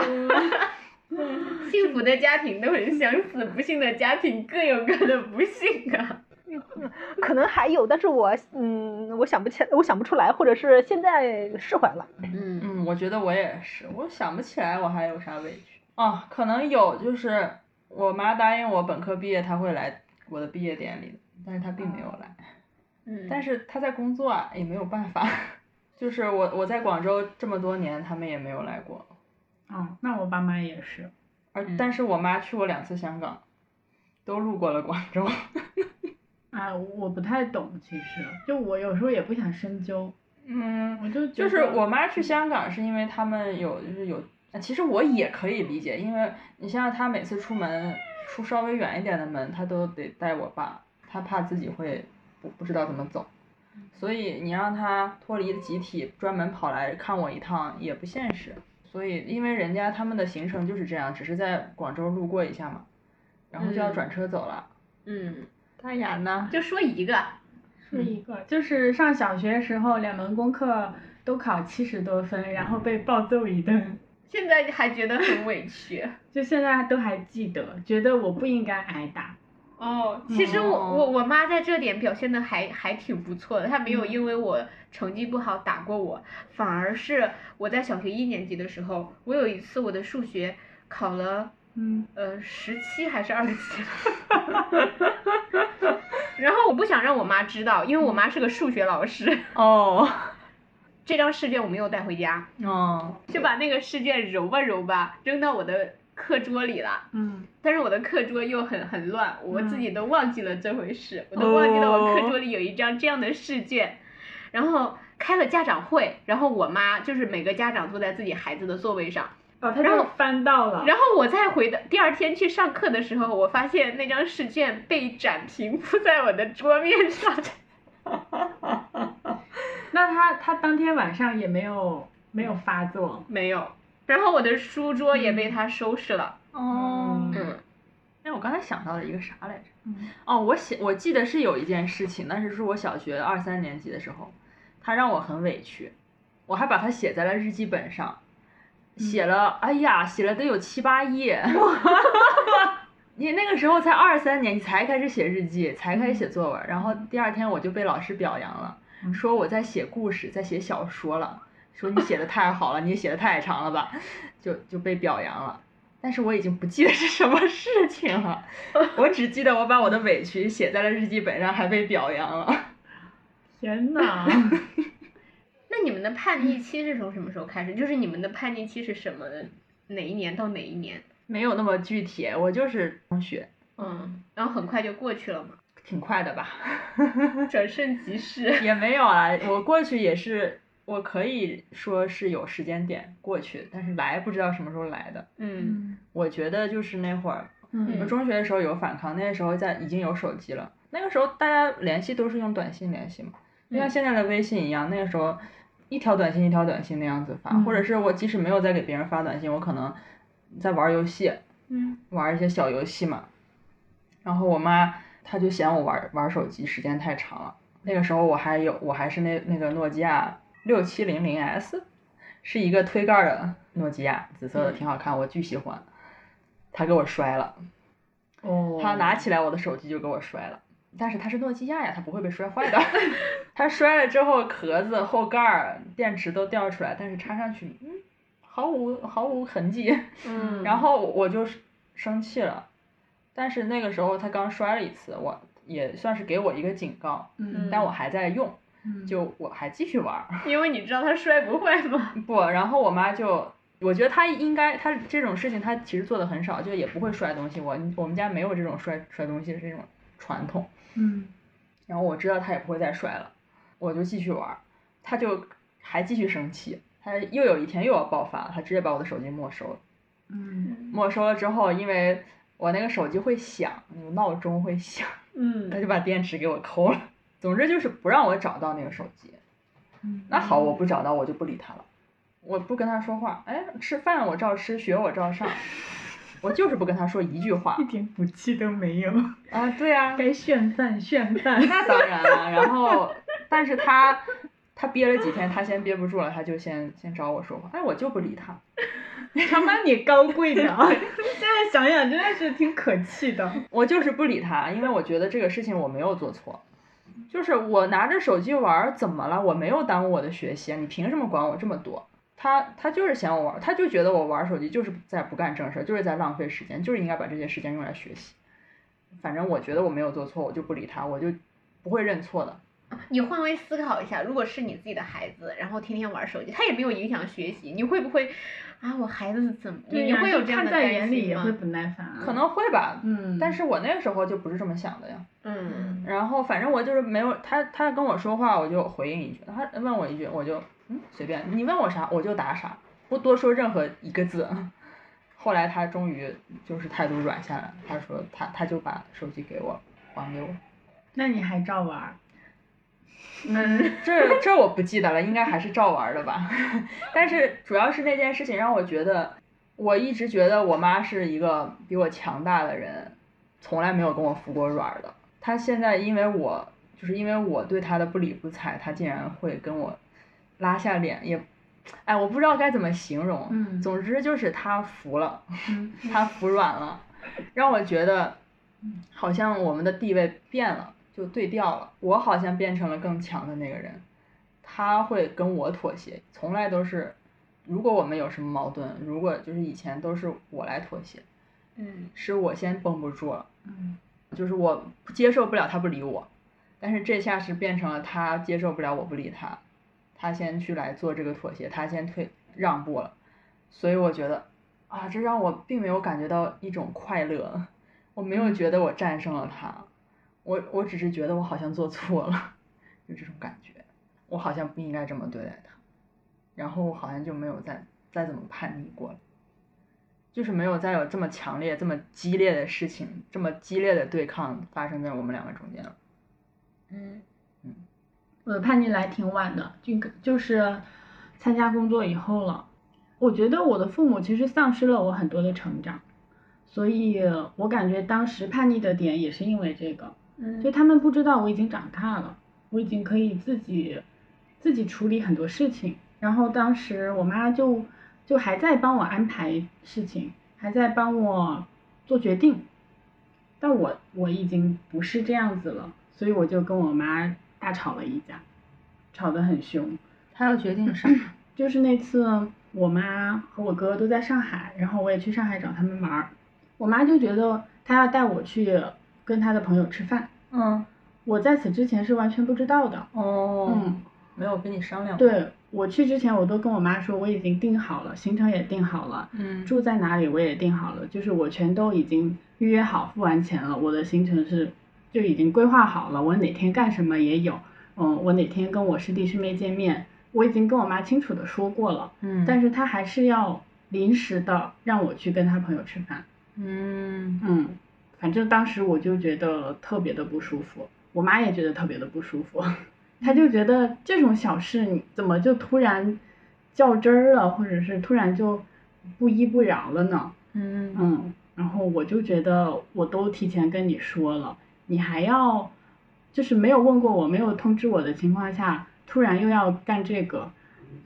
[SPEAKER 1] 幸福的家庭都很相似，不幸的家庭各有各的不幸啊。
[SPEAKER 4] 可能还有，但是我嗯，我想不起，我想不出来，或者是现在释怀了。
[SPEAKER 1] 嗯，
[SPEAKER 3] 嗯，我觉得我也是，我想不起来我还有啥委屈啊，可能有，就是我妈答应我本科毕业她会来我的毕业典礼，但是她并没有来，
[SPEAKER 1] 嗯
[SPEAKER 3] 但是她在工作啊，也没有办法， 就是我我在广州这么多年，他们也没有来过，
[SPEAKER 2] 哦，那我爸妈也是。
[SPEAKER 3] 而
[SPEAKER 1] 嗯
[SPEAKER 3] 但是我妈去过两次香港，都路过了广州，
[SPEAKER 2] 哎，我不太懂，其实就我有时候也不想深究，
[SPEAKER 3] 嗯，
[SPEAKER 2] 我就觉
[SPEAKER 3] 就
[SPEAKER 2] 得
[SPEAKER 3] 是我妈去香港是因为他们有就是有，呃其实我也可以理解，因为你像她每次出门出稍微远一点的门，她都得带我爸，她怕自己会不不知道怎么走，
[SPEAKER 1] 嗯
[SPEAKER 3] 所以你让她脱离集体专门跑来看我一趟也不现实，所以因为人家他们的行程就是这样，只是在广州路过一下嘛，然后就要
[SPEAKER 1] 嗯
[SPEAKER 3] 转车走了。
[SPEAKER 1] 嗯，
[SPEAKER 3] 大雅呢？
[SPEAKER 1] 就说一个，
[SPEAKER 2] 是一个，就是上小学时候两门功课都考七十多分，然后被暴揍一顿，
[SPEAKER 1] 现在还觉得很委屈。
[SPEAKER 2] 就现在都还记得，觉得我不应该挨打。
[SPEAKER 1] 哦，其实我、
[SPEAKER 3] 哦
[SPEAKER 1] 我我妈在这点表现的还还挺不错的，她没有因为我成绩不好打过我，反而是我在小学一年级的时候，我有一次我的数学考了
[SPEAKER 2] 嗯，
[SPEAKER 1] 呃十七还是二十七， 然后我不想让我妈知道，因为我妈是个数学老师，
[SPEAKER 3] 哦
[SPEAKER 1] 这张试卷我没有带回家，
[SPEAKER 3] 哦，
[SPEAKER 1] 就把那个试卷揉吧揉吧扔到我的课桌里了。
[SPEAKER 2] 嗯，
[SPEAKER 1] 但是我的课桌又很很乱，我自己都忘记了这回事，我都
[SPEAKER 3] 哦
[SPEAKER 1] 忘记了我课桌里有一张这样的试卷。然后开了家长会，然后我妈就是每个家长坐在自己孩子的座位上，
[SPEAKER 2] 哦，他
[SPEAKER 1] 然
[SPEAKER 2] 就
[SPEAKER 1] 后
[SPEAKER 2] 翻到了，
[SPEAKER 1] 然后我再回的第二天去上课的时候，我发现那张试卷被展平铺在我的桌面上，
[SPEAKER 2] 那他他当天晚上也没有没有发作。
[SPEAKER 1] 没有，然后我的书桌也被他收拾了，
[SPEAKER 3] 哦
[SPEAKER 2] 嗯
[SPEAKER 1] 嗯
[SPEAKER 3] 哎，我刚才想到了一个啥来着？
[SPEAKER 2] 嗯
[SPEAKER 3] 哦，我写我记得是有一件事情，但是是我小学二三年级的时候，他让我很委屈，我还把它写在了日记本上，写了，哎呀，写了得有七八页。你那个时候才二三年，你才开始写日记，才开始写作文，然后第二天我就被老师表扬了，
[SPEAKER 2] 嗯
[SPEAKER 3] 说我在写故事，在写小说了，说你写的太好了，你也写的太长了吧，就就被表扬了。但是我已经不记得是什么事情了， 我只记得我把我的委屈写在了日记本上，还被表扬了。
[SPEAKER 2] 天哪！
[SPEAKER 1] 嗯 那你们的叛逆期是从什么时候开始？就是你们的叛逆期是什么？哪一年到哪一年？
[SPEAKER 3] 没有那么具体，我就是中学，
[SPEAKER 1] 嗯，然后很快就过去了嘛，
[SPEAKER 3] 挺快的吧，
[SPEAKER 1] 转瞬即逝。
[SPEAKER 3] 也没有啊。我过去也是，我可以说是有时间点过去，但是来不知道什么时候来的。
[SPEAKER 1] 嗯
[SPEAKER 3] 我觉得就是那会儿，我
[SPEAKER 2] 嗯
[SPEAKER 3] 中学的时候有反抗，那时候在已经有手机了，那个时候大家联系都是用短信联系嘛，就像
[SPEAKER 1] 嗯
[SPEAKER 3] 现在的微信一样，那个时候一条短信一条短信那样子发，
[SPEAKER 2] 嗯
[SPEAKER 3] 或者是我即使没有在给别人发短信，我可能在玩游戏，
[SPEAKER 1] 嗯
[SPEAKER 3] 玩一些小游戏嘛。然后我妈她就嫌我玩玩手机时间太长了。那个时候我还有我还是那那个诺基亚六七零零 S，是一个推盖儿的诺基亚，紫色的
[SPEAKER 1] 嗯
[SPEAKER 3] 挺好看，我巨喜欢。她给我摔了，
[SPEAKER 2] 哦，
[SPEAKER 3] 她拿起来我的手机就给我摔了。但是它是诺基亚呀，它不会被摔坏的。 它摔了之后，壳子、后盖儿、电池都掉出来，但是插上去，嗯，毫无毫无痕迹。
[SPEAKER 1] 嗯
[SPEAKER 3] 然后我就是生气了，但是那个时候他刚摔了一次，我也算是给我一个警告，
[SPEAKER 2] 嗯
[SPEAKER 3] 但我还在用，
[SPEAKER 2] 嗯
[SPEAKER 3] 就我还继续玩儿。
[SPEAKER 1] 因为你知道他摔不坏嘛。
[SPEAKER 3] 不，然后我妈就我觉得他应该，他这种事情他其实做的很少，就也不会摔东西。我我们家没有这种摔摔东西的这种传统。
[SPEAKER 2] 嗯，
[SPEAKER 3] 然后我知道他也不会再摔了，我就继续玩儿，他就还继续生气，他又有一天又要爆发了，他直接把我的手机没收了。
[SPEAKER 2] 嗯，
[SPEAKER 3] 没收了之后，因为我那个手机会响，那个闹钟会响，他
[SPEAKER 4] 嗯，
[SPEAKER 3] 就把电池给我抠了。总之就是不让我找到那个手机。
[SPEAKER 2] 嗯
[SPEAKER 3] 那好，我不找到我就不理他了，我不跟他说话。哎，吃饭我照吃，学我照上， 我就是不跟他说一句话
[SPEAKER 2] 一点骨气都没有，
[SPEAKER 3] 啊。对啊，
[SPEAKER 2] 该炫饭炫饭。
[SPEAKER 3] 那当然了。然后，但是他他憋了几天，他先憋不住了，他就先先找我说话。哎，我就不理他。
[SPEAKER 2] 他妈你高贵的啊！现在想想真的是挺可气的。
[SPEAKER 3] 我就是不理他，因为我觉得这个事情我没有做错，就是我拿着手机玩儿怎么了？我没有耽误我的学习啊，你凭什么管我这么多？他他就是嫌我玩儿，他就觉得我玩儿手机就是在不干正事儿，就是在浪费时间，就是应该把这些时间用来学习。反正我觉得我没有做错，我就不理他，我就不会认错的。
[SPEAKER 1] 你换位思考一下，如果是你自己的孩子，然后天天玩手机，他也没有影响学习，你会不会啊？我孩子怎么？你
[SPEAKER 2] 对
[SPEAKER 1] 你
[SPEAKER 2] 呀
[SPEAKER 1] 会有
[SPEAKER 2] 就
[SPEAKER 1] 这样
[SPEAKER 2] 看
[SPEAKER 1] 的
[SPEAKER 2] 在
[SPEAKER 1] 担
[SPEAKER 2] 眼里
[SPEAKER 1] 心
[SPEAKER 2] 也会
[SPEAKER 1] 吗？
[SPEAKER 2] 不耐烦啊。
[SPEAKER 3] 可能会吧，
[SPEAKER 2] 嗯，
[SPEAKER 3] 但是我那个时候就不是这么想的呀。
[SPEAKER 1] 嗯，
[SPEAKER 3] 然后反正我就是没有他，他跟我说话我就回应一句，他问我一句我就嗯随便，你问我啥我就答啥，不多说任何一个字。 后来他终于就是态度软下来了，他说他他就把手机给我还给我，
[SPEAKER 2] 那你还照玩儿？嗯
[SPEAKER 3] 这这我不记得了，应该还是照玩儿的吧。 但是主要是那件事情让我觉得，我一直觉得我妈是一个比我强大的人，从来没有跟我服过软儿的。她现在因为我，就是因为我对她的不理不睬，她竟然会跟我拉下脸，也，哎，我不知道该怎么形容。
[SPEAKER 2] 嗯
[SPEAKER 3] 总之就是她服了，
[SPEAKER 2] 嗯
[SPEAKER 3] 她服 软了，让我觉得好像我们的地位变了，就对调了。我好像变成了更强的那个人，他会跟我妥协，从来都是，如果我们有什么矛盾，如果就是以前都是我来妥协，
[SPEAKER 1] 嗯，
[SPEAKER 3] 是我先绷不住了，
[SPEAKER 2] 嗯，
[SPEAKER 3] 就是我接受不了他不理我，但是这下是变成了他接受不了我不理他，他先去来做这个妥协，他先退让步了，所以我觉得啊，这让我并没有感觉到一种快乐，我没有觉得我战胜了他，我我只是觉得我好像做错了，就这种感觉，我好像不应该这么对待他，然后我好像就没有再再怎么叛逆过了。就是没有再有这么强烈、这么激烈的事情、这么激烈的对抗发生在我们两个中间了。
[SPEAKER 1] 嗯
[SPEAKER 2] 我的叛逆来挺晚的，就就是参加工作以后了。我觉得我的父母其实丧失了我很多的成长，所以我感觉当时叛逆的点也是因为这个，
[SPEAKER 1] 嗯
[SPEAKER 2] 就他们不知道我已经长大了，我已经可以自己自己处理很多事情。然后当时我妈就就还在帮我安排事情，还在帮我做决定，但我我已经不是这样子了，所以我就跟我妈大吵了一架，吵得很凶。
[SPEAKER 3] 他要决定啥？
[SPEAKER 2] 就是那次我妈和我哥都在上海，然后我也去上海找他们玩儿，我妈就觉得她要带我去跟她的朋友吃饭，
[SPEAKER 3] 嗯，
[SPEAKER 2] 我在此之前是完全不知道的。
[SPEAKER 3] 哦，
[SPEAKER 2] 嗯，
[SPEAKER 3] 没有跟你商量。，
[SPEAKER 2] 对我去之前我都跟我妈说我已经定好了，行程也定好了，
[SPEAKER 3] 嗯，
[SPEAKER 2] 住在哪里我也定好了，就是我全都已经预约好，付完钱了，我的行程是就已经规划好了，我哪天干什么也有，嗯，我哪天跟我师弟师妹见面，我已经跟我妈清楚的说过了，
[SPEAKER 3] 嗯，
[SPEAKER 2] 但是她还是要临时的让我去跟她朋友吃饭，
[SPEAKER 3] 嗯，
[SPEAKER 2] 嗯，反正当时我就觉得特别的不舒服，我妈也觉得特别的不舒服，她就觉得这种小事你怎么就突然较真儿了，或者是突然就不依不饶了呢？
[SPEAKER 3] 嗯，
[SPEAKER 2] 嗯，然后我就觉得我都提前跟你说了，你还要就是没有问过我，没有通知我的情况下，突然又要干这个，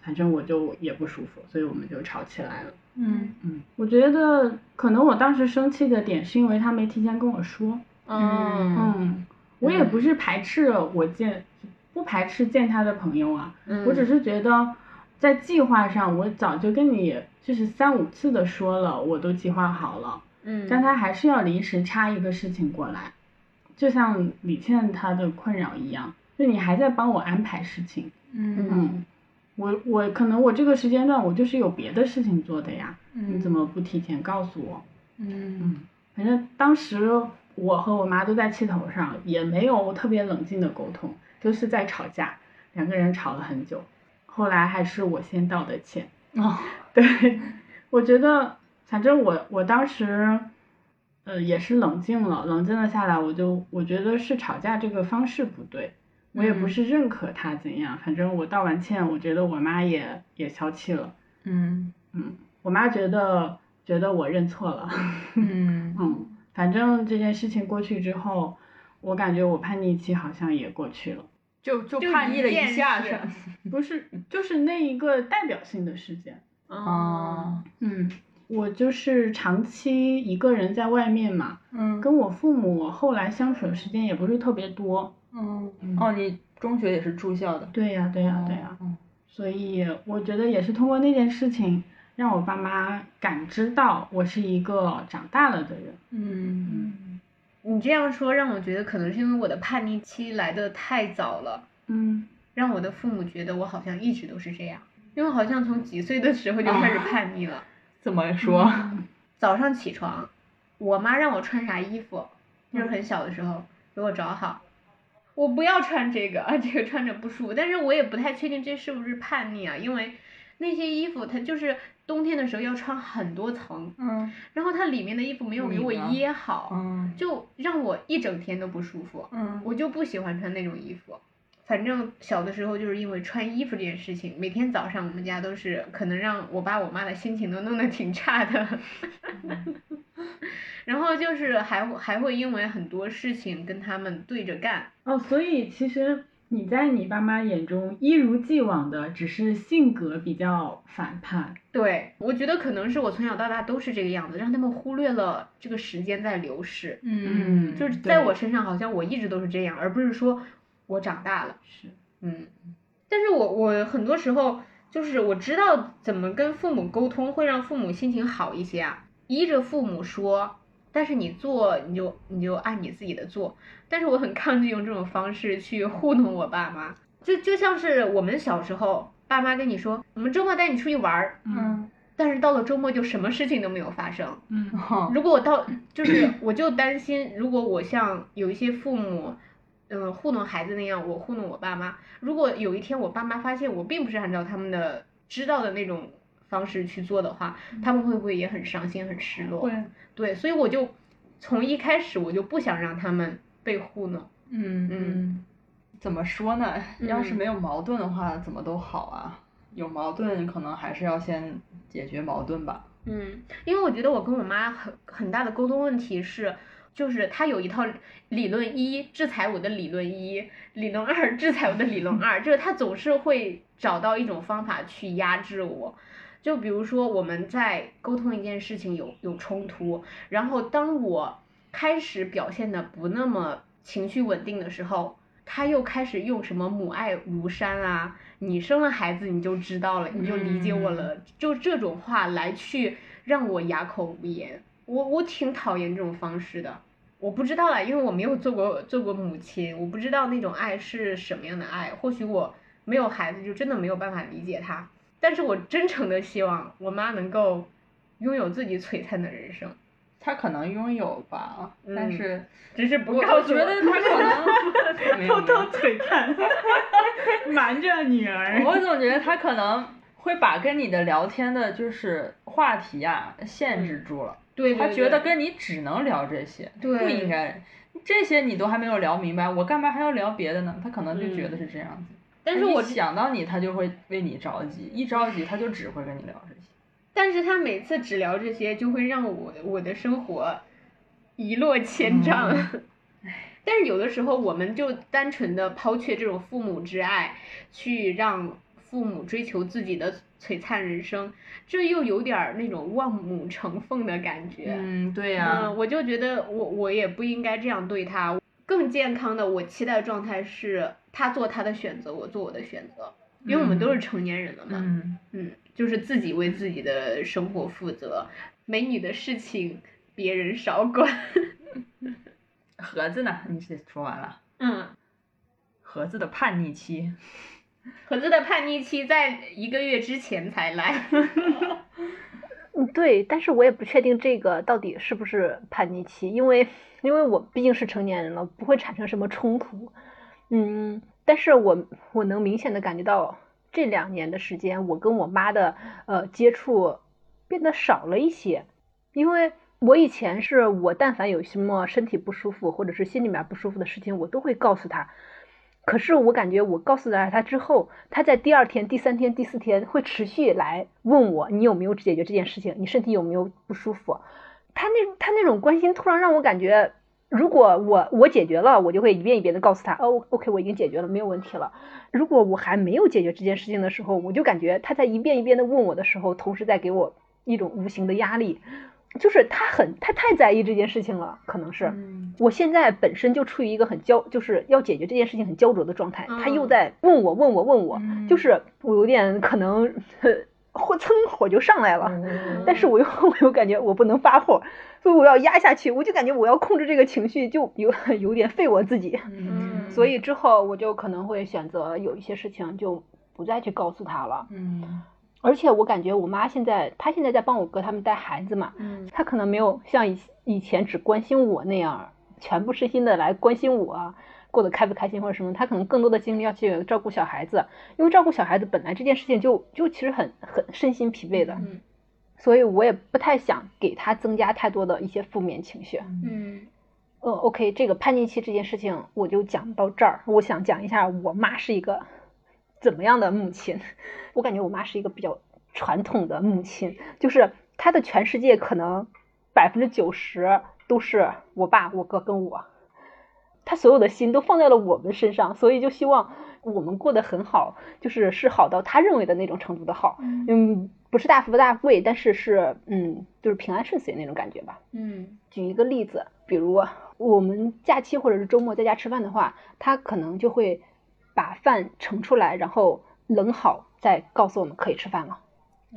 [SPEAKER 2] 反正我就也不舒服，所以我们就吵起来了。
[SPEAKER 3] 嗯，
[SPEAKER 2] 嗯，我觉得可能我当时生气的点是因为他没提前跟我说。
[SPEAKER 1] 嗯
[SPEAKER 2] 嗯，我也不是排斥我见，不排斥见他的朋友啊，
[SPEAKER 1] 嗯，
[SPEAKER 2] 我只是觉得在计划上，我早就跟你就是三五次的说了，我都计划好了，
[SPEAKER 1] 嗯，
[SPEAKER 2] 但他还是要临时插一个事情过来，就像李倩她的困扰一样，就你还在帮我安排事情，
[SPEAKER 3] 嗯，
[SPEAKER 2] 嗯，我我可能我这个时间段我就是有别的事情做的呀，
[SPEAKER 3] 嗯
[SPEAKER 2] 你怎么不提前告诉我？
[SPEAKER 1] 嗯
[SPEAKER 2] 反正当时我和我妈都在气头上，也没有特别冷静的沟通，就是在吵架，两个人吵了很久，后来还是我先道的歉。
[SPEAKER 3] 哦，
[SPEAKER 2] 对，我觉得反正我我当时，呃，也是冷静了，冷静了下来，我就我觉得是吵架这个方式不对，我也不
[SPEAKER 1] 嗯
[SPEAKER 2] 是认可他怎样，反正我道完歉，我觉得我妈也也消气了，
[SPEAKER 1] 嗯
[SPEAKER 2] 我妈觉得觉得我认错了，
[SPEAKER 1] 嗯
[SPEAKER 2] 嗯，反正这件事情过去之后，我感觉我叛逆期好像也过去了，
[SPEAKER 3] 就就
[SPEAKER 1] 就
[SPEAKER 3] 叛
[SPEAKER 1] 一
[SPEAKER 3] 逆了
[SPEAKER 1] 件
[SPEAKER 3] 一下
[SPEAKER 1] 事
[SPEAKER 3] 是吧？
[SPEAKER 2] 不是就是那一个代表性的事件。
[SPEAKER 1] 哦
[SPEAKER 2] 嗯，我就是长期一个人在外面嘛，
[SPEAKER 1] 嗯
[SPEAKER 2] 跟我父母我后来相处的时间也不是特别多。
[SPEAKER 1] 嗯
[SPEAKER 3] 哦，你中学也是住校的？
[SPEAKER 2] 对呀、对呀、啊对呀、
[SPEAKER 3] 嗯
[SPEAKER 2] 所以我觉得也是通过那件事情，让我爸妈感知到我是一个长大了的人。
[SPEAKER 1] 嗯。你这样说让我觉得，可能是因为我的叛逆期来的太早了，
[SPEAKER 2] 嗯，
[SPEAKER 1] 让我的父母觉得我好像一直都是这样，因为好像从几岁的时候就开
[SPEAKER 2] 啊
[SPEAKER 1] 始叛逆了。
[SPEAKER 3] 怎么说？
[SPEAKER 1] 早上起床，我妈让我穿啥衣服，就是很小的时候给我找好，我不要穿这个， 这个穿着不舒服。但是我也不太确定这是不是叛逆啊，因为那些衣服它就是冬天的时候要穿很多层，
[SPEAKER 3] 嗯
[SPEAKER 1] 然后它里面的衣服没有给我
[SPEAKER 3] 你呢
[SPEAKER 1] 掖好，
[SPEAKER 3] 嗯
[SPEAKER 1] 就让我一整天都不舒服。
[SPEAKER 3] 嗯
[SPEAKER 1] 我就不喜欢穿那种衣服。反正小的时候就是因为穿衣服这件事情，每天早上我们家都是可能让我爸我妈的心情都弄得挺差的， 然后就是还会还会因为很多事情跟他们对着干，
[SPEAKER 2] 哦，所以其实你在你爸妈眼中一如既往的，只是性格比较反叛。
[SPEAKER 1] 对我觉得可能是我从小到大都是这个样子，让他们忽略了这个时间在流逝，
[SPEAKER 3] 嗯
[SPEAKER 1] 就是
[SPEAKER 2] 对
[SPEAKER 1] 在我身上好像我一直都是这样，而不是说我长大了。
[SPEAKER 2] 是，
[SPEAKER 1] 嗯，但是我我很多时候就是我知道怎么跟父母沟通，会让父母心情好一些啊。依着父母说，但是你做你就你就按你自己的做。但是我很抗拒用这种方式去糊弄我爸妈，就就像是我们小时候，爸妈跟你说我们周末带你出去玩儿，
[SPEAKER 2] 嗯
[SPEAKER 1] 但是到了周末就什么事情都没有发生。
[SPEAKER 2] 嗯
[SPEAKER 3] 哦
[SPEAKER 1] 如果我到，就是我就担心，如果我像有一些父母，嗯、糊弄孩子那样，我糊弄我爸妈。如果有一天我爸妈发现我并不是按照他们的知道的那种方式去做的话，他们会不会也很伤心、很失落？
[SPEAKER 3] 会
[SPEAKER 1] 对，所以我就从一开始我就不想让他们被糊弄。
[SPEAKER 3] 嗯
[SPEAKER 1] 嗯
[SPEAKER 3] 嗯，怎么说呢？要是
[SPEAKER 1] 嗯
[SPEAKER 3] 没有矛盾的话，怎么都好啊。有矛盾，可能还是要先解决矛盾吧。
[SPEAKER 1] 嗯，因为我觉得我跟我妈很很大的沟通问题是，就是她有一套理论一制裁我的理论一，理论二制裁我的理论二，就是她总是会找到一种方法去压制我。就比如说我们在沟通一件事情有有冲突，然后当我开始表现的不那么情绪稳定的时候，她又开始用什么母爱如山啊，你生了孩子你就知道了，你就理解我了，就这种话来去让我哑口无言。我我挺讨厌这种方式的，我不知道啦，因为我没有做过做过母亲，我不知道那种爱是什么样的爱。或许我没有孩子，就真的没有办法理解他。但是我真诚的希望我妈能够拥有自己璀璨的人生，
[SPEAKER 3] 他可能拥有吧，
[SPEAKER 1] 嗯
[SPEAKER 3] 但是
[SPEAKER 1] 只是不
[SPEAKER 3] 我
[SPEAKER 1] 告
[SPEAKER 3] 我
[SPEAKER 1] 诉
[SPEAKER 3] 觉
[SPEAKER 1] 我。
[SPEAKER 3] 得他可能 没有
[SPEAKER 2] 偷
[SPEAKER 3] 没有
[SPEAKER 2] 偷璀璨， 瞒着女儿。
[SPEAKER 3] 我总觉得他可能会把跟你的聊天的，就是话题啊，限制住了。
[SPEAKER 1] 对对
[SPEAKER 3] 他觉得
[SPEAKER 1] 对
[SPEAKER 3] 跟你只能聊这些，
[SPEAKER 1] 对
[SPEAKER 3] 不应该。这些你都还没有聊明白，我干嘛还要聊别的呢？他可能就觉得是这样子。
[SPEAKER 1] 但是我
[SPEAKER 3] 一想到哎你，他就会为你着急，一着急他就只会跟你聊这些。
[SPEAKER 1] 但是他每次只聊这些，就会让我我的生活一落千丈。
[SPEAKER 3] 嗯
[SPEAKER 1] 但是有的时候，我们就单纯的抛却这种父母之爱，去让父母追求自己的璀璨人生，这又有点儿那种望母成凤的感觉。
[SPEAKER 3] 嗯，对呀、
[SPEAKER 1] 嗯，我就觉得我我也不应该这样对他。更健康的，我期待的状态是他做他的选择，我做我的选择，因为我们都是成年人了嘛。
[SPEAKER 3] 嗯，
[SPEAKER 1] 嗯，就是自己为自己的生活负责，美女的事情别人少管。
[SPEAKER 3] 盒子呢？你是说完了？
[SPEAKER 1] 嗯，
[SPEAKER 3] 盒子的叛逆期，
[SPEAKER 1] 盒子的叛逆期在一个月之前才来。
[SPEAKER 4] 嗯，对，但是我也不确定这个到底是不是叛逆期，因为因为我毕竟是成年人了，不会产生什么冲突。嗯，但是我我能明显的感觉到这两年的时间，我跟我妈的呃接触变得少了一些，因为我以前是我但凡有什么身体不舒服或者是心里面不舒服的事情，我都会告诉她。可是我感觉我告诉了他之后，他在第二天、第三天、第四天会持续来问我，你有没有解决这件事情？你身体有没有不舒服？啊他那他那种关心突然让我感觉，如果我我解决了，我就会一遍一遍的告诉他，哦，OK，我已经解决了，没有问题了。如果我还没有解决这件事情的时候，我就感觉他在一遍一遍的问我的时候，同时在给我一种无形的压力，就是他很他太在意这件事情了，可能是。
[SPEAKER 3] 嗯，
[SPEAKER 4] 我现在本身就处于一个很焦，就是要解决这件事情很焦灼的状态，
[SPEAKER 3] 嗯
[SPEAKER 4] 他又在问我问我问我，嗯就是我有点可能 呵火蹭火就上来了，
[SPEAKER 3] 嗯
[SPEAKER 4] 但是我又 我又感觉我不能发火，所以我要压下去，我就感觉我要控制这个情绪，就有 有点费我自己，
[SPEAKER 1] 嗯
[SPEAKER 4] 所以之后我就可能会选择有一些事情就不再去告诉他了，
[SPEAKER 3] 嗯
[SPEAKER 4] 而且我感觉我妈现在她现在在帮我哥他们带孩子嘛，
[SPEAKER 1] 嗯
[SPEAKER 4] 他可能没有像以以前只关心我那样，全部身心的来关心我啊过得开不开心或者什么，他可能更多的精力要去照顾小孩子，因为照顾小孩子本来这件事情就就其实很很身心疲惫的，
[SPEAKER 1] 嗯
[SPEAKER 4] 所以我也不太想给他增加太多的一些负面情绪。
[SPEAKER 1] 嗯
[SPEAKER 4] 呃，OK，这个叛逆期这件事情我就讲到这儿。我想讲一下我妈是一个怎么样的母亲。我感觉我妈是一个比较传统的母亲，就是她的全世界可能百分之九十都是我爸、我哥跟我，她所有的心都放在了我们身上，所以就希望我们过得很好，就是是好到她认为的那种程度的好。嗯，不是大富大贵，但是是嗯，就是平安顺遂那种感觉吧。
[SPEAKER 1] 嗯
[SPEAKER 4] 举一个例子，比如我们假期或者是周末在家吃饭的话，他可能就会把饭盛出来，然后冷好，再告诉我们可以吃饭了。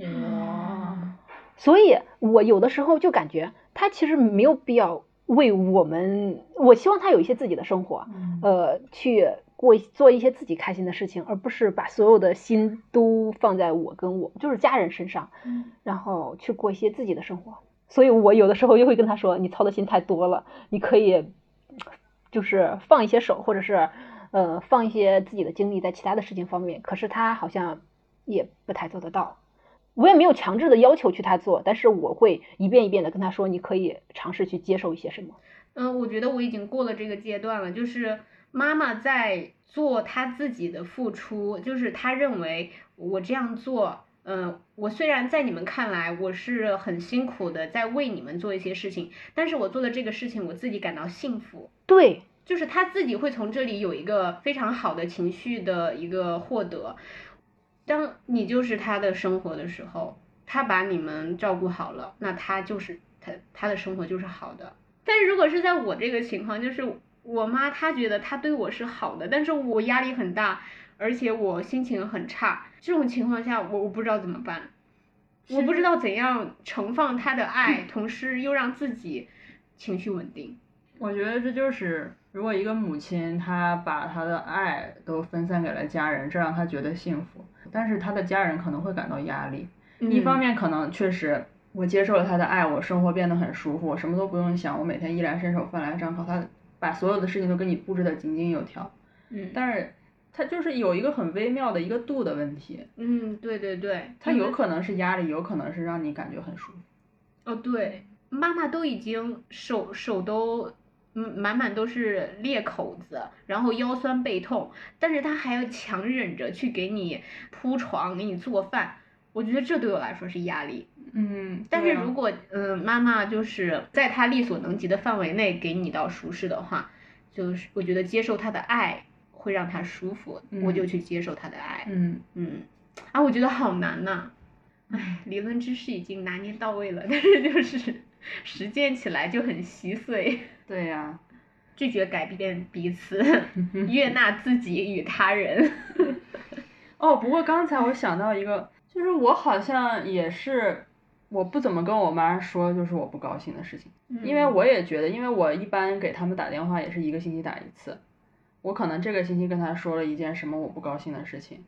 [SPEAKER 3] 哇，
[SPEAKER 4] 所以我有的时候就感觉他其实没有必要为我们，我希望他有一些自己的生活，
[SPEAKER 3] 嗯
[SPEAKER 4] 呃，去过做一些自己开心的事情，而不是把所有的心都放在我跟我就是家人身上，
[SPEAKER 1] 嗯
[SPEAKER 4] 然后去过一些自己的生活。所以我有的时候就会跟他说：“你操的心太多了，你可以就是放一些手，或者是呃放一些自己的精力在其他的事情方面。”可是他好像也不太做得到。我也没有强制的要求去他做，但是我会一遍一遍的跟他说：“你可以尝试去接受一些什么。”
[SPEAKER 1] 嗯，我觉得我已经过了这个阶段了，就是妈妈在做她自己的付出，就是她认为我这样做，嗯，我虽然在你们看来我是很辛苦的，在为你们做一些事情，但是我做的这个事情我自己感到幸福，
[SPEAKER 4] 对，
[SPEAKER 1] 就是她自己会从这里有一个非常好的情绪的一个获得。当你就是她的生活的时候，她把你们照顾好了，那她就是她她的生活就是好的。但是如果是在我这个情况，就是我妈她觉得她对我是好的，但是我压力很大，而且我心情很差，这种情况下我我不知道怎么办，我不知道怎样盛放她的爱，同时又让自己情绪稳定。
[SPEAKER 3] 我觉得这就是，如果一个母亲她把她的爱都分散给了家人，这让她觉得幸福，但是她的家人可能会感到压力。一
[SPEAKER 1] 嗯
[SPEAKER 3] 方面可能确实我接受了她的爱，我生活变得很舒服，我什么都不用想，我每天衣来伸手饭来张口，她把所有的事情都给你布置得井井有条，
[SPEAKER 1] 嗯，嗯
[SPEAKER 3] 但是她就是有一个很微妙的一个度的问题，
[SPEAKER 1] 嗯，对对对，
[SPEAKER 3] 她有可能是压力，有可能是让你感觉很舒服。
[SPEAKER 1] 哦，对，妈妈都已经手手都嗯满满都是裂口子，然后腰酸背痛，但是她还要强忍着去给你铺床，给你做饭。我觉得这对我来说是压力，
[SPEAKER 3] 嗯，
[SPEAKER 1] 但
[SPEAKER 3] 对
[SPEAKER 1] 是
[SPEAKER 3] 啊
[SPEAKER 1] 如果嗯、呃妈妈就是在她力所能及的范围内给你到舒适的话，就是我觉得接受她的爱会让她舒服，我就
[SPEAKER 3] 嗯
[SPEAKER 1] 去接受她的爱。
[SPEAKER 3] 嗯，
[SPEAKER 1] 嗯，啊，我觉得好难呐、唉，理论知识已经拿捏到位了，但是就是实践起来就很稀碎。
[SPEAKER 3] 对呀、
[SPEAKER 1] 拒绝改变彼 此，悦纳自己与他人。
[SPEAKER 3] 哦，不过刚才我想到一个，就是我好像也是，我不怎么跟我妈说，就是我不高兴的事情，因为
[SPEAKER 1] 嗯
[SPEAKER 3] 我也觉得，因为我一般给他们打电话也是一个星期打一次，我可能这个星期跟她说了一件什么我不高兴的事情，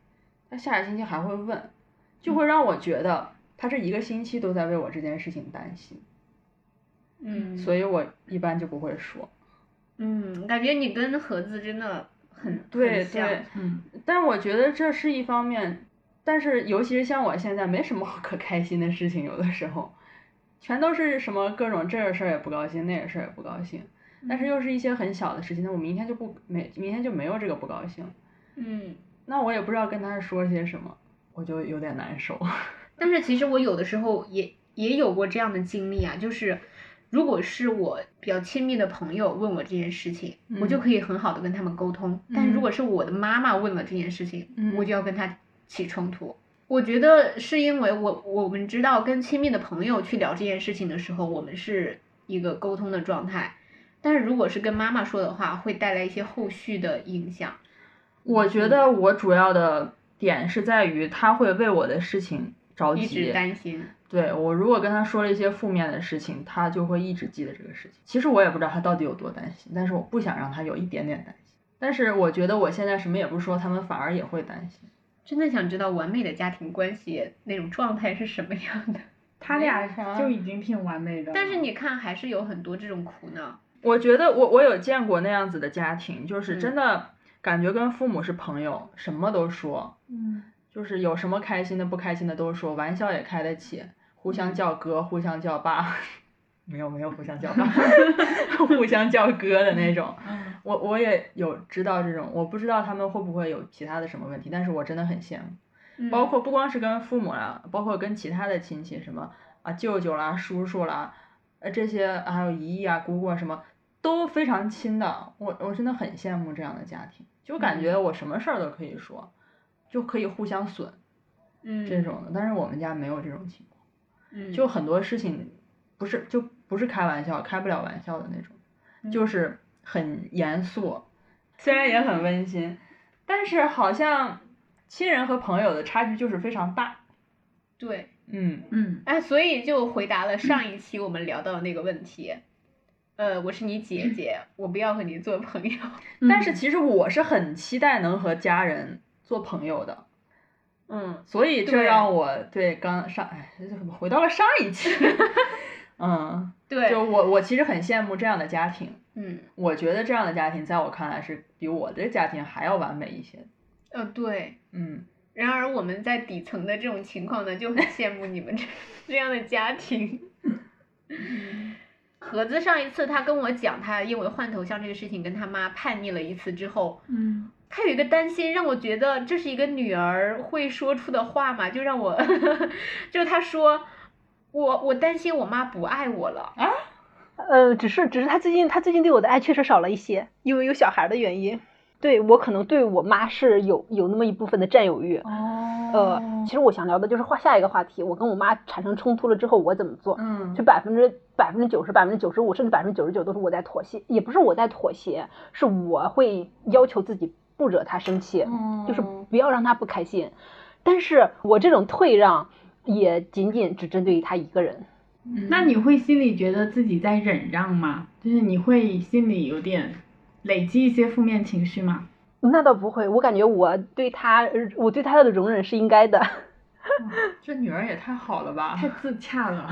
[SPEAKER 3] 他下个星期还会问，就会让我觉得他这一个星期都在为我这件事情担心，
[SPEAKER 1] 嗯，
[SPEAKER 3] 所以我一般就不会说。
[SPEAKER 1] 嗯，感觉你跟盒子真的很
[SPEAKER 3] 对
[SPEAKER 1] 很像
[SPEAKER 3] 对，
[SPEAKER 2] 嗯，
[SPEAKER 3] 但我觉得这是一方面，但是尤其是像我现在没什么 可开心的事情，有的时候全都是什么各种这个事儿也不高兴，那个事儿也不高兴，但是
[SPEAKER 1] 嗯
[SPEAKER 3] 又是一些很小的事情，那我明天就不没明天就没有这个不高兴，
[SPEAKER 1] 嗯。
[SPEAKER 3] 那我也不知道跟他说些什么，我就有点难受。
[SPEAKER 1] 但是其实我有的时候也也有过这样的经历啊，就是如果是我比较亲密的朋友问我这件事情，我就
[SPEAKER 3] 嗯
[SPEAKER 1] 可以很好的跟他们沟通。但是如果是我的妈妈问了这件事情，我
[SPEAKER 3] 嗯
[SPEAKER 1] 就要跟她起冲突。我觉得是因为我我们知道跟亲密的朋友去聊这件事情的时候，我们是一个沟通的状态，但是如果是跟妈妈说的话，会带来一些后续的影响。
[SPEAKER 3] 我
[SPEAKER 1] 嗯
[SPEAKER 3] 觉得我主要的点是在于他会为我的事情着急，
[SPEAKER 1] 一直担心，
[SPEAKER 3] 对我如果跟他说了一些负面的事情，他就会一直记得这个事情。其实我也不知道他到底有多担心，但是我不想让他有一点点担心。但是我觉得我现在什么也不说，他们反而也会担心。
[SPEAKER 1] 真的想知道完美的家庭关系那种状态是什么样的。
[SPEAKER 2] 他
[SPEAKER 3] 没有
[SPEAKER 2] 俩
[SPEAKER 3] 啥
[SPEAKER 2] 就已经挺完美的了。
[SPEAKER 1] 但是你看，还是有很多这种苦恼。
[SPEAKER 3] 我觉得我我有见过那样子的家庭，就是
[SPEAKER 1] 嗯
[SPEAKER 3] 真的感觉跟父母是朋友，什么都说，
[SPEAKER 2] 嗯，
[SPEAKER 3] 就是有什么开心的不开心的都说，玩笑也开得起，互相
[SPEAKER 1] 嗯
[SPEAKER 3] 叫哥，互相叫爸。 没有没有互相叫爸， 互相叫哥的那种。
[SPEAKER 2] 嗯
[SPEAKER 3] 我我也有知道这种，我不知道他们会不会有其他的什么问题，但是我真的很羡慕，
[SPEAKER 1] 嗯
[SPEAKER 3] 包括不光是跟父母啦，包括跟其他的亲戚，什么啊舅舅啦、叔叔啦，呃这些啊还有姨姨啊、姑姑啊什么都非常亲的，我我真的很羡慕这样的家庭，就感觉我什么事儿都可以说，就可以互相损
[SPEAKER 1] 嗯
[SPEAKER 3] 这，种的，但是我们家没有这种情况，
[SPEAKER 1] 嗯
[SPEAKER 3] 就很多事情不是就不是开玩笑，开不了玩笑的那种。就
[SPEAKER 1] 嗯
[SPEAKER 3] 是很严肃，虽然也很温馨，但是好像亲人和朋友的差距就是非常大。
[SPEAKER 1] 对，
[SPEAKER 3] 嗯，
[SPEAKER 2] 嗯
[SPEAKER 1] 哎，所以就回答了上一期我们聊到的那个问题。呃，我是你 姐姐，我不要和你做朋友。
[SPEAKER 2] 嗯
[SPEAKER 3] 但是其实我是很期待能和家人做朋友的，
[SPEAKER 1] 嗯
[SPEAKER 3] 所以这
[SPEAKER 1] 对
[SPEAKER 3] 让我对刚上哎，回到了上 一期。嗯，，
[SPEAKER 1] 对，
[SPEAKER 3] 就我我其实很羡慕这样的家庭，
[SPEAKER 1] 嗯，
[SPEAKER 3] 我觉得这样的家庭在我看来是比我的家庭还要完美一些的。
[SPEAKER 1] 呃，对。
[SPEAKER 3] 嗯，
[SPEAKER 1] 然而我们在底层的这种情况呢，就很羡慕你们这这样的家庭。
[SPEAKER 3] 嗯
[SPEAKER 1] 盒子上一次他跟我讲，他因为换头像这个事情跟他妈叛逆了一次之后，
[SPEAKER 2] 嗯，
[SPEAKER 1] 他有一个担心，让我觉得这是一个女儿会说出的话嘛，就让我， 就他说，我我担心我妈不爱我了，
[SPEAKER 4] 呃，只是只是他最近他最近对我的爱确实少了一些，因为有小孩的原因。对我可能对我妈是有有那么一部分的占有欲。
[SPEAKER 3] 哦
[SPEAKER 4] 呃，其实我想聊的就是话下一个话题，我跟我妈产生冲突了之后我怎么做？
[SPEAKER 3] 嗯
[SPEAKER 4] 就百分之百分之九十、百分之九十五，甚至百分之九十九都是我在妥协，也不是我在妥协，是我会要求自己不惹她生气。就是
[SPEAKER 3] 哦
[SPEAKER 4] 不要让他不开心。但是我这种退让也仅仅只针对于他一个人。
[SPEAKER 2] 那你会心里觉得自己在忍让吗？就是你会心里有点累积一些负面情绪吗？
[SPEAKER 4] 那倒不会，我感觉我对他，呃我对他的容忍是应该的。
[SPEAKER 3] 这女儿也太好了吧！
[SPEAKER 2] 太自洽了。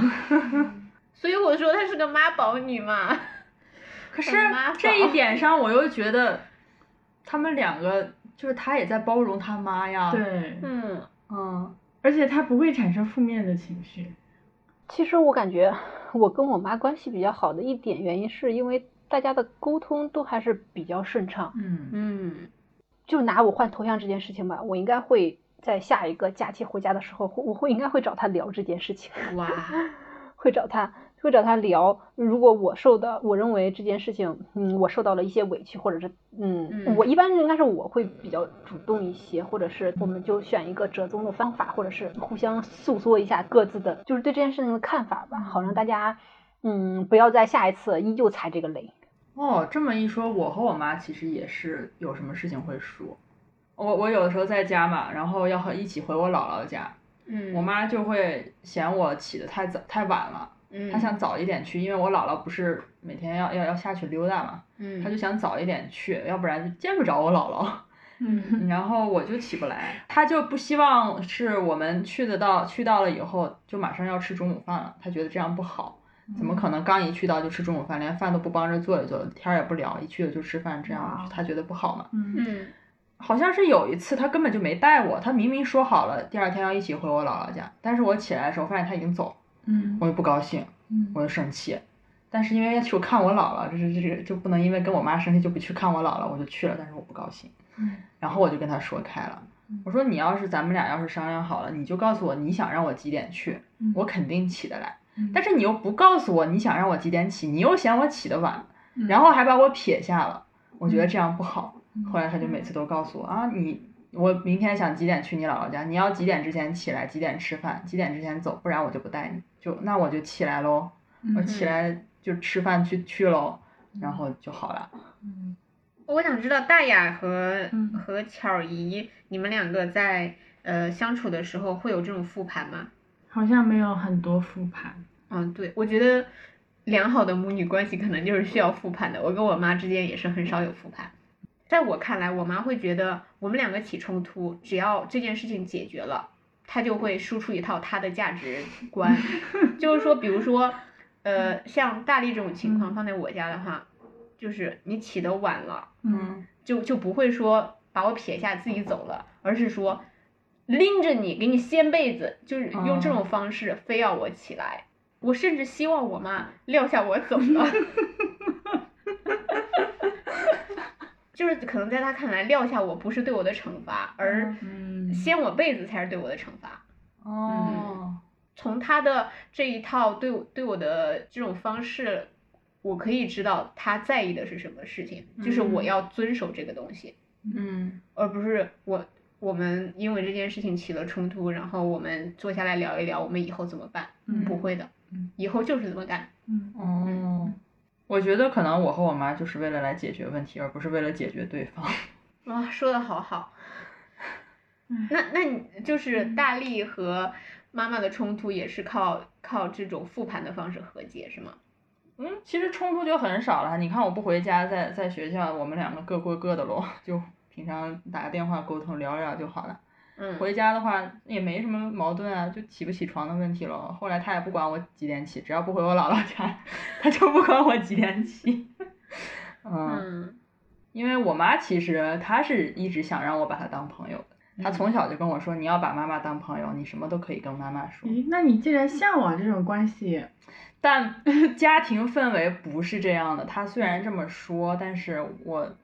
[SPEAKER 1] 所以我说她是个妈宝女嘛。
[SPEAKER 3] 可是
[SPEAKER 1] 很麻烦
[SPEAKER 3] 这一 点上，我又觉得他们两个就是他也在包容他妈 呀。，
[SPEAKER 2] 对，
[SPEAKER 1] 嗯，
[SPEAKER 3] 嗯，
[SPEAKER 2] 而且他不会产生负面的情绪。
[SPEAKER 4] 其实我感觉我跟我妈关系比较好的一点原因，是因为大家的沟通都还是比较顺畅。
[SPEAKER 3] 嗯
[SPEAKER 1] 嗯，
[SPEAKER 4] 就拿我换头像这件事情吧，我应该会在下一个假期回家的时候，我会应该会找他聊这件事情。
[SPEAKER 3] 嗯
[SPEAKER 1] 哇，
[SPEAKER 4] 会找他，会找他聊。如果我受到，我认为这件事情，嗯，我受到了一些委屈，或者是，嗯，
[SPEAKER 1] 嗯
[SPEAKER 4] 我一般应该是我会比较主动一些，或者是我们就选一个折中的方法，或者是互相诉说一下各自的，就是对这件事情的看法吧，好让大家，嗯，不要在下一次依旧踩这个雷。
[SPEAKER 3] 哦，这么一说，我和我妈其实也是有什么事情会说。我我有的时候在家嘛，然后要和一起回我姥姥家，
[SPEAKER 1] 嗯，
[SPEAKER 3] 我，妈就会嫌我起得太早太晚了，
[SPEAKER 1] 嗯，
[SPEAKER 3] 她想早一点去，因为我姥姥不是每天要要要下去溜达嘛，
[SPEAKER 1] 嗯，
[SPEAKER 3] 她就想早一点去，要不然就见不着我姥姥。
[SPEAKER 2] 嗯
[SPEAKER 3] 然后我就起不来。他就不希望是我们去得到去到了以后就马上要吃中午饭了，他觉得这样不好。
[SPEAKER 2] 嗯
[SPEAKER 3] 怎么可能刚一去到就吃中午饭，连饭都不帮着做一做，天儿也不聊，一去了就吃饭，这样
[SPEAKER 2] 哇哦
[SPEAKER 3] 他觉得不好嘛？
[SPEAKER 2] 嗯
[SPEAKER 1] 嗯
[SPEAKER 3] 好像是有一次他根本就没带我，他明明说好了第二天要一起回我姥姥家，但是我起来的时候发现他已经走了，
[SPEAKER 2] 嗯
[SPEAKER 3] 我就不高兴，
[SPEAKER 2] 嗯
[SPEAKER 3] 我就生气。但是因为要去看我姥姥，就是这个就不能因为跟我妈生气就不去看我姥姥，我就去了，但是我不高兴。
[SPEAKER 2] 嗯
[SPEAKER 3] 然后我就跟他说开了，我说你要是咱们俩要是商量好了，你就告诉我你想让我几点去，
[SPEAKER 2] 嗯
[SPEAKER 3] 我肯定起得来。
[SPEAKER 2] 嗯
[SPEAKER 3] 但是你又不告诉我你想让我几点起，你又嫌我起得晚，
[SPEAKER 2] 嗯
[SPEAKER 3] 然后还把我撇下了，我觉得这样不好。
[SPEAKER 2] 嗯
[SPEAKER 3] 后来他就每次都告诉我啊，你我明天想几点去你姥姥家，你要几点之前起来，几点吃饭，几点之前走，不然我就不带你。就那我就起来喽，我
[SPEAKER 2] 嗯
[SPEAKER 3] 起来就吃饭去去喽，然后就好了。
[SPEAKER 2] 嗯
[SPEAKER 1] 我想知道大雅和、
[SPEAKER 2] 嗯
[SPEAKER 1] 和巧姨，你们两个在呃相处的时候会有这种复盘吗？
[SPEAKER 2] 好像没有很多复盘。
[SPEAKER 1] 嗯，对，我觉得良好的母女关系可能就是需要复盘的。我跟我妈之间也是很少有复盘。在我看来，我妈会觉得我们两个起冲突，只要这件事情解决了，她就会输出一套她的价值观，就是说，比如说，呃，像大力这种情况
[SPEAKER 2] 嗯
[SPEAKER 1] 放在我家的话，就是你起得晚了。
[SPEAKER 2] 嗯
[SPEAKER 1] 就就不会说把我撇下自己走了，而是说拎着你给你掀被子，就是
[SPEAKER 2] 哦
[SPEAKER 1] 用这种方式非要我起来。我甚至希望我妈撂下我走了， 就是可能在她看来撂下我不是对我的惩罚，而
[SPEAKER 2] 嗯
[SPEAKER 1] 掀我被子才是对我的惩罚。
[SPEAKER 3] 哦，
[SPEAKER 1] 从他的这一套对我对我的这种方式，我可以知道他在意的是什么事情，就是我
[SPEAKER 3] 嗯
[SPEAKER 1] 要遵守这个东西。
[SPEAKER 3] 嗯
[SPEAKER 1] 而不是我我们因为这件事情起了冲突，然后我们坐下来聊一聊，我们以后怎么办？
[SPEAKER 2] 嗯
[SPEAKER 1] 不会的
[SPEAKER 2] 嗯，
[SPEAKER 1] 以后就是这么干。
[SPEAKER 2] 嗯
[SPEAKER 3] 哦，我觉得可能我和我妈就是为了来解决问题，而不是为了解决对方。
[SPEAKER 1] 哇，啊说的好好
[SPEAKER 2] 唉。
[SPEAKER 1] 那那你就是大力和妈妈的冲突也是靠靠这种复盘的方式和解是吗？
[SPEAKER 3] 嗯，其实冲突就很少了。你看，我不回家，在在学校，我们两个各过各的喽， 就平常打个电话沟通聊一聊就好了。
[SPEAKER 1] 嗯，
[SPEAKER 3] 回家的话也没什么矛盾啊，就起不起床的问题喽。后来他也不管我几点起，只要不回我姥姥家， 他就不管我几点起。嗯，
[SPEAKER 1] 嗯
[SPEAKER 3] 因为我妈其实她是一直想让我把她当朋友
[SPEAKER 1] 嗯
[SPEAKER 3] 的，她从小就跟我说，你要把妈妈当朋友，你什么都可以跟妈妈说。
[SPEAKER 1] 嗯
[SPEAKER 2] 诶，那你既然向往这种关系，
[SPEAKER 3] 但家庭氛围不是这样的。他虽然这么说，但是我，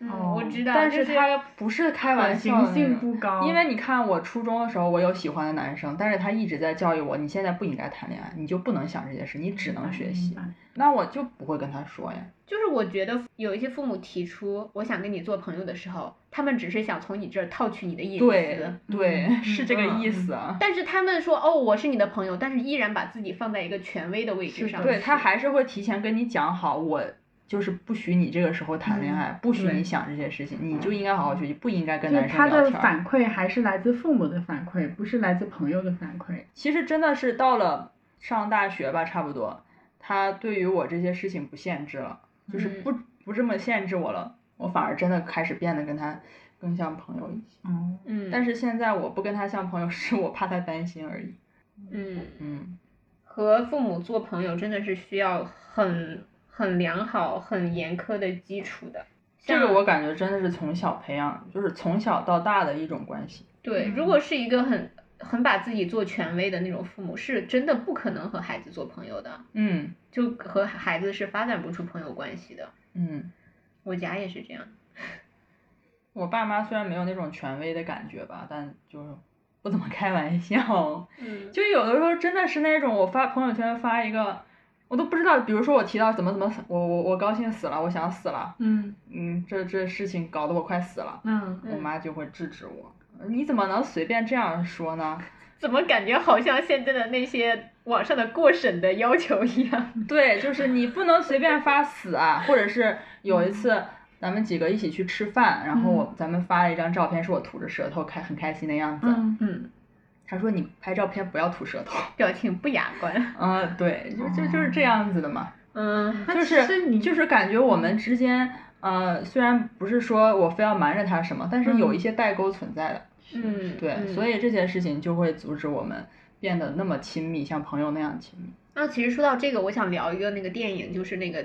[SPEAKER 1] 嗯，
[SPEAKER 2] 哦
[SPEAKER 1] 我知道，
[SPEAKER 3] 但
[SPEAKER 1] 就是
[SPEAKER 3] 他不是开玩
[SPEAKER 2] 可
[SPEAKER 3] 笑
[SPEAKER 2] 呃行
[SPEAKER 3] 的那
[SPEAKER 2] 性
[SPEAKER 3] 种。
[SPEAKER 2] 不高，
[SPEAKER 3] 因为你看，我初中的时候我有喜欢的男生，但是他一直在教育我，你现在不应该谈恋爱，你就不能想这些事，你只能学习
[SPEAKER 2] 明。白
[SPEAKER 3] 那我就不会跟他说呀。
[SPEAKER 1] 就是我觉得有一些父母提出我想跟你做朋友的时候，他们只是想从你这儿套取你的隐私，
[SPEAKER 3] 对对，
[SPEAKER 2] 嗯
[SPEAKER 3] 是这个
[SPEAKER 1] 嗯
[SPEAKER 3] 意思啊。
[SPEAKER 1] 但是他们说哦，我是你的朋友，但是依然把自己放在一个权威的位置
[SPEAKER 2] 是
[SPEAKER 1] 上。
[SPEAKER 2] 的
[SPEAKER 3] 对他还是会提前跟你讲好，我就是不许你这个时候谈恋爱，不许
[SPEAKER 2] 嗯对
[SPEAKER 3] 你想这些事情，你就应该好好学习，不应该跟
[SPEAKER 2] 就
[SPEAKER 3] 男
[SPEAKER 2] 是
[SPEAKER 3] 生
[SPEAKER 2] 他
[SPEAKER 3] 聊天儿。
[SPEAKER 2] 的反馈还是来自父母的反馈，不是来自朋友的反馈。
[SPEAKER 3] 其实真的是到了上大学吧，差不多，他对于我这些事情不限制了，就是
[SPEAKER 1] 嗯
[SPEAKER 3] 不不这么限制我了，我反而真的开始变得跟他更像朋友一些。
[SPEAKER 2] 哦，
[SPEAKER 1] 嗯，
[SPEAKER 3] 但是现在我不跟他像朋友，是我怕他担心而已。
[SPEAKER 1] 嗯，
[SPEAKER 3] 嗯，
[SPEAKER 1] 和父母做朋友真的是需要很很良好、很严苛的基础的。
[SPEAKER 3] 这
[SPEAKER 1] 像
[SPEAKER 3] 个我感觉真的是从小培养，就是从小到大的一种关系。
[SPEAKER 1] 对，如果是一个很很把自己做权威的那种父母，是真的不可能和孩子做朋友的，
[SPEAKER 3] 嗯
[SPEAKER 1] 就和孩子是发展不出朋友关系的。
[SPEAKER 3] 嗯，
[SPEAKER 1] 我家也是这样。
[SPEAKER 3] 我爸妈虽然没有那种权威的感觉吧，但就是不怎么开玩笑。
[SPEAKER 1] 嗯
[SPEAKER 3] 就有的时候真的是那种，我发朋友圈发一个，我都不知道，比如说我提到怎么怎么，我我我高兴死了，我想死了，
[SPEAKER 2] 嗯
[SPEAKER 3] 嗯，这这事情搞得我快死了，
[SPEAKER 2] 嗯，
[SPEAKER 3] 我妈就会制止我，你怎么能随便这样说呢？
[SPEAKER 1] 怎么感觉好像现在的那些网上的过审的要求一样？
[SPEAKER 2] 嗯
[SPEAKER 3] 对，就是你不能随便发死 啊，或者是有一
[SPEAKER 2] 嗯
[SPEAKER 3] 次。咱们几个一起去吃饭，然后我、咱们发了一张照片，是我吐着舌头开很开心的样子。
[SPEAKER 2] 嗯
[SPEAKER 1] 嗯，
[SPEAKER 3] 他说你拍照片不要吐舌头。
[SPEAKER 1] 表情不雅 观。
[SPEAKER 3] 嗯，对，就就就是这样子的嘛。
[SPEAKER 1] 嗯，
[SPEAKER 2] 那
[SPEAKER 3] 就
[SPEAKER 2] 其实
[SPEAKER 3] 是
[SPEAKER 2] 你
[SPEAKER 3] 就是感觉我们之间呃，虽然不是说我非要瞒着他什么，但是有
[SPEAKER 2] 嗯
[SPEAKER 3] 一些代沟存在的。
[SPEAKER 1] 嗯，
[SPEAKER 3] 对，
[SPEAKER 1] 嗯
[SPEAKER 3] 所以这件事情就会阻止我们变得那么亲密，像朋友那样亲密。
[SPEAKER 1] 那其实说到这个，我想聊一个那个电影，就是那个，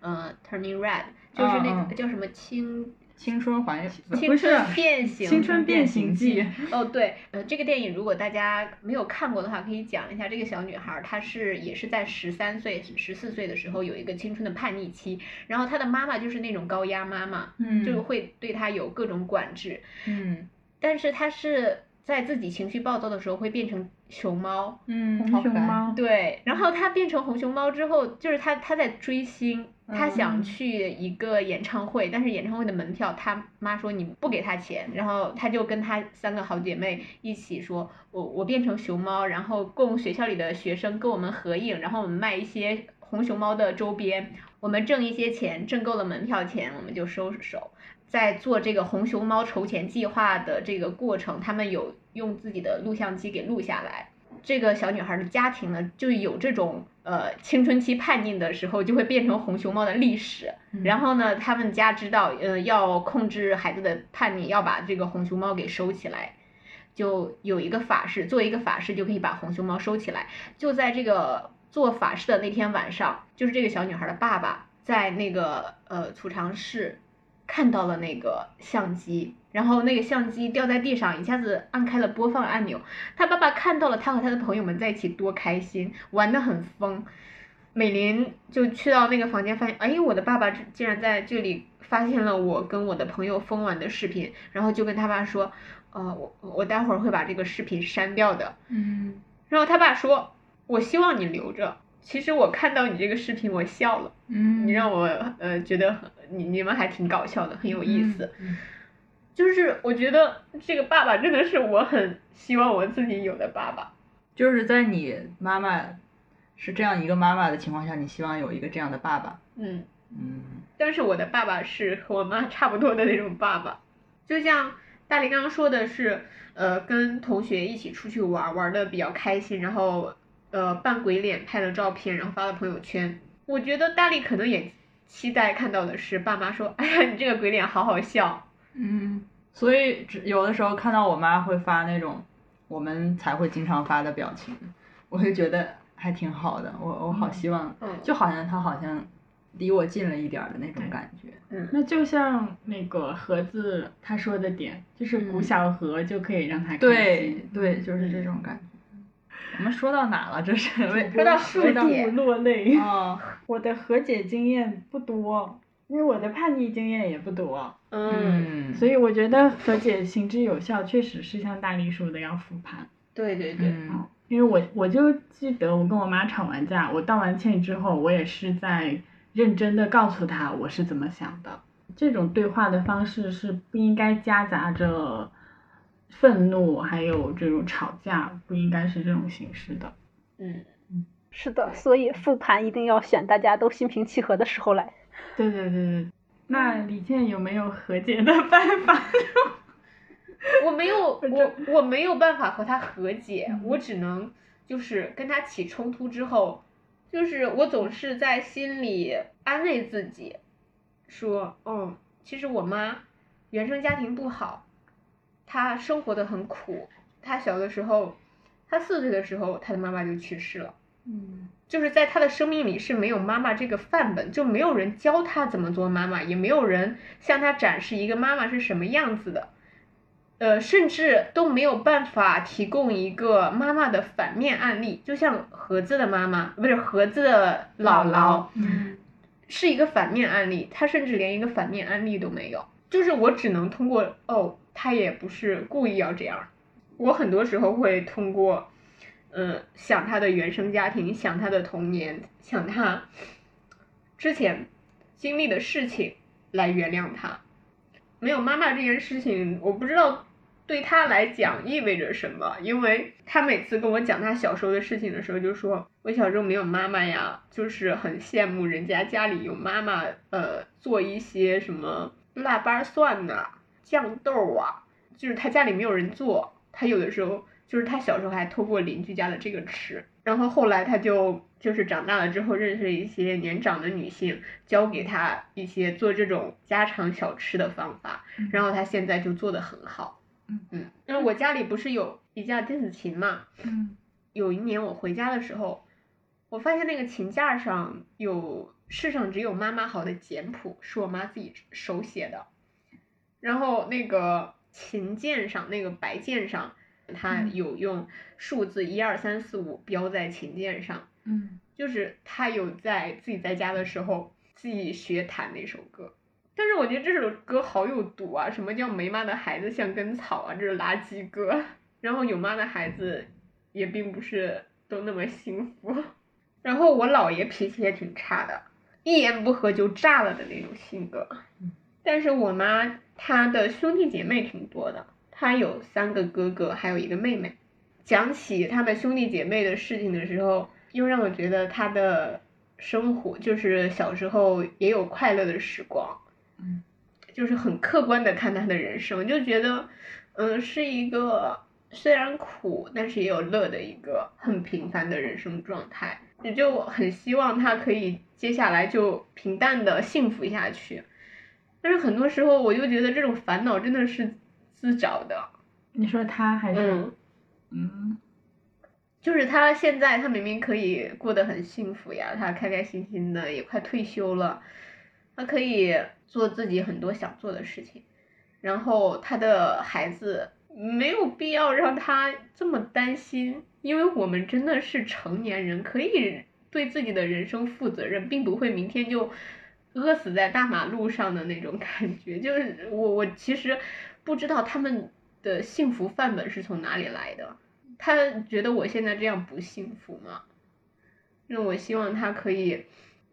[SPEAKER 1] 呃，Turning Red，就是
[SPEAKER 2] 哦
[SPEAKER 1] 那
[SPEAKER 3] 嗯
[SPEAKER 1] 个、叫什么青
[SPEAKER 3] 青春环游，
[SPEAKER 1] 青春变形，
[SPEAKER 2] 呃青春变形记，
[SPEAKER 1] 哦，对，呃，这个电影如果大家没有看过的话，可以讲一下。这个小女孩儿她是也是在十三岁、十四岁的时候有一个青春的叛逆期，然后她的妈妈就是那种高压妈妈，
[SPEAKER 3] 嗯
[SPEAKER 1] 就会对她有各种管制，
[SPEAKER 3] 嗯
[SPEAKER 1] 但是她是在自己情绪暴躁的时候会变成熊猫，
[SPEAKER 3] 嗯，好
[SPEAKER 2] 红
[SPEAKER 3] 可
[SPEAKER 2] 熊
[SPEAKER 3] 爱。
[SPEAKER 2] 猫，
[SPEAKER 1] 对，然后她变成红熊猫之后，就是她她在追星，她想去一个演唱会，但是演唱会的门票她妈说你不给她钱，然后她就跟她三个好姐妹一起说，我我变成熊猫，然后供学校里的学生跟我们合影，然后我们卖一些红熊猫的周边，我们挣一些钱，挣够了门票钱我们就收拾手。在做这个红熊猫筹钱计划的这个过程，他们有用自己的录像机给录下来，这个小女孩的家庭呢，就有这种呃青春期叛逆的时候就会变成红熊猫的历史。然后呢，他们家知道呃要控制孩子的叛逆，要把这个红熊猫给收起来。就有一个法事，做一个法事就可以把红熊猫收起来。就在这个做法事的那天晚上，就是这个小女孩的爸爸在那个呃储藏室看到了那个相机，然后那个相机掉在地上，一下子按开了播放按钮，他爸爸看到了他和他的朋友们在一起多开心，玩得很疯。美林就去到那个房间，发现，哎，我的爸爸竟然在这里发现了我跟我的朋友疯玩的视频，然后就跟他爸说，呃，我我待会儿会把这个视频删掉的。
[SPEAKER 3] 嗯，
[SPEAKER 1] 然后他爸说，我希望你留着。其实我看到你这个视频，我笑了，
[SPEAKER 3] 嗯
[SPEAKER 1] 你让我呃觉得很你你们还挺搞笑的，很有意思。
[SPEAKER 3] 嗯
[SPEAKER 1] 就是我觉得这个爸爸真的是我很希望我自己有的爸爸。
[SPEAKER 3] 就是在你妈妈是这样一个妈妈的情况下，你希望有一个这样的爸爸。
[SPEAKER 1] 嗯，
[SPEAKER 3] 嗯
[SPEAKER 1] 但是我的爸爸是和我妈 差不多的那种爸爸，就像大林刚刚说的是，呃，跟同学一起出去玩，玩的比较开心，然后呃扮鬼脸拍了照片，然后发了朋友圈。我觉得大力可能也期待看到的是，爸妈说，哎呀，你这个鬼脸好好笑。
[SPEAKER 3] 嗯，所以只有的时候看到我妈会发那种我们才会经常发的表情，我会觉得还挺好的。我我好希望，
[SPEAKER 1] 嗯
[SPEAKER 3] 就好像她好像离我近了一点儿的那种
[SPEAKER 2] 对
[SPEAKER 3] 感觉。
[SPEAKER 2] 那就像那个盒子他说的点，就是
[SPEAKER 3] 嗯
[SPEAKER 2] 鼓小河就可以让他开心。
[SPEAKER 3] 对对，就是这种感觉。我们说到哪了？这是为
[SPEAKER 1] 说到
[SPEAKER 2] 数
[SPEAKER 1] 数
[SPEAKER 2] 度
[SPEAKER 1] 点，
[SPEAKER 2] 落泪。
[SPEAKER 3] 哦，
[SPEAKER 2] 我的和解经验不多，因为我的叛逆经验也不多，
[SPEAKER 1] 嗯，
[SPEAKER 3] 嗯，
[SPEAKER 2] 所以我觉得和解行之有效，确实是像大力说的要复盘。
[SPEAKER 1] 对对对，
[SPEAKER 3] 嗯
[SPEAKER 2] 因为我我就记得我跟我妈吵完架，我道完歉之后，我也是在认真的告诉她我是怎么想的。这种对话的方式是不应该夹杂着愤怒，还有这种吵架，不应该是这种形式的。
[SPEAKER 1] 嗯，
[SPEAKER 4] 是的，所以复盘一定要选大家都心平气和的时候来。
[SPEAKER 2] 对对对对。那李健有没有和解的办法？
[SPEAKER 1] 我没有，我我没有办法和他和解，我只能就是跟他起冲突之后，就是我总是在心里安慰自己，说，嗯，其实我妈原生家庭不好，她生活的很苦，她小的时候，她四岁的时候，她的妈妈就去世了。
[SPEAKER 2] 嗯，
[SPEAKER 1] 就是在他的生命里是没有妈妈这个范本，就没有人教他怎么做妈妈，也没有人向他展示一个妈妈是什么样子的，呃，甚至都没有办法提供一个妈妈的反面案例。就像盒子的妈妈，不是盒子的姥姥，
[SPEAKER 2] 嗯
[SPEAKER 1] 是一个反面案例，他甚至连一个反面案例都没有。就是我只能通过哦，他也不是故意要这样。我很多时候会通过，嗯，想他的原生家庭，想他的童年，想他之前经历的事情来原谅他。没有妈妈这件事情，我不知道对他来讲意味着什么，因为他每次跟我讲他小时候的事情的时候，就说我小时候没有妈妈呀，就是很羡慕人家家里有妈妈，呃，做一些什么腊八蒜呐、酱豆啊，就是他家里没有人做，他有的时候就是他小时候还偷过邻居家的这个吃，然后后来他就就是长大了之后认识了一些年长的女性，教给他一些做这种家常小吃的方法，然后他现在就做的很好。
[SPEAKER 2] 嗯
[SPEAKER 1] 嗯，因为我家里不是有一架电子琴嘛，
[SPEAKER 2] 嗯
[SPEAKER 1] 有一年我回家的时候，我发现那个琴架上有世上只有妈妈好的简谱，是我妈自己手写的。然后那个琴键上，那个白键上，它
[SPEAKER 2] 嗯
[SPEAKER 1] 有用数字一二三四五标在琴键上，
[SPEAKER 2] 嗯
[SPEAKER 1] 就是他有在自己在家的时候自己学弹那首歌。但是我觉得这首歌好有毒啊！什么叫没妈的孩子像根草啊？这是垃圾歌。然后有妈的孩子也并不是都那么幸福。然后我姥爷脾气也挺差的，一言不合就炸了的那种性格。但是我妈她的兄弟姐妹挺多的，她有三个哥哥，还有一个妹妹。讲起他们兄弟姐妹的事情的时候，又让我觉得他的生活就是小时候也有快乐的时光，
[SPEAKER 3] 嗯，
[SPEAKER 1] 就是很客观的看他的人生，就觉得，嗯，是一个虽然苦，但是也有乐的一个很平凡的人生状态。也就很希望他可以接下来就平淡的幸福下去，但是很多时候我就觉得这种烦恼真的是自找的，
[SPEAKER 2] 你说他还是
[SPEAKER 1] 嗯。
[SPEAKER 3] 嗯，
[SPEAKER 1] 就是他现在，他明明可以过得很幸福呀，他开开心心的，也快退休了，他可以做自己很多想做的事情。然后他的孩子没有必要让他这么担心，因为我们真的是成年人，可以对自己的人生负责任，并不会明天就饿死在大马路上的那种感觉。就是我，我其实不知道他们的幸福范本是从哪里来的。他觉得我现在这样不幸福吗？那我希望他可以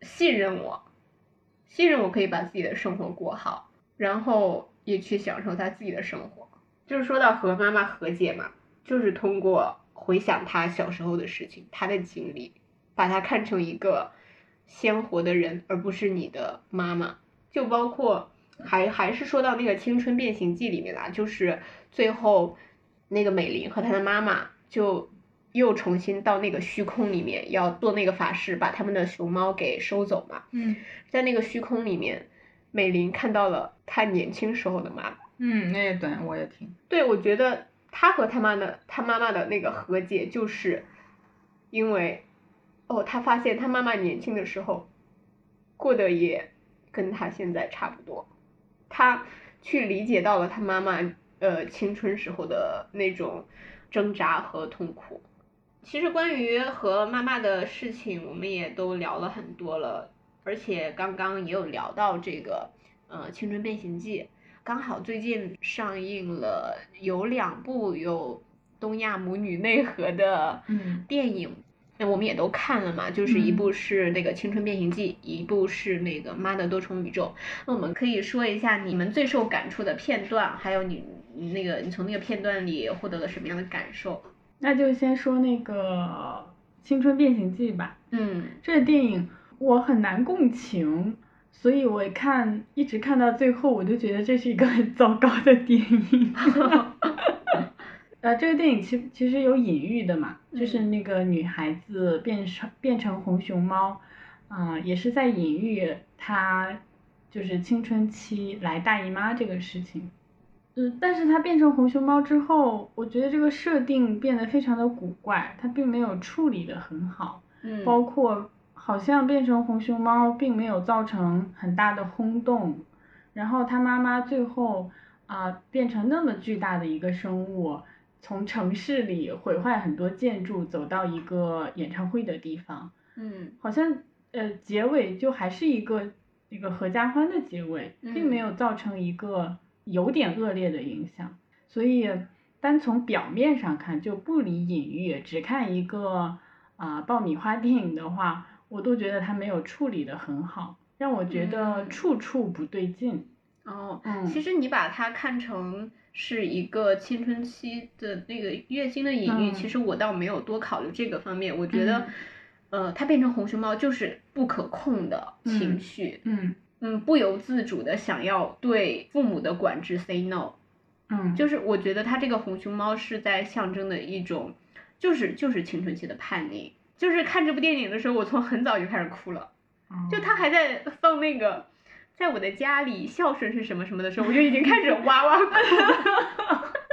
[SPEAKER 1] 信任我，信任我可以把自己的生活过好，然后也去享受他自己的生活。就是说到和妈妈和解嘛，就是通过回想他小时候的事情，他的经历，把他看成一个鲜活的人，而不是你的妈妈。就包括还还是说到那个《青春变形记》里面啦，就是最后那个美玲和她的妈妈就又重新到那个虚空里面要做那个法事，把他们的熊猫给收走嘛。
[SPEAKER 2] 嗯
[SPEAKER 1] 在那个虚空里面，美玲看到了她年轻时候的妈妈。
[SPEAKER 3] 嗯，那一段我也听，
[SPEAKER 1] 对，我觉得他和他妈的他妈妈的那个和解，就是因为哦，他发现他妈妈年轻的时候过得也跟他现在差不多，他去理解到了他妈妈呃青春时候的那种挣扎和痛苦。其实关于和妈妈的事情，我们也都聊了很多了，而且刚刚也有聊到这个呃《青春变形记》。刚好最近上映了有两部有东亚母女内核的
[SPEAKER 2] 嗯
[SPEAKER 1] 电影，那我们也都看了嘛，就是一部是那个《青春变形记》，一部是那个《妈的多重宇宙》。那我们可以说一下你们最受感触的片段，还有你你那个你从那个片段里获得了什么样的感受？
[SPEAKER 2] 那就先说那个《青春变形记》吧。
[SPEAKER 1] 嗯
[SPEAKER 2] 这个电影我很难共情，所以我看一直看到最后，我就觉得这是一个很糟糕的电影。 呃，这个电影其其实有隐喻的嘛，就是
[SPEAKER 1] 嗯
[SPEAKER 2] 那个女孩子变成变成红熊猫，啊、也是在隐喻她就是青春期来大姨妈这个事情。嗯，但是她变成红熊猫之后，我觉得这个设定变得非常的古怪，它并没有处理的很好。
[SPEAKER 1] 嗯
[SPEAKER 2] 包括好像变成红熊猫并没有造成很大的轰动，然后它妈妈最后啊、变成那么巨大的一个生物，从城市里毁坏很多建筑，走到一个演唱会的地方，
[SPEAKER 1] 嗯
[SPEAKER 2] 好像呃结尾就还是一个一个合家欢的结尾，并没
[SPEAKER 1] 嗯
[SPEAKER 2] 有造成一个有点恶劣的影响，所以单从表面上看就不理隐喻，只看一个啊、爆米花电影的话，我都觉得它没有处理的很好，让我觉得
[SPEAKER 1] 嗯
[SPEAKER 2] 处处不对劲。
[SPEAKER 1] 哦，
[SPEAKER 2] 嗯，
[SPEAKER 1] 其实你把它看成是一个青春期的那个月经的隐喻，
[SPEAKER 2] 嗯
[SPEAKER 1] 其实我倒没有多考虑这个方面。我觉得，呃，它变成红熊猫就是不可控的情
[SPEAKER 2] 嗯
[SPEAKER 1] 绪，
[SPEAKER 2] 嗯
[SPEAKER 1] 嗯不由自主的想要对父母的管制 say no，
[SPEAKER 2] 嗯，
[SPEAKER 1] 就是我觉得它这个红熊猫是在象征的一种，就是就是青春期的叛逆。就是看这部电影的时候，我从很早就开始哭了。就
[SPEAKER 2] 哦
[SPEAKER 1] 他还在放那个，在我的家里孝顺是什么什么的时候，我就已经开始哇哇哭了。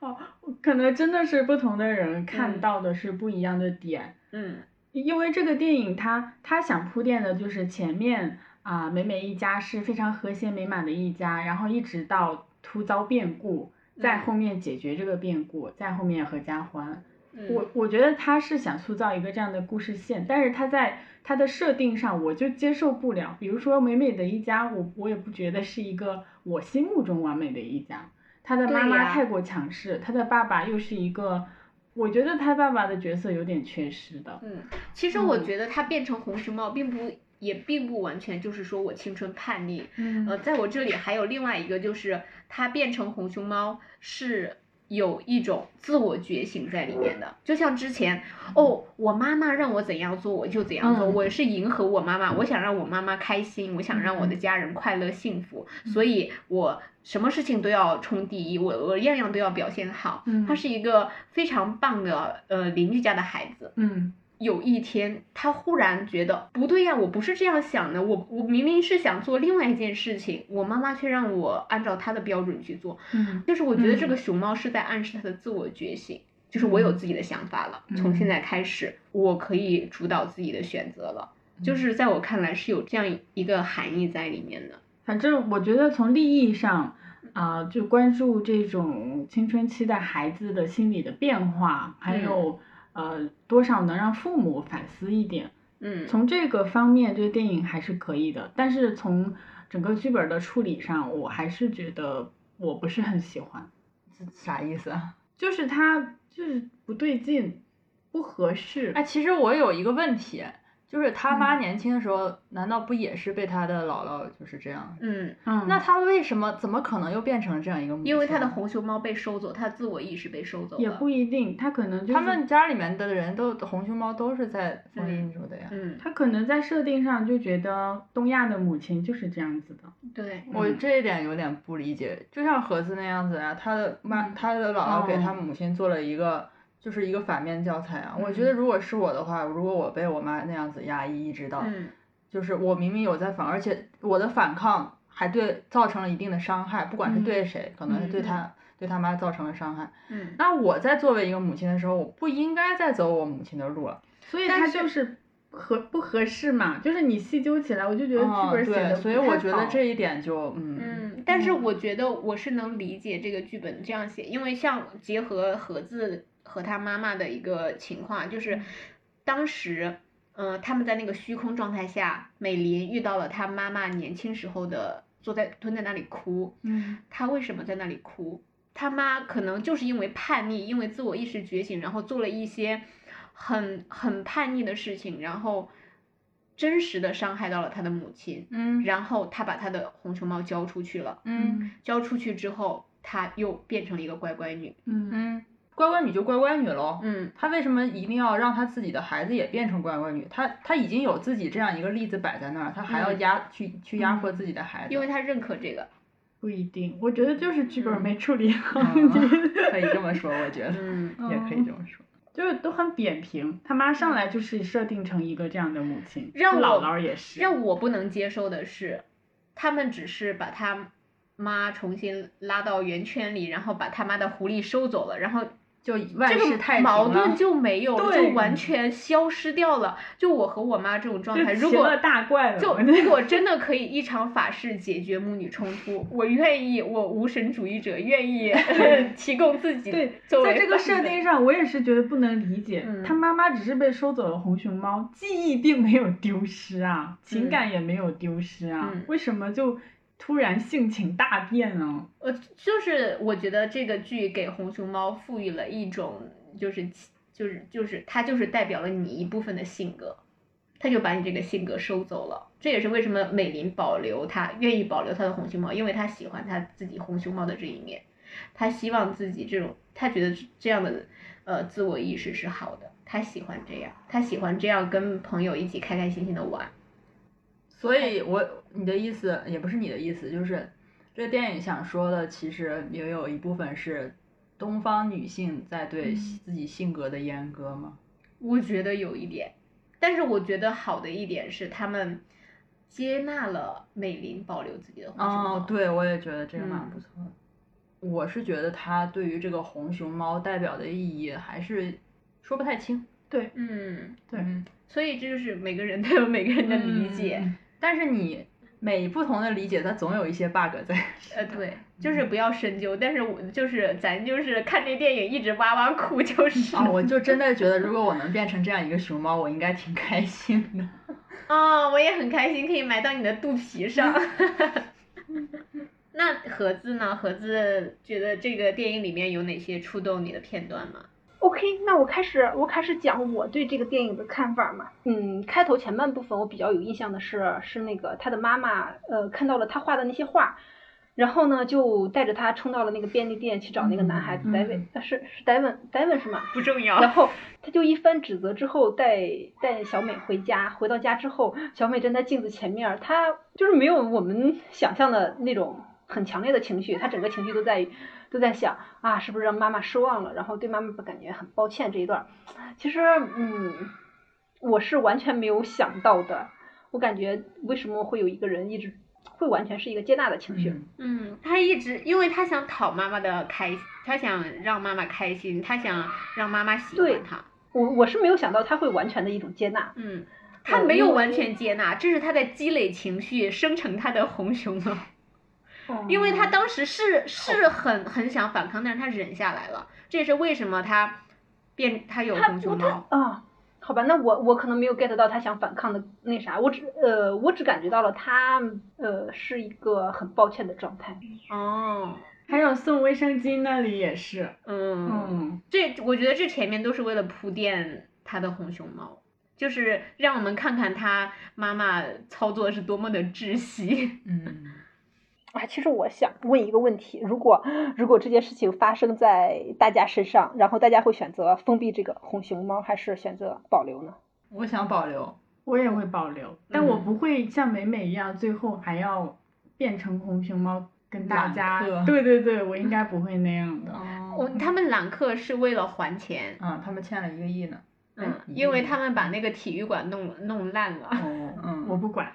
[SPEAKER 2] 哦可能真的是不同的人看到的是不一样的点，
[SPEAKER 1] 嗯
[SPEAKER 2] 因为这个电影它它想铺垫的就是前面啊、美美一家是非常和谐美满的一家，然后一直到突遭变故，在
[SPEAKER 1] 嗯
[SPEAKER 2] 后面解决这个变故，在后面合家欢。
[SPEAKER 1] 嗯，
[SPEAKER 2] 我我觉得他是想塑造一个这样的故事线，但是他在他的设定上我就接受不了。比如说美美的一家，我我也不觉得是一个我心目中完美的一家。他的妈
[SPEAKER 1] 对
[SPEAKER 2] 妈
[SPEAKER 1] 呀
[SPEAKER 2] 太过强势，他的爸爸又是一个，我觉得他爸爸的角色有点缺失的。
[SPEAKER 1] 嗯，其实我
[SPEAKER 2] 嗯
[SPEAKER 1] 觉得它变成红熊猫，并不也并不完全就是说我青春叛逆。
[SPEAKER 2] 嗯
[SPEAKER 1] 呃，在我这里还有另外一个，就是它变成红熊猫是有一种自我觉醒在里面的。就像之前，哦，我妈妈让我怎样做我就怎样做，
[SPEAKER 2] 嗯
[SPEAKER 1] 我是迎合我妈妈，我想让我妈妈开心，我想让我的
[SPEAKER 2] 嗯
[SPEAKER 1] 家人快乐幸福，所以我什么事情都要冲第一，我我样样都要表现好。
[SPEAKER 2] 嗯
[SPEAKER 1] 他是一个非常棒的呃邻居家的孩子。
[SPEAKER 2] 嗯
[SPEAKER 1] 有一天，他忽然觉得不对呀、我不是这样想的，我我明明是想做另外一件事情，我妈妈却让我按照她的标准去做，
[SPEAKER 2] 嗯
[SPEAKER 1] 就是我觉得
[SPEAKER 2] 嗯
[SPEAKER 1] 这个熊猫是在暗示他的自我觉醒，就是我有自己的想法了，从
[SPEAKER 2] 嗯
[SPEAKER 1] 现在开始我可以主导自己的选择了，
[SPEAKER 2] 嗯
[SPEAKER 1] 就是在我看来是有这样一个含义在里面的。
[SPEAKER 2] 反正我觉得从利益上啊、就关注这种青春期的孩子的心理的变化，
[SPEAKER 3] 嗯
[SPEAKER 2] 还有、呃多少能让父母反思一点。
[SPEAKER 1] 嗯，
[SPEAKER 2] 从这个方面，这个电影还是可以的，但是从整个剧本的处理上，我还是觉得我不是很喜欢，
[SPEAKER 3] 这啥意思啊？
[SPEAKER 2] 就是它就是不对劲，不合适。
[SPEAKER 3] 哎，其实我有一个问题，就是他妈
[SPEAKER 2] 嗯
[SPEAKER 3] 年轻的时候，难道不也是被他的姥姥就是这样？
[SPEAKER 1] 嗯，
[SPEAKER 2] 嗯，
[SPEAKER 3] 那他为什么怎么可能又变成了这样一个母亲呢？
[SPEAKER 1] 因为他的红熊猫被收走，他自我意识被收走了。
[SPEAKER 2] 也不一定，他可能就是
[SPEAKER 3] 他们家里面的人都红熊猫都是在婚姻中的呀。
[SPEAKER 1] 嗯，
[SPEAKER 2] 他可能在设定上就觉得东亚的母亲就是这样子的。
[SPEAKER 1] 对，
[SPEAKER 3] 我
[SPEAKER 2] 嗯
[SPEAKER 3] 这一点有点不理解，就像盒子那样子啊，他的妈，
[SPEAKER 1] 嗯
[SPEAKER 3] 他的姥姥给
[SPEAKER 2] 哦
[SPEAKER 3] 他母亲做了一个，就是一个反面教材啊。我觉
[SPEAKER 1] 嗯
[SPEAKER 3] 得如果是我的话，如果我被我妈那样子压抑一直到，
[SPEAKER 1] 嗯
[SPEAKER 3] 就是我明明有在反，而且我的反抗还对造成了一定的伤害，不管是
[SPEAKER 2] 嗯
[SPEAKER 3] 对谁，可能是对他、对他妈造成了伤害。
[SPEAKER 1] 嗯，
[SPEAKER 3] 那我在作为一个母亲的时候，我不应该再走我母亲的路了。
[SPEAKER 2] 所以
[SPEAKER 1] 但
[SPEAKER 2] 它
[SPEAKER 1] 是
[SPEAKER 2] 就是合不合适嘛，就是你细究起来，我就觉得剧本写
[SPEAKER 3] 嗯，
[SPEAKER 2] 的、
[SPEAKER 3] 对，所以我觉得这一点就嗯
[SPEAKER 1] 嗯，但是我觉得我是能理解这个剧本这样写，因为像结合盒子和他妈妈的一个情况，就是当时，嗯、他们在那个虚空状态下，美林遇到了他妈妈年轻时候的坐在蹲在那里哭，
[SPEAKER 2] 嗯
[SPEAKER 1] 他为什么在那里哭？他妈可能就是因为叛逆，因为自我意识觉醒，然后做了一些很很叛逆的事情，然后真实的伤害到了他的母亲，
[SPEAKER 3] 嗯
[SPEAKER 1] 然后他把他的红熊猫交出去了。
[SPEAKER 3] 嗯
[SPEAKER 1] 交出去之后，他又变成了一个乖乖女。
[SPEAKER 2] 嗯
[SPEAKER 3] 嗯，乖乖女就乖乖女喽。
[SPEAKER 1] 嗯
[SPEAKER 3] 她为什么一定要让她自己的孩子也变成乖乖女？她她已经有自己这样一个例子摆在那儿，她还要
[SPEAKER 1] 嗯
[SPEAKER 3] 压、去去压迫
[SPEAKER 2] 嗯
[SPEAKER 3] 自己的孩子，
[SPEAKER 1] 因为他认可这个。
[SPEAKER 2] 不一定，我觉得就是剧本没处理好，
[SPEAKER 3] 嗯可以这么说，我觉得、
[SPEAKER 1] 嗯
[SPEAKER 3] 也可以这么说。
[SPEAKER 2] 就是都很扁平。他妈上来就是设定成一个这样的母亲，
[SPEAKER 1] 让
[SPEAKER 2] 她姥
[SPEAKER 1] 我
[SPEAKER 2] 姥也是，
[SPEAKER 1] 让我不能接受的是，他们只是把他妈重新拉到圆圈里，然后把他妈的狐狸收走了，然后
[SPEAKER 3] 就万
[SPEAKER 1] 这
[SPEAKER 3] 事
[SPEAKER 1] 个
[SPEAKER 3] 太平
[SPEAKER 1] 矛
[SPEAKER 3] 了，
[SPEAKER 1] 盾就没有了，
[SPEAKER 2] 对
[SPEAKER 1] 就完全消失掉了。就我和我妈这种状态，
[SPEAKER 2] 就
[SPEAKER 1] 如
[SPEAKER 2] 奇
[SPEAKER 1] 果
[SPEAKER 2] 了大怪了，
[SPEAKER 1] 就
[SPEAKER 2] 我觉得
[SPEAKER 1] 如 果真的可以一场法事解决母女冲突，我愿意，我无神主义者愿意 提供自己
[SPEAKER 2] 对，
[SPEAKER 1] 作为
[SPEAKER 2] 在这个
[SPEAKER 1] 方式
[SPEAKER 2] 设定上，我也是觉得不能理解。
[SPEAKER 1] 嗯
[SPEAKER 2] 他妈妈只是被收走了红熊猫，记忆并没有丢失啊，情
[SPEAKER 1] 嗯
[SPEAKER 2] 感也没有丢失啊，
[SPEAKER 1] 嗯
[SPEAKER 2] 为什么就突然性情大变呢？
[SPEAKER 1] 呃，就是我觉得这个剧给红熊猫赋予了一种，就是就是就是它就是代表了你一部分的性格，它就把你这个性格收走了。这也是为什么美玲保留她愿意保留她的红熊猫，因为她喜欢她自己红熊猫的这一面，她希望自己这种，她觉得这样的呃自我意识是好的，她喜欢这样，她喜欢这样跟朋友一起开开心心的玩。
[SPEAKER 3] 所以我，你的意思也不是你的意思，就是这个电影想说的，其实也有一部分是东方女性在对自己性格的阉割嘛。
[SPEAKER 1] 我觉得有一点，但是我觉得好的一点是他们接纳了美玲保留自己的红熊猫。
[SPEAKER 3] 哦，对，我也觉得这个蛮不错的。嗯我是觉得他对于这个红熊猫代表的意义还是说不太清。
[SPEAKER 2] 对，
[SPEAKER 1] 嗯，
[SPEAKER 2] 对
[SPEAKER 3] 嗯
[SPEAKER 1] 所以这就是每个人都有每个人的理解。
[SPEAKER 3] 嗯但是你每不同的理解，它总有一些 bug 在。
[SPEAKER 1] 呃，对，就是不要深究，但是我就是咱就是看这电影一直哇哇哭就是
[SPEAKER 3] 啊，我就真的觉得，如果我能变成这样一个熊猫，我应该挺开心的。
[SPEAKER 1] 啊、我也很开心可以埋到你的肚皮上。 那盒子呢？盒子觉得这个电影里面有哪些触动你的片段吗？
[SPEAKER 4] OK，那我开始我开始讲我对这个电影的看法嘛。嗯，开头前半部分我比较有印象的是，是那个他的妈妈呃看到了他画的那些画，然后呢就带着他冲到了那个便利店去找那个男孩子
[SPEAKER 3] 嗯
[SPEAKER 4] 戴维，呃是是戴文戴文是吗？
[SPEAKER 1] 不重
[SPEAKER 4] 然
[SPEAKER 1] 要。
[SPEAKER 4] 后他就一番指责之后带带小美回家，回到家之后，小美站在镜子前面儿，她就是没有我们想象的那种很强烈的情绪，她整个情绪都在都在想啊，是不是让妈妈失望了，然后对妈妈感觉很抱歉这一段儿。其实，嗯，我是完全没有想到的，我感觉为什么会有一个人一直会完全是一个接纳的情绪，
[SPEAKER 3] 嗯
[SPEAKER 1] 嗯，他一直因为他想讨妈妈的开心，他想让妈妈开心，他想让妈妈喜
[SPEAKER 4] 对
[SPEAKER 1] 欢他。
[SPEAKER 4] 我我是没有想到他会完全的一种接纳。
[SPEAKER 1] 嗯，他没有完全接纳，这是他在积累情绪，生成他的红熊猫。因为他当时是是很很想反抗，但是他忍下来了，这也是为什么他变他有红熊猫。
[SPEAKER 4] 啊，好吧，那我我可能没有 get 到他想反抗的那啥，我只呃我只感觉到了他呃是一个很抱歉的状态。
[SPEAKER 1] 哦，
[SPEAKER 2] 还有送卫生巾那里也是，
[SPEAKER 1] 嗯，
[SPEAKER 2] 嗯，
[SPEAKER 1] 这我觉得这前面都是为了铺垫他的红熊猫，就是让我们看看他妈妈操作是多么的窒息。
[SPEAKER 3] 嗯，
[SPEAKER 4] 啊，其实我想问一个问题：如果如果这件事情发生在大家身上，然后大家会选择封闭这个红熊猫，还是选择保留呢？
[SPEAKER 3] 我想保留。
[SPEAKER 2] 我也会保留，但
[SPEAKER 1] 嗯
[SPEAKER 2] 我不会像美美一样，最后还要变成红熊猫跟大家
[SPEAKER 3] 揽客。
[SPEAKER 2] 对对对，我应该不会那样 的。
[SPEAKER 1] 我
[SPEAKER 3] 哦，
[SPEAKER 1] 他们揽客是为了还钱，
[SPEAKER 2] 啊
[SPEAKER 3] 嗯，他们欠了一个亿呢。哎
[SPEAKER 1] 嗯，因为他们把那个体育馆弄弄烂了。
[SPEAKER 2] 哦，
[SPEAKER 3] 嗯，
[SPEAKER 2] 我 不管，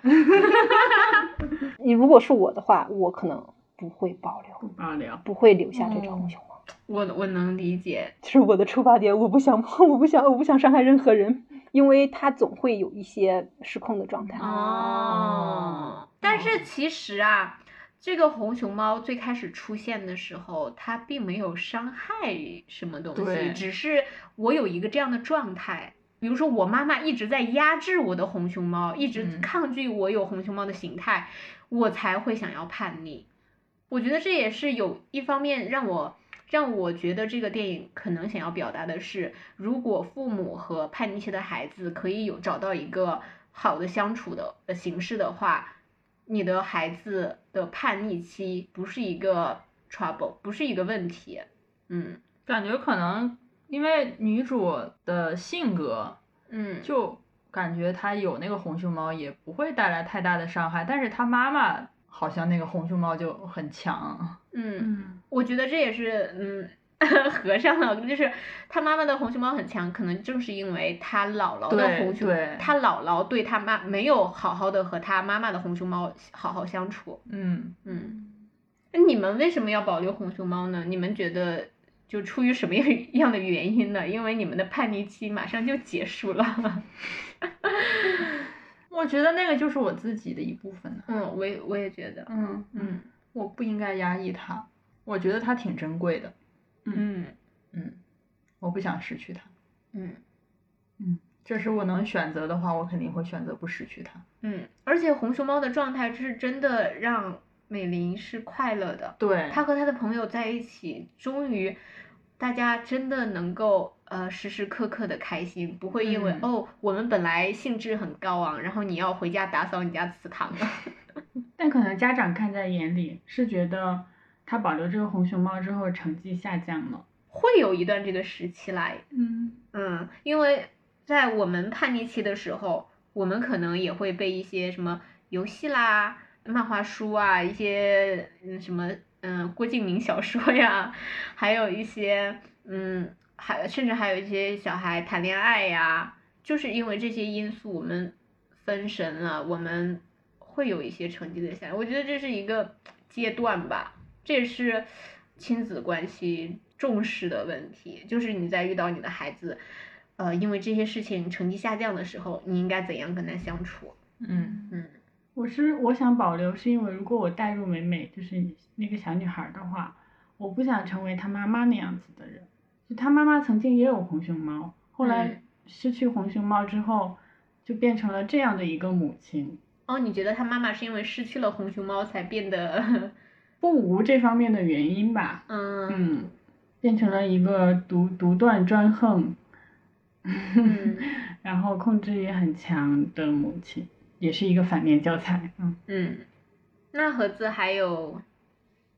[SPEAKER 4] 你如果是我的话，我可能不会保留，
[SPEAKER 2] 不保留。
[SPEAKER 4] 不会留下这只红熊猫。
[SPEAKER 1] 我我能理 解，
[SPEAKER 4] 就是我的出发点，我不想，我不想，我不想伤害任何人，因为他总会有一些失控的状态。
[SPEAKER 1] 哦，但是其实啊，这个红熊猫最开始出现的时候，它并没有伤害什么东西，
[SPEAKER 3] 对
[SPEAKER 1] 只是我有一个这样的状态。比如说，我妈妈一直在压制我的红熊猫，一直
[SPEAKER 3] 嗯
[SPEAKER 1] 抗拒我有红熊猫的形态，我才会想要叛逆。我觉得这也是有一方面让我让我觉得这个电影可能想要表达的是，如果父母和叛逆期的孩子可以有找到一个好的相处的呃形式的话，你的孩子的叛逆期不是一个 trouble，不是一个问题。嗯
[SPEAKER 3] 感觉可能因为女主的性格，
[SPEAKER 1] 嗯，
[SPEAKER 3] 就感觉她有那个红熊猫也不会带来太大的伤害，但是她妈妈好像那个红熊猫就很强。
[SPEAKER 1] 嗯，
[SPEAKER 2] 嗯，
[SPEAKER 1] 我觉得这也是嗯。 合上了，就是他妈妈的红熊猫很强，可能正是因为他姥姥的
[SPEAKER 3] 对
[SPEAKER 1] 红熊
[SPEAKER 3] 对，
[SPEAKER 1] 他姥姥对他妈没有好好的和他妈妈的红熊猫好好相处。
[SPEAKER 3] 嗯，
[SPEAKER 1] 嗯，那你们为什么要保留红熊猫呢？你们觉得就出于什么样 样的原因呢？因为你们的叛逆期马上就结束了。
[SPEAKER 3] 我觉得那个就是我自己的一部分呢。
[SPEAKER 1] 嗯，我也我也觉得，
[SPEAKER 3] 嗯
[SPEAKER 1] 嗯
[SPEAKER 3] 我不应该压抑它，我觉得它挺珍贵的。
[SPEAKER 1] 嗯
[SPEAKER 3] 嗯，我不想失去它。
[SPEAKER 1] 嗯
[SPEAKER 3] 这是我能选择的话，我肯定会选择不失去它。
[SPEAKER 1] 嗯，而且红熊猫的状态是真的让美玲是快乐的。
[SPEAKER 3] 对，
[SPEAKER 1] 他和他的朋友在一起，终于大家真的能够呃时时刻刻的开心，不会因为、
[SPEAKER 3] 嗯
[SPEAKER 1] 哦我们本来兴致很高昂，然后你要回家打扫你家祠堂了。
[SPEAKER 2] 但可能家长看在眼里，是觉得他保留这个红熊猫之后成绩下降了。
[SPEAKER 1] 会有一段这个时期来，
[SPEAKER 2] 嗯，
[SPEAKER 1] 嗯，因为在我们叛逆期的时候，我们可能也会被一些什么游戏啦、漫画书啊，一些嗯什么嗯郭敬明小说呀，还有一些嗯还甚至还有一些小孩谈恋爱呀，就是因为这些因素我们分神了，我们会有一些成绩的下降。我觉得这是一个阶段吧，这也是亲子关系重视的问题，就是你在遇到你的孩子。呃，因为这些事情成绩下降的时候，你应该怎样跟他相处？
[SPEAKER 3] 嗯
[SPEAKER 1] 嗯，
[SPEAKER 2] 我是我想保留，是因为如果我带入美美就是你那个小女孩的话，我不想成为她妈妈那样子的人。就她妈妈曾经也有红熊猫，后来
[SPEAKER 1] 嗯
[SPEAKER 2] 失去红熊猫之后，就变成了这样的一个母亲，
[SPEAKER 1] 哦，你觉得他妈妈是因为失去了红熊猫才变得，
[SPEAKER 2] 不无这方面的原因吧。
[SPEAKER 1] 嗯
[SPEAKER 2] 嗯，变成了一个独独断专横，
[SPEAKER 1] 嗯
[SPEAKER 2] 然后控制欲很强的母亲，也是一个反面教材。嗯。
[SPEAKER 1] 嗯，那盒子还有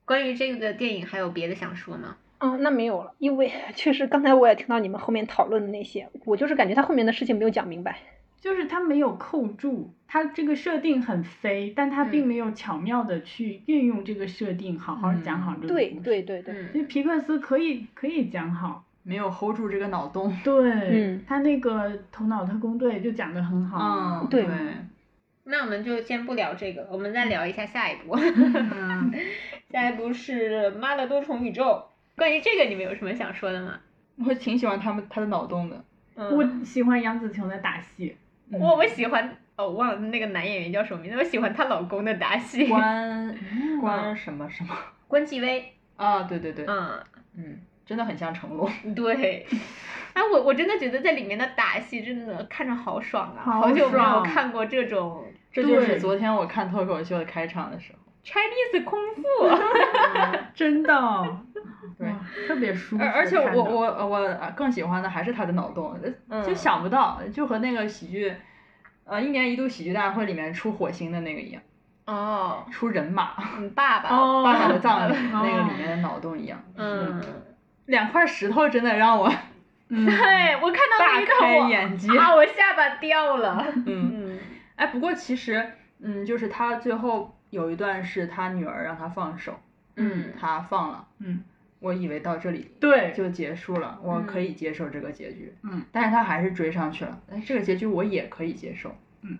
[SPEAKER 1] 关于这个电影还有别的想说吗？
[SPEAKER 4] 嗯，那没有了，因为 确实刚才我也听到你们后面讨论的那些，我就是感觉他后面的事情没有讲明白。
[SPEAKER 2] 就是他没有扣住，他这个设定很飞，但他并
[SPEAKER 1] 嗯
[SPEAKER 2] 没有巧妙的去运用这个设定，好好讲好
[SPEAKER 3] 嗯
[SPEAKER 2] 这个
[SPEAKER 4] 对
[SPEAKER 2] 故事
[SPEAKER 4] 对，对对，
[SPEAKER 2] 其
[SPEAKER 1] 嗯
[SPEAKER 2] 实皮克斯可以可以讲好，
[SPEAKER 3] 没有 hold 住这个脑洞。
[SPEAKER 2] 对，
[SPEAKER 4] 嗯
[SPEAKER 2] 他那个头脑特工队就讲的很好，
[SPEAKER 3] 嗯，
[SPEAKER 4] 对
[SPEAKER 1] 那我们就先不聊这个，我们再聊一下下一部，
[SPEAKER 3] 嗯，
[SPEAKER 1] 下一部是《妈的多重宇宙》。关于这个，你们有什么想说的吗？
[SPEAKER 3] 我挺喜欢他们他的脑洞的。
[SPEAKER 1] 嗯，
[SPEAKER 2] 我喜欢杨紫琼的打戏，
[SPEAKER 3] 嗯
[SPEAKER 1] 我我喜欢，哦，我忘了那个男演员叫什么名字，我喜欢她老公的打戏，
[SPEAKER 3] 关关什么什么
[SPEAKER 1] 关继威，
[SPEAKER 3] 嗯啊？对对对，
[SPEAKER 1] 嗯，
[SPEAKER 3] 嗯，真的很像成龙。
[SPEAKER 1] 对，哎，我我真的觉得在里面的打戏真的看着好爽啊！
[SPEAKER 2] 好
[SPEAKER 1] 好久没有
[SPEAKER 2] 爽
[SPEAKER 1] 看过这种
[SPEAKER 3] 这就
[SPEAKER 2] 对
[SPEAKER 3] 是昨天我看脱口秀的开场的时候。
[SPEAKER 1] Chinese 空腹，
[SPEAKER 2] 真的，
[SPEAKER 3] 对
[SPEAKER 2] 哇，特别舒服。
[SPEAKER 3] 而而且
[SPEAKER 2] 看
[SPEAKER 3] 我
[SPEAKER 2] 的
[SPEAKER 3] 我我更喜欢的还是他的脑洞，呃就
[SPEAKER 1] 嗯
[SPEAKER 3] 想不到，就和那个喜剧，呃，一年一度喜剧大会里面出火星的那个一样，
[SPEAKER 1] 哦，
[SPEAKER 3] 出人马，
[SPEAKER 1] 你爸爸，
[SPEAKER 2] 哦
[SPEAKER 3] 爸爸的 葬礼、
[SPEAKER 2] 哦
[SPEAKER 3] 那个里面的脑洞一样。
[SPEAKER 1] 嗯，
[SPEAKER 3] 两块石头真 的让我，
[SPEAKER 2] 嗯，
[SPEAKER 1] 对我看到那一
[SPEAKER 3] 大
[SPEAKER 1] 刻
[SPEAKER 3] 开
[SPEAKER 1] 我
[SPEAKER 3] 眼界
[SPEAKER 1] 啊，我下巴掉了，
[SPEAKER 3] 嗯，
[SPEAKER 1] 嗯
[SPEAKER 3] 哎，不过其实，嗯，就是他最后有一段是他女儿让他放手，
[SPEAKER 1] 嗯
[SPEAKER 3] 他放了，
[SPEAKER 2] 嗯，
[SPEAKER 3] 我以为到这里
[SPEAKER 2] 对，
[SPEAKER 3] 就结束了，我
[SPEAKER 1] 嗯
[SPEAKER 3] 可以接受这个结局，
[SPEAKER 2] 嗯，
[SPEAKER 3] 但是他还是追上去了，哎，这个结局我也可以接受。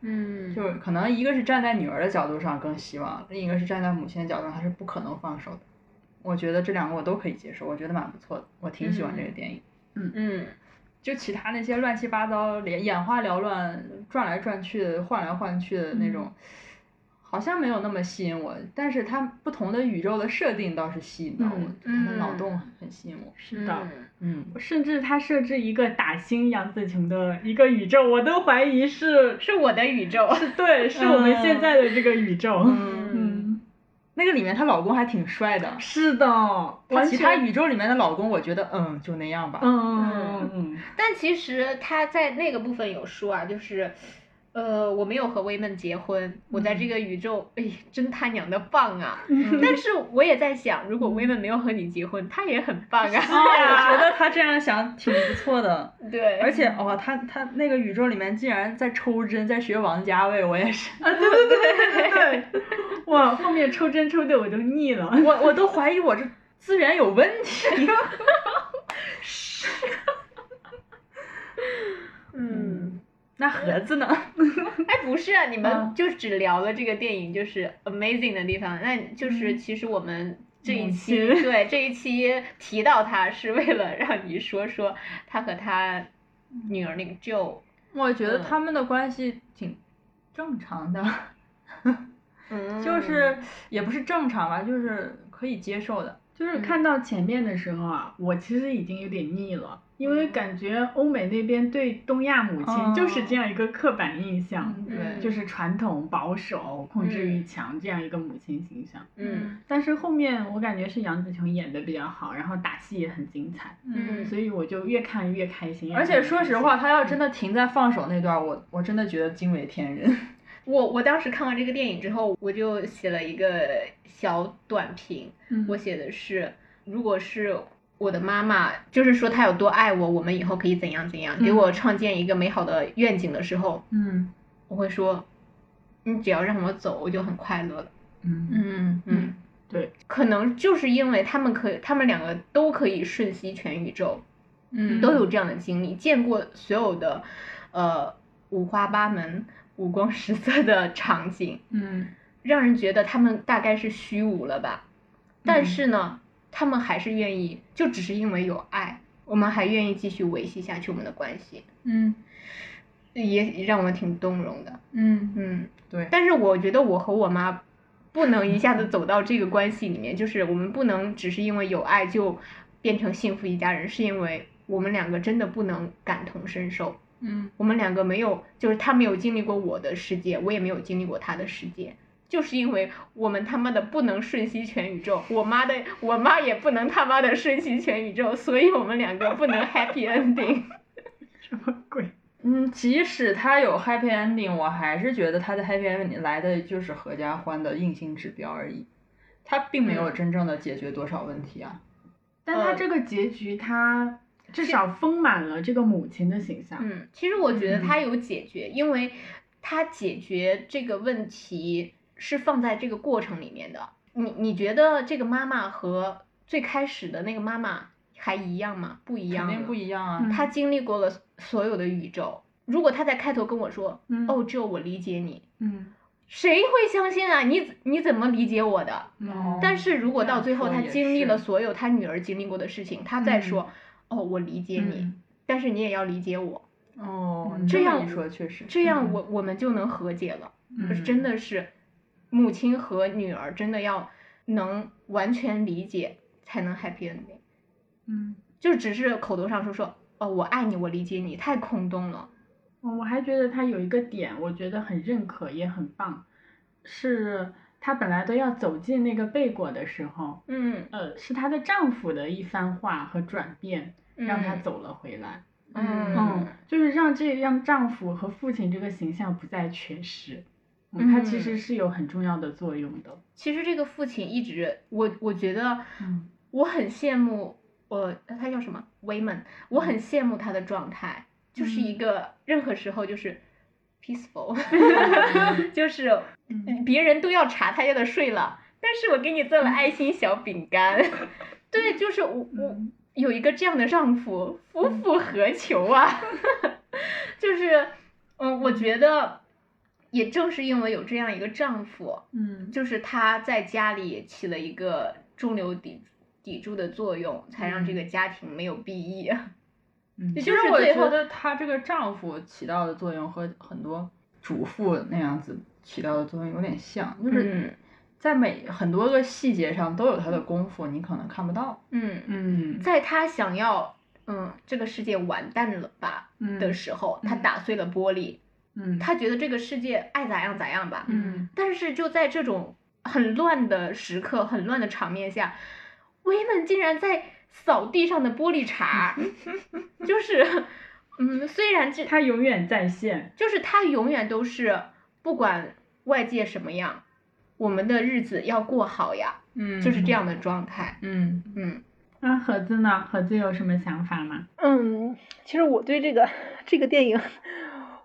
[SPEAKER 1] 嗯，
[SPEAKER 3] 就是可能一个是站在女儿的角度上更希望，另一个是站在母亲的角度上，她是不可能放手的。我觉得这两个我都可以接受，我觉得蛮不错的，我挺喜欢这个电影。
[SPEAKER 1] 嗯
[SPEAKER 3] 就其他那些乱七八糟、眼眼花缭乱、转来转去、换来换去的那种，
[SPEAKER 2] 嗯
[SPEAKER 3] 好像没有那么吸引我。但是它不同的宇宙的设定倒是吸引到我，
[SPEAKER 2] 嗯
[SPEAKER 3] 就它的
[SPEAKER 1] 嗯
[SPEAKER 3] 脑洞很吸引我。
[SPEAKER 2] 是的。
[SPEAKER 1] 嗯
[SPEAKER 3] 嗯，
[SPEAKER 2] 甚至他设置一个打星杨紫琼的一个宇宙，我都怀疑是
[SPEAKER 1] 是我的宇宙，
[SPEAKER 2] 是对，是我们现在的这个宇 宙。
[SPEAKER 3] 嗯，那个里面她老公还挺帅的。
[SPEAKER 2] 是的，
[SPEAKER 3] 她
[SPEAKER 2] 完
[SPEAKER 3] 其他
[SPEAKER 2] 全，
[SPEAKER 3] 宇宙里面的老公，我觉得嗯就那样吧。
[SPEAKER 2] 嗯嗯嗯
[SPEAKER 1] 但其实他在那个部分有说啊，就是，呃，我没有和威们结婚，我在这个宇宙，哎，真他娘的棒啊！
[SPEAKER 2] 嗯，
[SPEAKER 1] 但是我也在想，如果威们没有和你结婚，他也很棒啊。
[SPEAKER 3] 哦，我觉得他这样想挺不错的，
[SPEAKER 2] 哎
[SPEAKER 1] 对，
[SPEAKER 3] 而且哦，他他那个宇宙里面竟然在抽针，在学王家卫，我也 是，
[SPEAKER 2] 对，哇，后面抽针抽的我都腻了。
[SPEAKER 3] 我我都怀疑我这资源有问题。
[SPEAKER 1] 嗯，
[SPEAKER 3] 那盒子呢？
[SPEAKER 1] 哎，不是啊，你们
[SPEAKER 2] 嗯
[SPEAKER 1] 就只聊了这个电影就是 amazing 的地方，那就是其实我们。这一期
[SPEAKER 2] 嗯母亲
[SPEAKER 1] 对这一期提到他是为了让你说说他和他女儿那个 Joe，
[SPEAKER 3] 我觉得他们的关系挺正常的，
[SPEAKER 1] 嗯
[SPEAKER 3] 就是也不是正常吧，就是可以接受的。
[SPEAKER 2] 就是看到前面的时候啊，我其实已经有点腻了，因为感觉欧美那边对东亚母亲
[SPEAKER 3] 哦
[SPEAKER 2] 就是这样一个刻板印象，
[SPEAKER 1] 对
[SPEAKER 2] 就是传统保守、控制欲强这样一个母亲形象。
[SPEAKER 1] 嗯
[SPEAKER 2] 但是后面我感觉是杨紫琼演的比较好，然后打戏也很精彩，
[SPEAKER 1] 嗯
[SPEAKER 2] 所以我就越看越开心。
[SPEAKER 3] 而且说实话，
[SPEAKER 2] 越看越开心，
[SPEAKER 3] 他要真的停在放手那段，我我真的觉得惊为天人。
[SPEAKER 1] 我我当时看完这个电影之后，我就写了一个小短评，
[SPEAKER 2] 嗯
[SPEAKER 1] 我写的是，如果是我的妈妈，就是说她有多爱我，我们以后可以怎样怎样，给
[SPEAKER 2] 嗯
[SPEAKER 1] 我创建一个美好的愿景的时候，
[SPEAKER 2] 嗯
[SPEAKER 1] 我会说，你只要让我走，我就很快乐了。
[SPEAKER 3] 嗯，
[SPEAKER 1] 嗯嗯，
[SPEAKER 2] 对，
[SPEAKER 1] 可能就是因为他们可以，他们两个都可以瞬息全宇宙，
[SPEAKER 2] 嗯
[SPEAKER 1] 都有这样的经历，见过所有的，呃，五花八门、五光十色的场景，
[SPEAKER 2] 嗯
[SPEAKER 1] 让人觉得他们大概是虚无了吧。但
[SPEAKER 2] 嗯
[SPEAKER 1] 是呢，他们还是愿意，就只是因为有爱，我们还愿意继续维系下去我们的关系，
[SPEAKER 2] 嗯
[SPEAKER 1] 也让我们挺动容的。
[SPEAKER 2] 嗯
[SPEAKER 1] 嗯，
[SPEAKER 3] 对
[SPEAKER 1] 但是我觉得我和我妈不能一下子走到这个关系里面，就是我们不能只是因为有爱就变成幸福一家人，是因为我们两个真的不能感同身受。
[SPEAKER 2] 嗯
[SPEAKER 1] 我们两个没有，就是他没有经历过我的世界，我也没有经历过他的世界，就是因为我们他妈的不能瞬息全宇宙，我妈的我妈也不能他妈的瞬息全宇宙，所以我们两个不能 happy ending。
[SPEAKER 2] 什么鬼？
[SPEAKER 3] 嗯，即使他有 happy ending，我还是觉得他的 happy ending 来的就是合家欢的硬性指标而已，他并没有真正的解决多少问题啊。
[SPEAKER 2] 但他
[SPEAKER 1] 呃
[SPEAKER 2] 这个结局，他至少丰满了这个母亲的形象。
[SPEAKER 1] 嗯，其实我觉得他有解决，因为他解决这个问题是放在这个过程里面的。你你觉得这个妈妈和最开始的那个妈妈还一样吗？不一样
[SPEAKER 3] 肯
[SPEAKER 1] 了，
[SPEAKER 3] 定不一样啊。
[SPEAKER 2] 嗯
[SPEAKER 1] 他经历过了所有的宇宙。如果他在开头跟我说
[SPEAKER 2] 嗯
[SPEAKER 1] “哦，只有我理解你
[SPEAKER 2] 嗯”，
[SPEAKER 1] 谁会相信啊？你你怎么理解我的？
[SPEAKER 2] 嗯
[SPEAKER 1] 但是如果到最后
[SPEAKER 3] 哦这
[SPEAKER 1] 他
[SPEAKER 3] 样说也
[SPEAKER 1] 经历了
[SPEAKER 3] 是嗯
[SPEAKER 1] 所有他女儿经历过的事情，他再说“哦，我理解你”，
[SPEAKER 2] 嗯
[SPEAKER 1] 但是你也要理解我，
[SPEAKER 3] 哦，
[SPEAKER 2] 嗯
[SPEAKER 3] 你
[SPEAKER 1] 这
[SPEAKER 3] 么
[SPEAKER 1] 样
[SPEAKER 3] 一说确实，
[SPEAKER 1] 这样
[SPEAKER 2] 嗯
[SPEAKER 1] 我我们就能和解了。可是
[SPEAKER 3] 嗯
[SPEAKER 1] 真的是，母亲和女儿真的要能完全理解才能 happy ending，
[SPEAKER 2] 嗯，
[SPEAKER 1] 就只是口头上说说“哦，我爱你，我理解你”，太空洞了。
[SPEAKER 2] 嗯我还觉得他有一个点，我觉得很认可，也很棒，是他本来都要走进那个贝果的时候，
[SPEAKER 1] 嗯，
[SPEAKER 2] 呃，是她的丈夫的一番话和转变，让她
[SPEAKER 1] 嗯
[SPEAKER 2] 走了回来。
[SPEAKER 1] 嗯
[SPEAKER 2] 嗯，就是让这让丈夫和父亲这个形象不再缺失，嗯，它其实
[SPEAKER 1] 嗯
[SPEAKER 2] 是有很重要的作用的。
[SPEAKER 1] 其实这个父亲一直，我我觉得
[SPEAKER 2] 嗯
[SPEAKER 1] 我很羡慕，我他叫什么 w a y m a n 我
[SPEAKER 2] 嗯
[SPEAKER 1] 很羡慕他的状态，就是一个任何时候就是 peaceful，就是
[SPEAKER 2] 嗯
[SPEAKER 1] 别人都要查他家的税了，但是我给你做了爱心小饼干， 对，就是我我
[SPEAKER 2] 嗯
[SPEAKER 1] 有一个这样的丈夫，夫复何求啊？ 就是，嗯，我觉得也正是因为有这样一个丈夫，
[SPEAKER 2] 嗯
[SPEAKER 1] 就是他在家里起了一个中流砥砥柱的作用，才让这个家庭没有裨益。
[SPEAKER 2] 嗯
[SPEAKER 1] 也
[SPEAKER 3] 其
[SPEAKER 1] 就
[SPEAKER 3] 实
[SPEAKER 1] 是
[SPEAKER 3] 我
[SPEAKER 1] 最
[SPEAKER 3] 觉
[SPEAKER 1] 后
[SPEAKER 3] 得她这个丈夫起到的作用和很多主妇那样子起到的作用有点像，就是
[SPEAKER 1] 嗯
[SPEAKER 3] 在每很多个细节上都有她的功夫，你可能看不到。
[SPEAKER 1] 嗯，
[SPEAKER 2] 嗯
[SPEAKER 1] 在他想要嗯这个世界完蛋了吧
[SPEAKER 2] 嗯
[SPEAKER 1] 的时候，他
[SPEAKER 2] 嗯
[SPEAKER 1] 打碎了玻璃，
[SPEAKER 2] 嗯
[SPEAKER 1] 他觉得这个世界爱咋样咋样吧。
[SPEAKER 2] 嗯
[SPEAKER 1] 但是就在这种很乱的时刻、很乱的场面下，威们竟然在扫地上的玻璃碴儿，就是，嗯，虽然这
[SPEAKER 2] 他永远在线。
[SPEAKER 1] 就是他永远都是不管外界什么样，我们的日子要过好呀，
[SPEAKER 3] 嗯
[SPEAKER 1] 就是这。样的状态。
[SPEAKER 3] 嗯，
[SPEAKER 1] 嗯
[SPEAKER 2] 那盒子呢？盒子有什么想法吗？
[SPEAKER 4] 嗯，其实我对这个这个电影，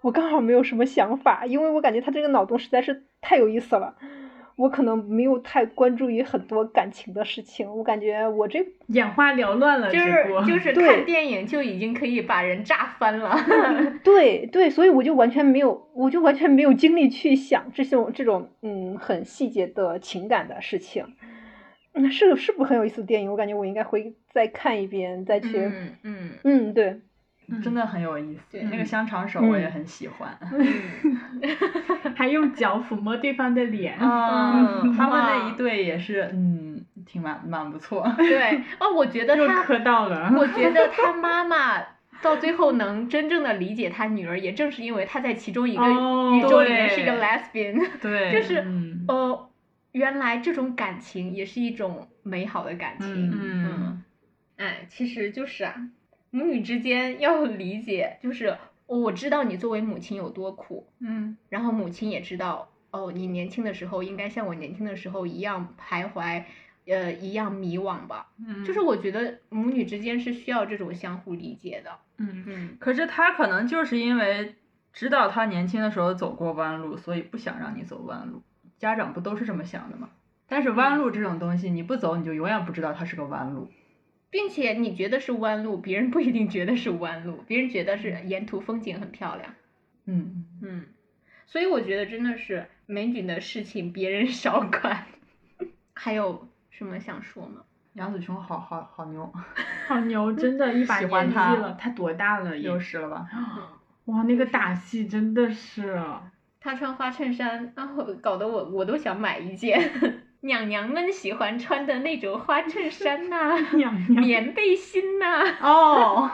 [SPEAKER 4] 我刚好没有什么想法，因为我感觉他这个脑洞实在是太有意思了。我可能没有太关注于很多感情的事情，我感觉我这
[SPEAKER 2] 眼花缭乱了，
[SPEAKER 1] 就是
[SPEAKER 2] 直播
[SPEAKER 1] 就是
[SPEAKER 4] 对
[SPEAKER 1] 看电影就已经可以把人炸翻了。
[SPEAKER 4] 对对，所以我就完全没有，我就完全没有精力去想这种这种嗯很细节的情感的事情。嗯，是是部很有意思的电影，我感觉我应该会再看一遍，再去
[SPEAKER 1] 嗯嗯
[SPEAKER 4] 嗯对，
[SPEAKER 2] 嗯
[SPEAKER 3] 真的很有意思。
[SPEAKER 1] 对
[SPEAKER 3] 那个香肠手我也
[SPEAKER 4] 嗯
[SPEAKER 3] 很喜欢。
[SPEAKER 1] 嗯
[SPEAKER 2] 还用脚抚摸对方的脸。
[SPEAKER 1] 嗯
[SPEAKER 3] 他们
[SPEAKER 1] 哇
[SPEAKER 3] 那一对也是，嗯，挺蛮蛮不错。
[SPEAKER 1] 对哦，我 觉得
[SPEAKER 2] 又
[SPEAKER 1] 他
[SPEAKER 2] 磕到 了，
[SPEAKER 1] 我觉得他妈妈到最后能真正的理解他女儿，也正是因为他在其中一个
[SPEAKER 2] 哦
[SPEAKER 1] 宇宙里面
[SPEAKER 3] 对
[SPEAKER 1] 是一个 lesbian，
[SPEAKER 3] 对
[SPEAKER 1] 就是
[SPEAKER 3] 嗯
[SPEAKER 1] 哦，原来这种感情也是一种美好的感情。
[SPEAKER 3] 嗯
[SPEAKER 1] 哎，其实就是啊，母女之间要理解，就是哦我知道你作为母亲有多苦，
[SPEAKER 3] 嗯
[SPEAKER 1] 然后母亲也知道，哦，你年轻的时候应该像我年轻的时候一样徘徊，呃，一样迷惘吧。
[SPEAKER 3] 嗯
[SPEAKER 1] 就是我觉得母女之间是需要这种相互理解的。
[SPEAKER 2] 嗯
[SPEAKER 1] 嗯
[SPEAKER 3] 可是他可能就是因为知道他年轻的时候走过弯路，所以不想让你走弯路。家长不都是这么想的吗？但是
[SPEAKER 2] 嗯
[SPEAKER 3] 弯路这种东西，你不走你就永远不知道它是个弯路。
[SPEAKER 1] 并且你觉得是弯路，别人不一定觉得是弯路，别人觉得是沿途风景很漂亮。
[SPEAKER 3] 嗯，
[SPEAKER 1] 嗯，所以我觉得真的是美女的事情别人少管。 还有什么想说吗？
[SPEAKER 3] 杨紫琼好好好牛，
[SPEAKER 2] 好牛，真的，一把
[SPEAKER 3] 喜欢
[SPEAKER 2] 年纪
[SPEAKER 3] 他
[SPEAKER 2] 了，他多大了也
[SPEAKER 3] 又？是了吧？
[SPEAKER 2] 哇，那个打戏真 的是，
[SPEAKER 1] 她穿花衬衫，然后搞得我我都想买一件。 娘娘们喜欢穿的那种花衬衫呐、
[SPEAKER 2] 娘娘
[SPEAKER 1] 棉背心呐、
[SPEAKER 2] 哦，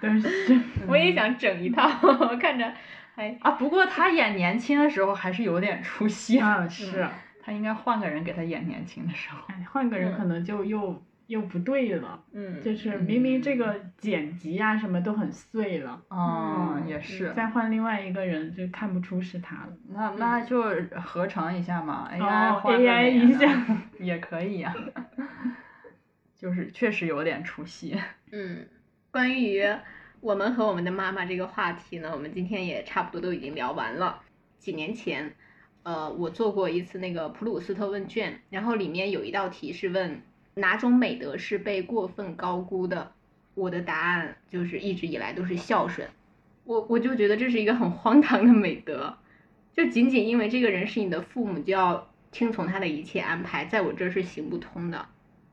[SPEAKER 2] 真的是，
[SPEAKER 1] 我也想整一套， 看着还
[SPEAKER 3] 啊，不过他演年轻的时候还是有点出息，
[SPEAKER 2] 嗯是，
[SPEAKER 3] 他应该换个人给他演年轻的时候。
[SPEAKER 2] 哎，换个人可能就又又不对了，
[SPEAKER 1] 嗯，
[SPEAKER 2] 就是明明这个剪辑啊什么都很碎了，
[SPEAKER 3] 嗯，
[SPEAKER 2] 哦
[SPEAKER 1] 嗯
[SPEAKER 3] 也是。
[SPEAKER 2] 再换另外一个人就看不出是他了。
[SPEAKER 3] 那那就合成一下嘛、
[SPEAKER 2] 嗯哦
[SPEAKER 3] a i 换个
[SPEAKER 2] AI
[SPEAKER 3] 脸
[SPEAKER 2] 一下
[SPEAKER 3] 啊 也可以呀、就是确实有点出息。
[SPEAKER 1] 嗯，关于我们和我们的妈妈这个话题呢，我们今天也差不多都已经聊完了。几年前，呃，我做过一次那个普鲁斯特问卷，然后里面有一道题是问哪种美德是被过分高估的。我的答案就是一直以来都是孝顺，我我就觉得这是一个很荒唐的美德，就仅仅因为这个人是你的父母，就要听从他的一切安排，在我这儿是行不通的。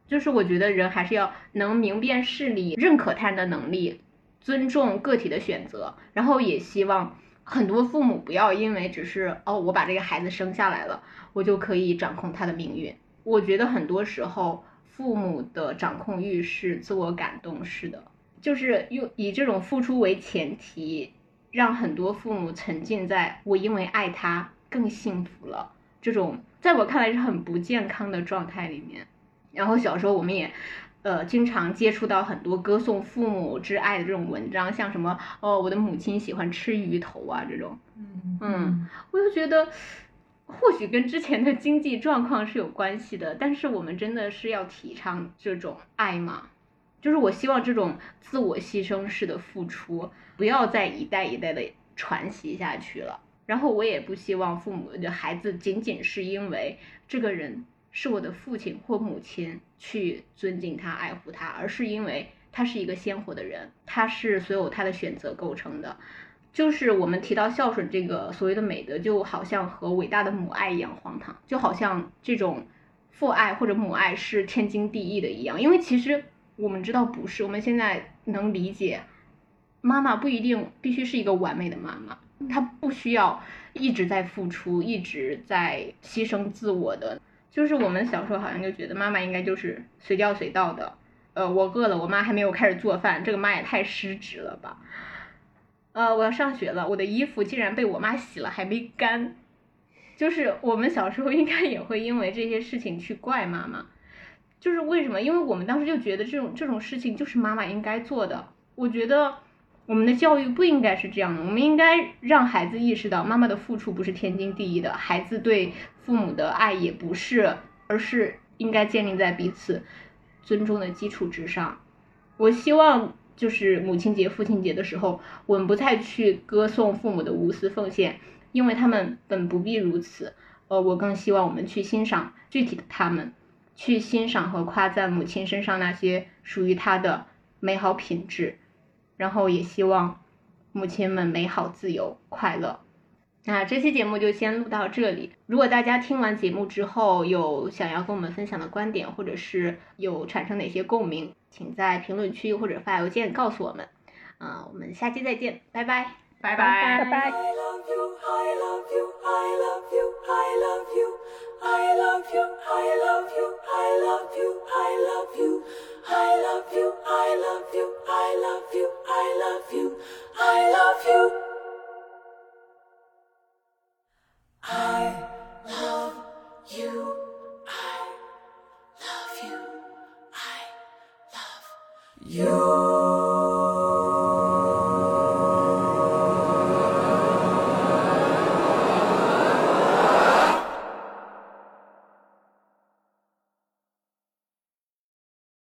[SPEAKER 1] 就是我觉得人还是要能明辨事理，认可他人的能力，尊重个体的选择，然后也希望很多父母不要因为只是哦，我把这个孩子生下来了，我就可以掌控他的命运。我觉得很多时候父母的掌控欲是自我感动式的，就是用以这种付出为前提，让很多父母沉浸在我因为爱他更幸福了这种，在我看来是很不健康的状态里面。然后小时候我们也，呃，经常接触到很多歌颂父母之爱的这种文章，像什么哦，我的母亲喜欢吃鱼头啊这种，
[SPEAKER 3] 嗯
[SPEAKER 1] 嗯，我就觉得或许跟之前的经济状况是有关系的，但是我们真的是要提倡这种爱吗？就是我希望这种自我牺牲式的付出不要再一代一代的传习下去了。然后我也不希望父母的孩子仅仅是因为这个人是我的父亲或母亲去尊敬他、爱护他，而是因为他是一个鲜活的人，他是所有他的选择构成的。就是我们提到孝顺这个所谓的美德，就好像和伟大的母爱一样荒唐，就好像这种父爱或者母爱是天经地义的一样。因为其实我们知道不是，我们现在能理解，妈妈不一定必须是一个完美的妈妈，她不需要一直在付出，一直在牺牲自我的。就是我们小时候好像就觉得妈妈应该就是随叫随到的，呃，我饿了，我妈还没有开始做饭，这个妈也太失职了吧。呃，我要上学了，我的衣服竟然被我妈洗了还没干，就是我们小时候应该也会因为这些事情去怪妈妈，就是为什么？因为我们当时就觉得这种这种事情就是妈妈应该做的。我觉得我们的教育不应该是这样的，我们应该让孩子意识到妈妈的付出不是天经地义的，孩子对父母的爱也不是，而是应该建立在彼此尊重的基础之上。我希望就是母亲节、父亲节的时候，我们不再去歌颂父母的无私奉献，因为他们本不必如此。呃，我更希望我们去欣赏具体的他们，去欣赏和夸赞母亲身上那些属于她的美好品质，然后也希望母亲们美好、自由、快乐。那这期节目就先录到这里。如果大家听完节目之后有想要跟我们分享的观点，或者是有产生哪些共鸣，请在评论区或者发邮件告诉我们。啊、我们下期再见，拜拜。
[SPEAKER 3] 拜
[SPEAKER 1] 拜
[SPEAKER 4] 拜拜。
[SPEAKER 5] I love you, I love you, I love you, I love you, I love you, I love you, I love you, I love you, I love you, I love you, I love you, I love you, I love you. I love you, I love you, I love you.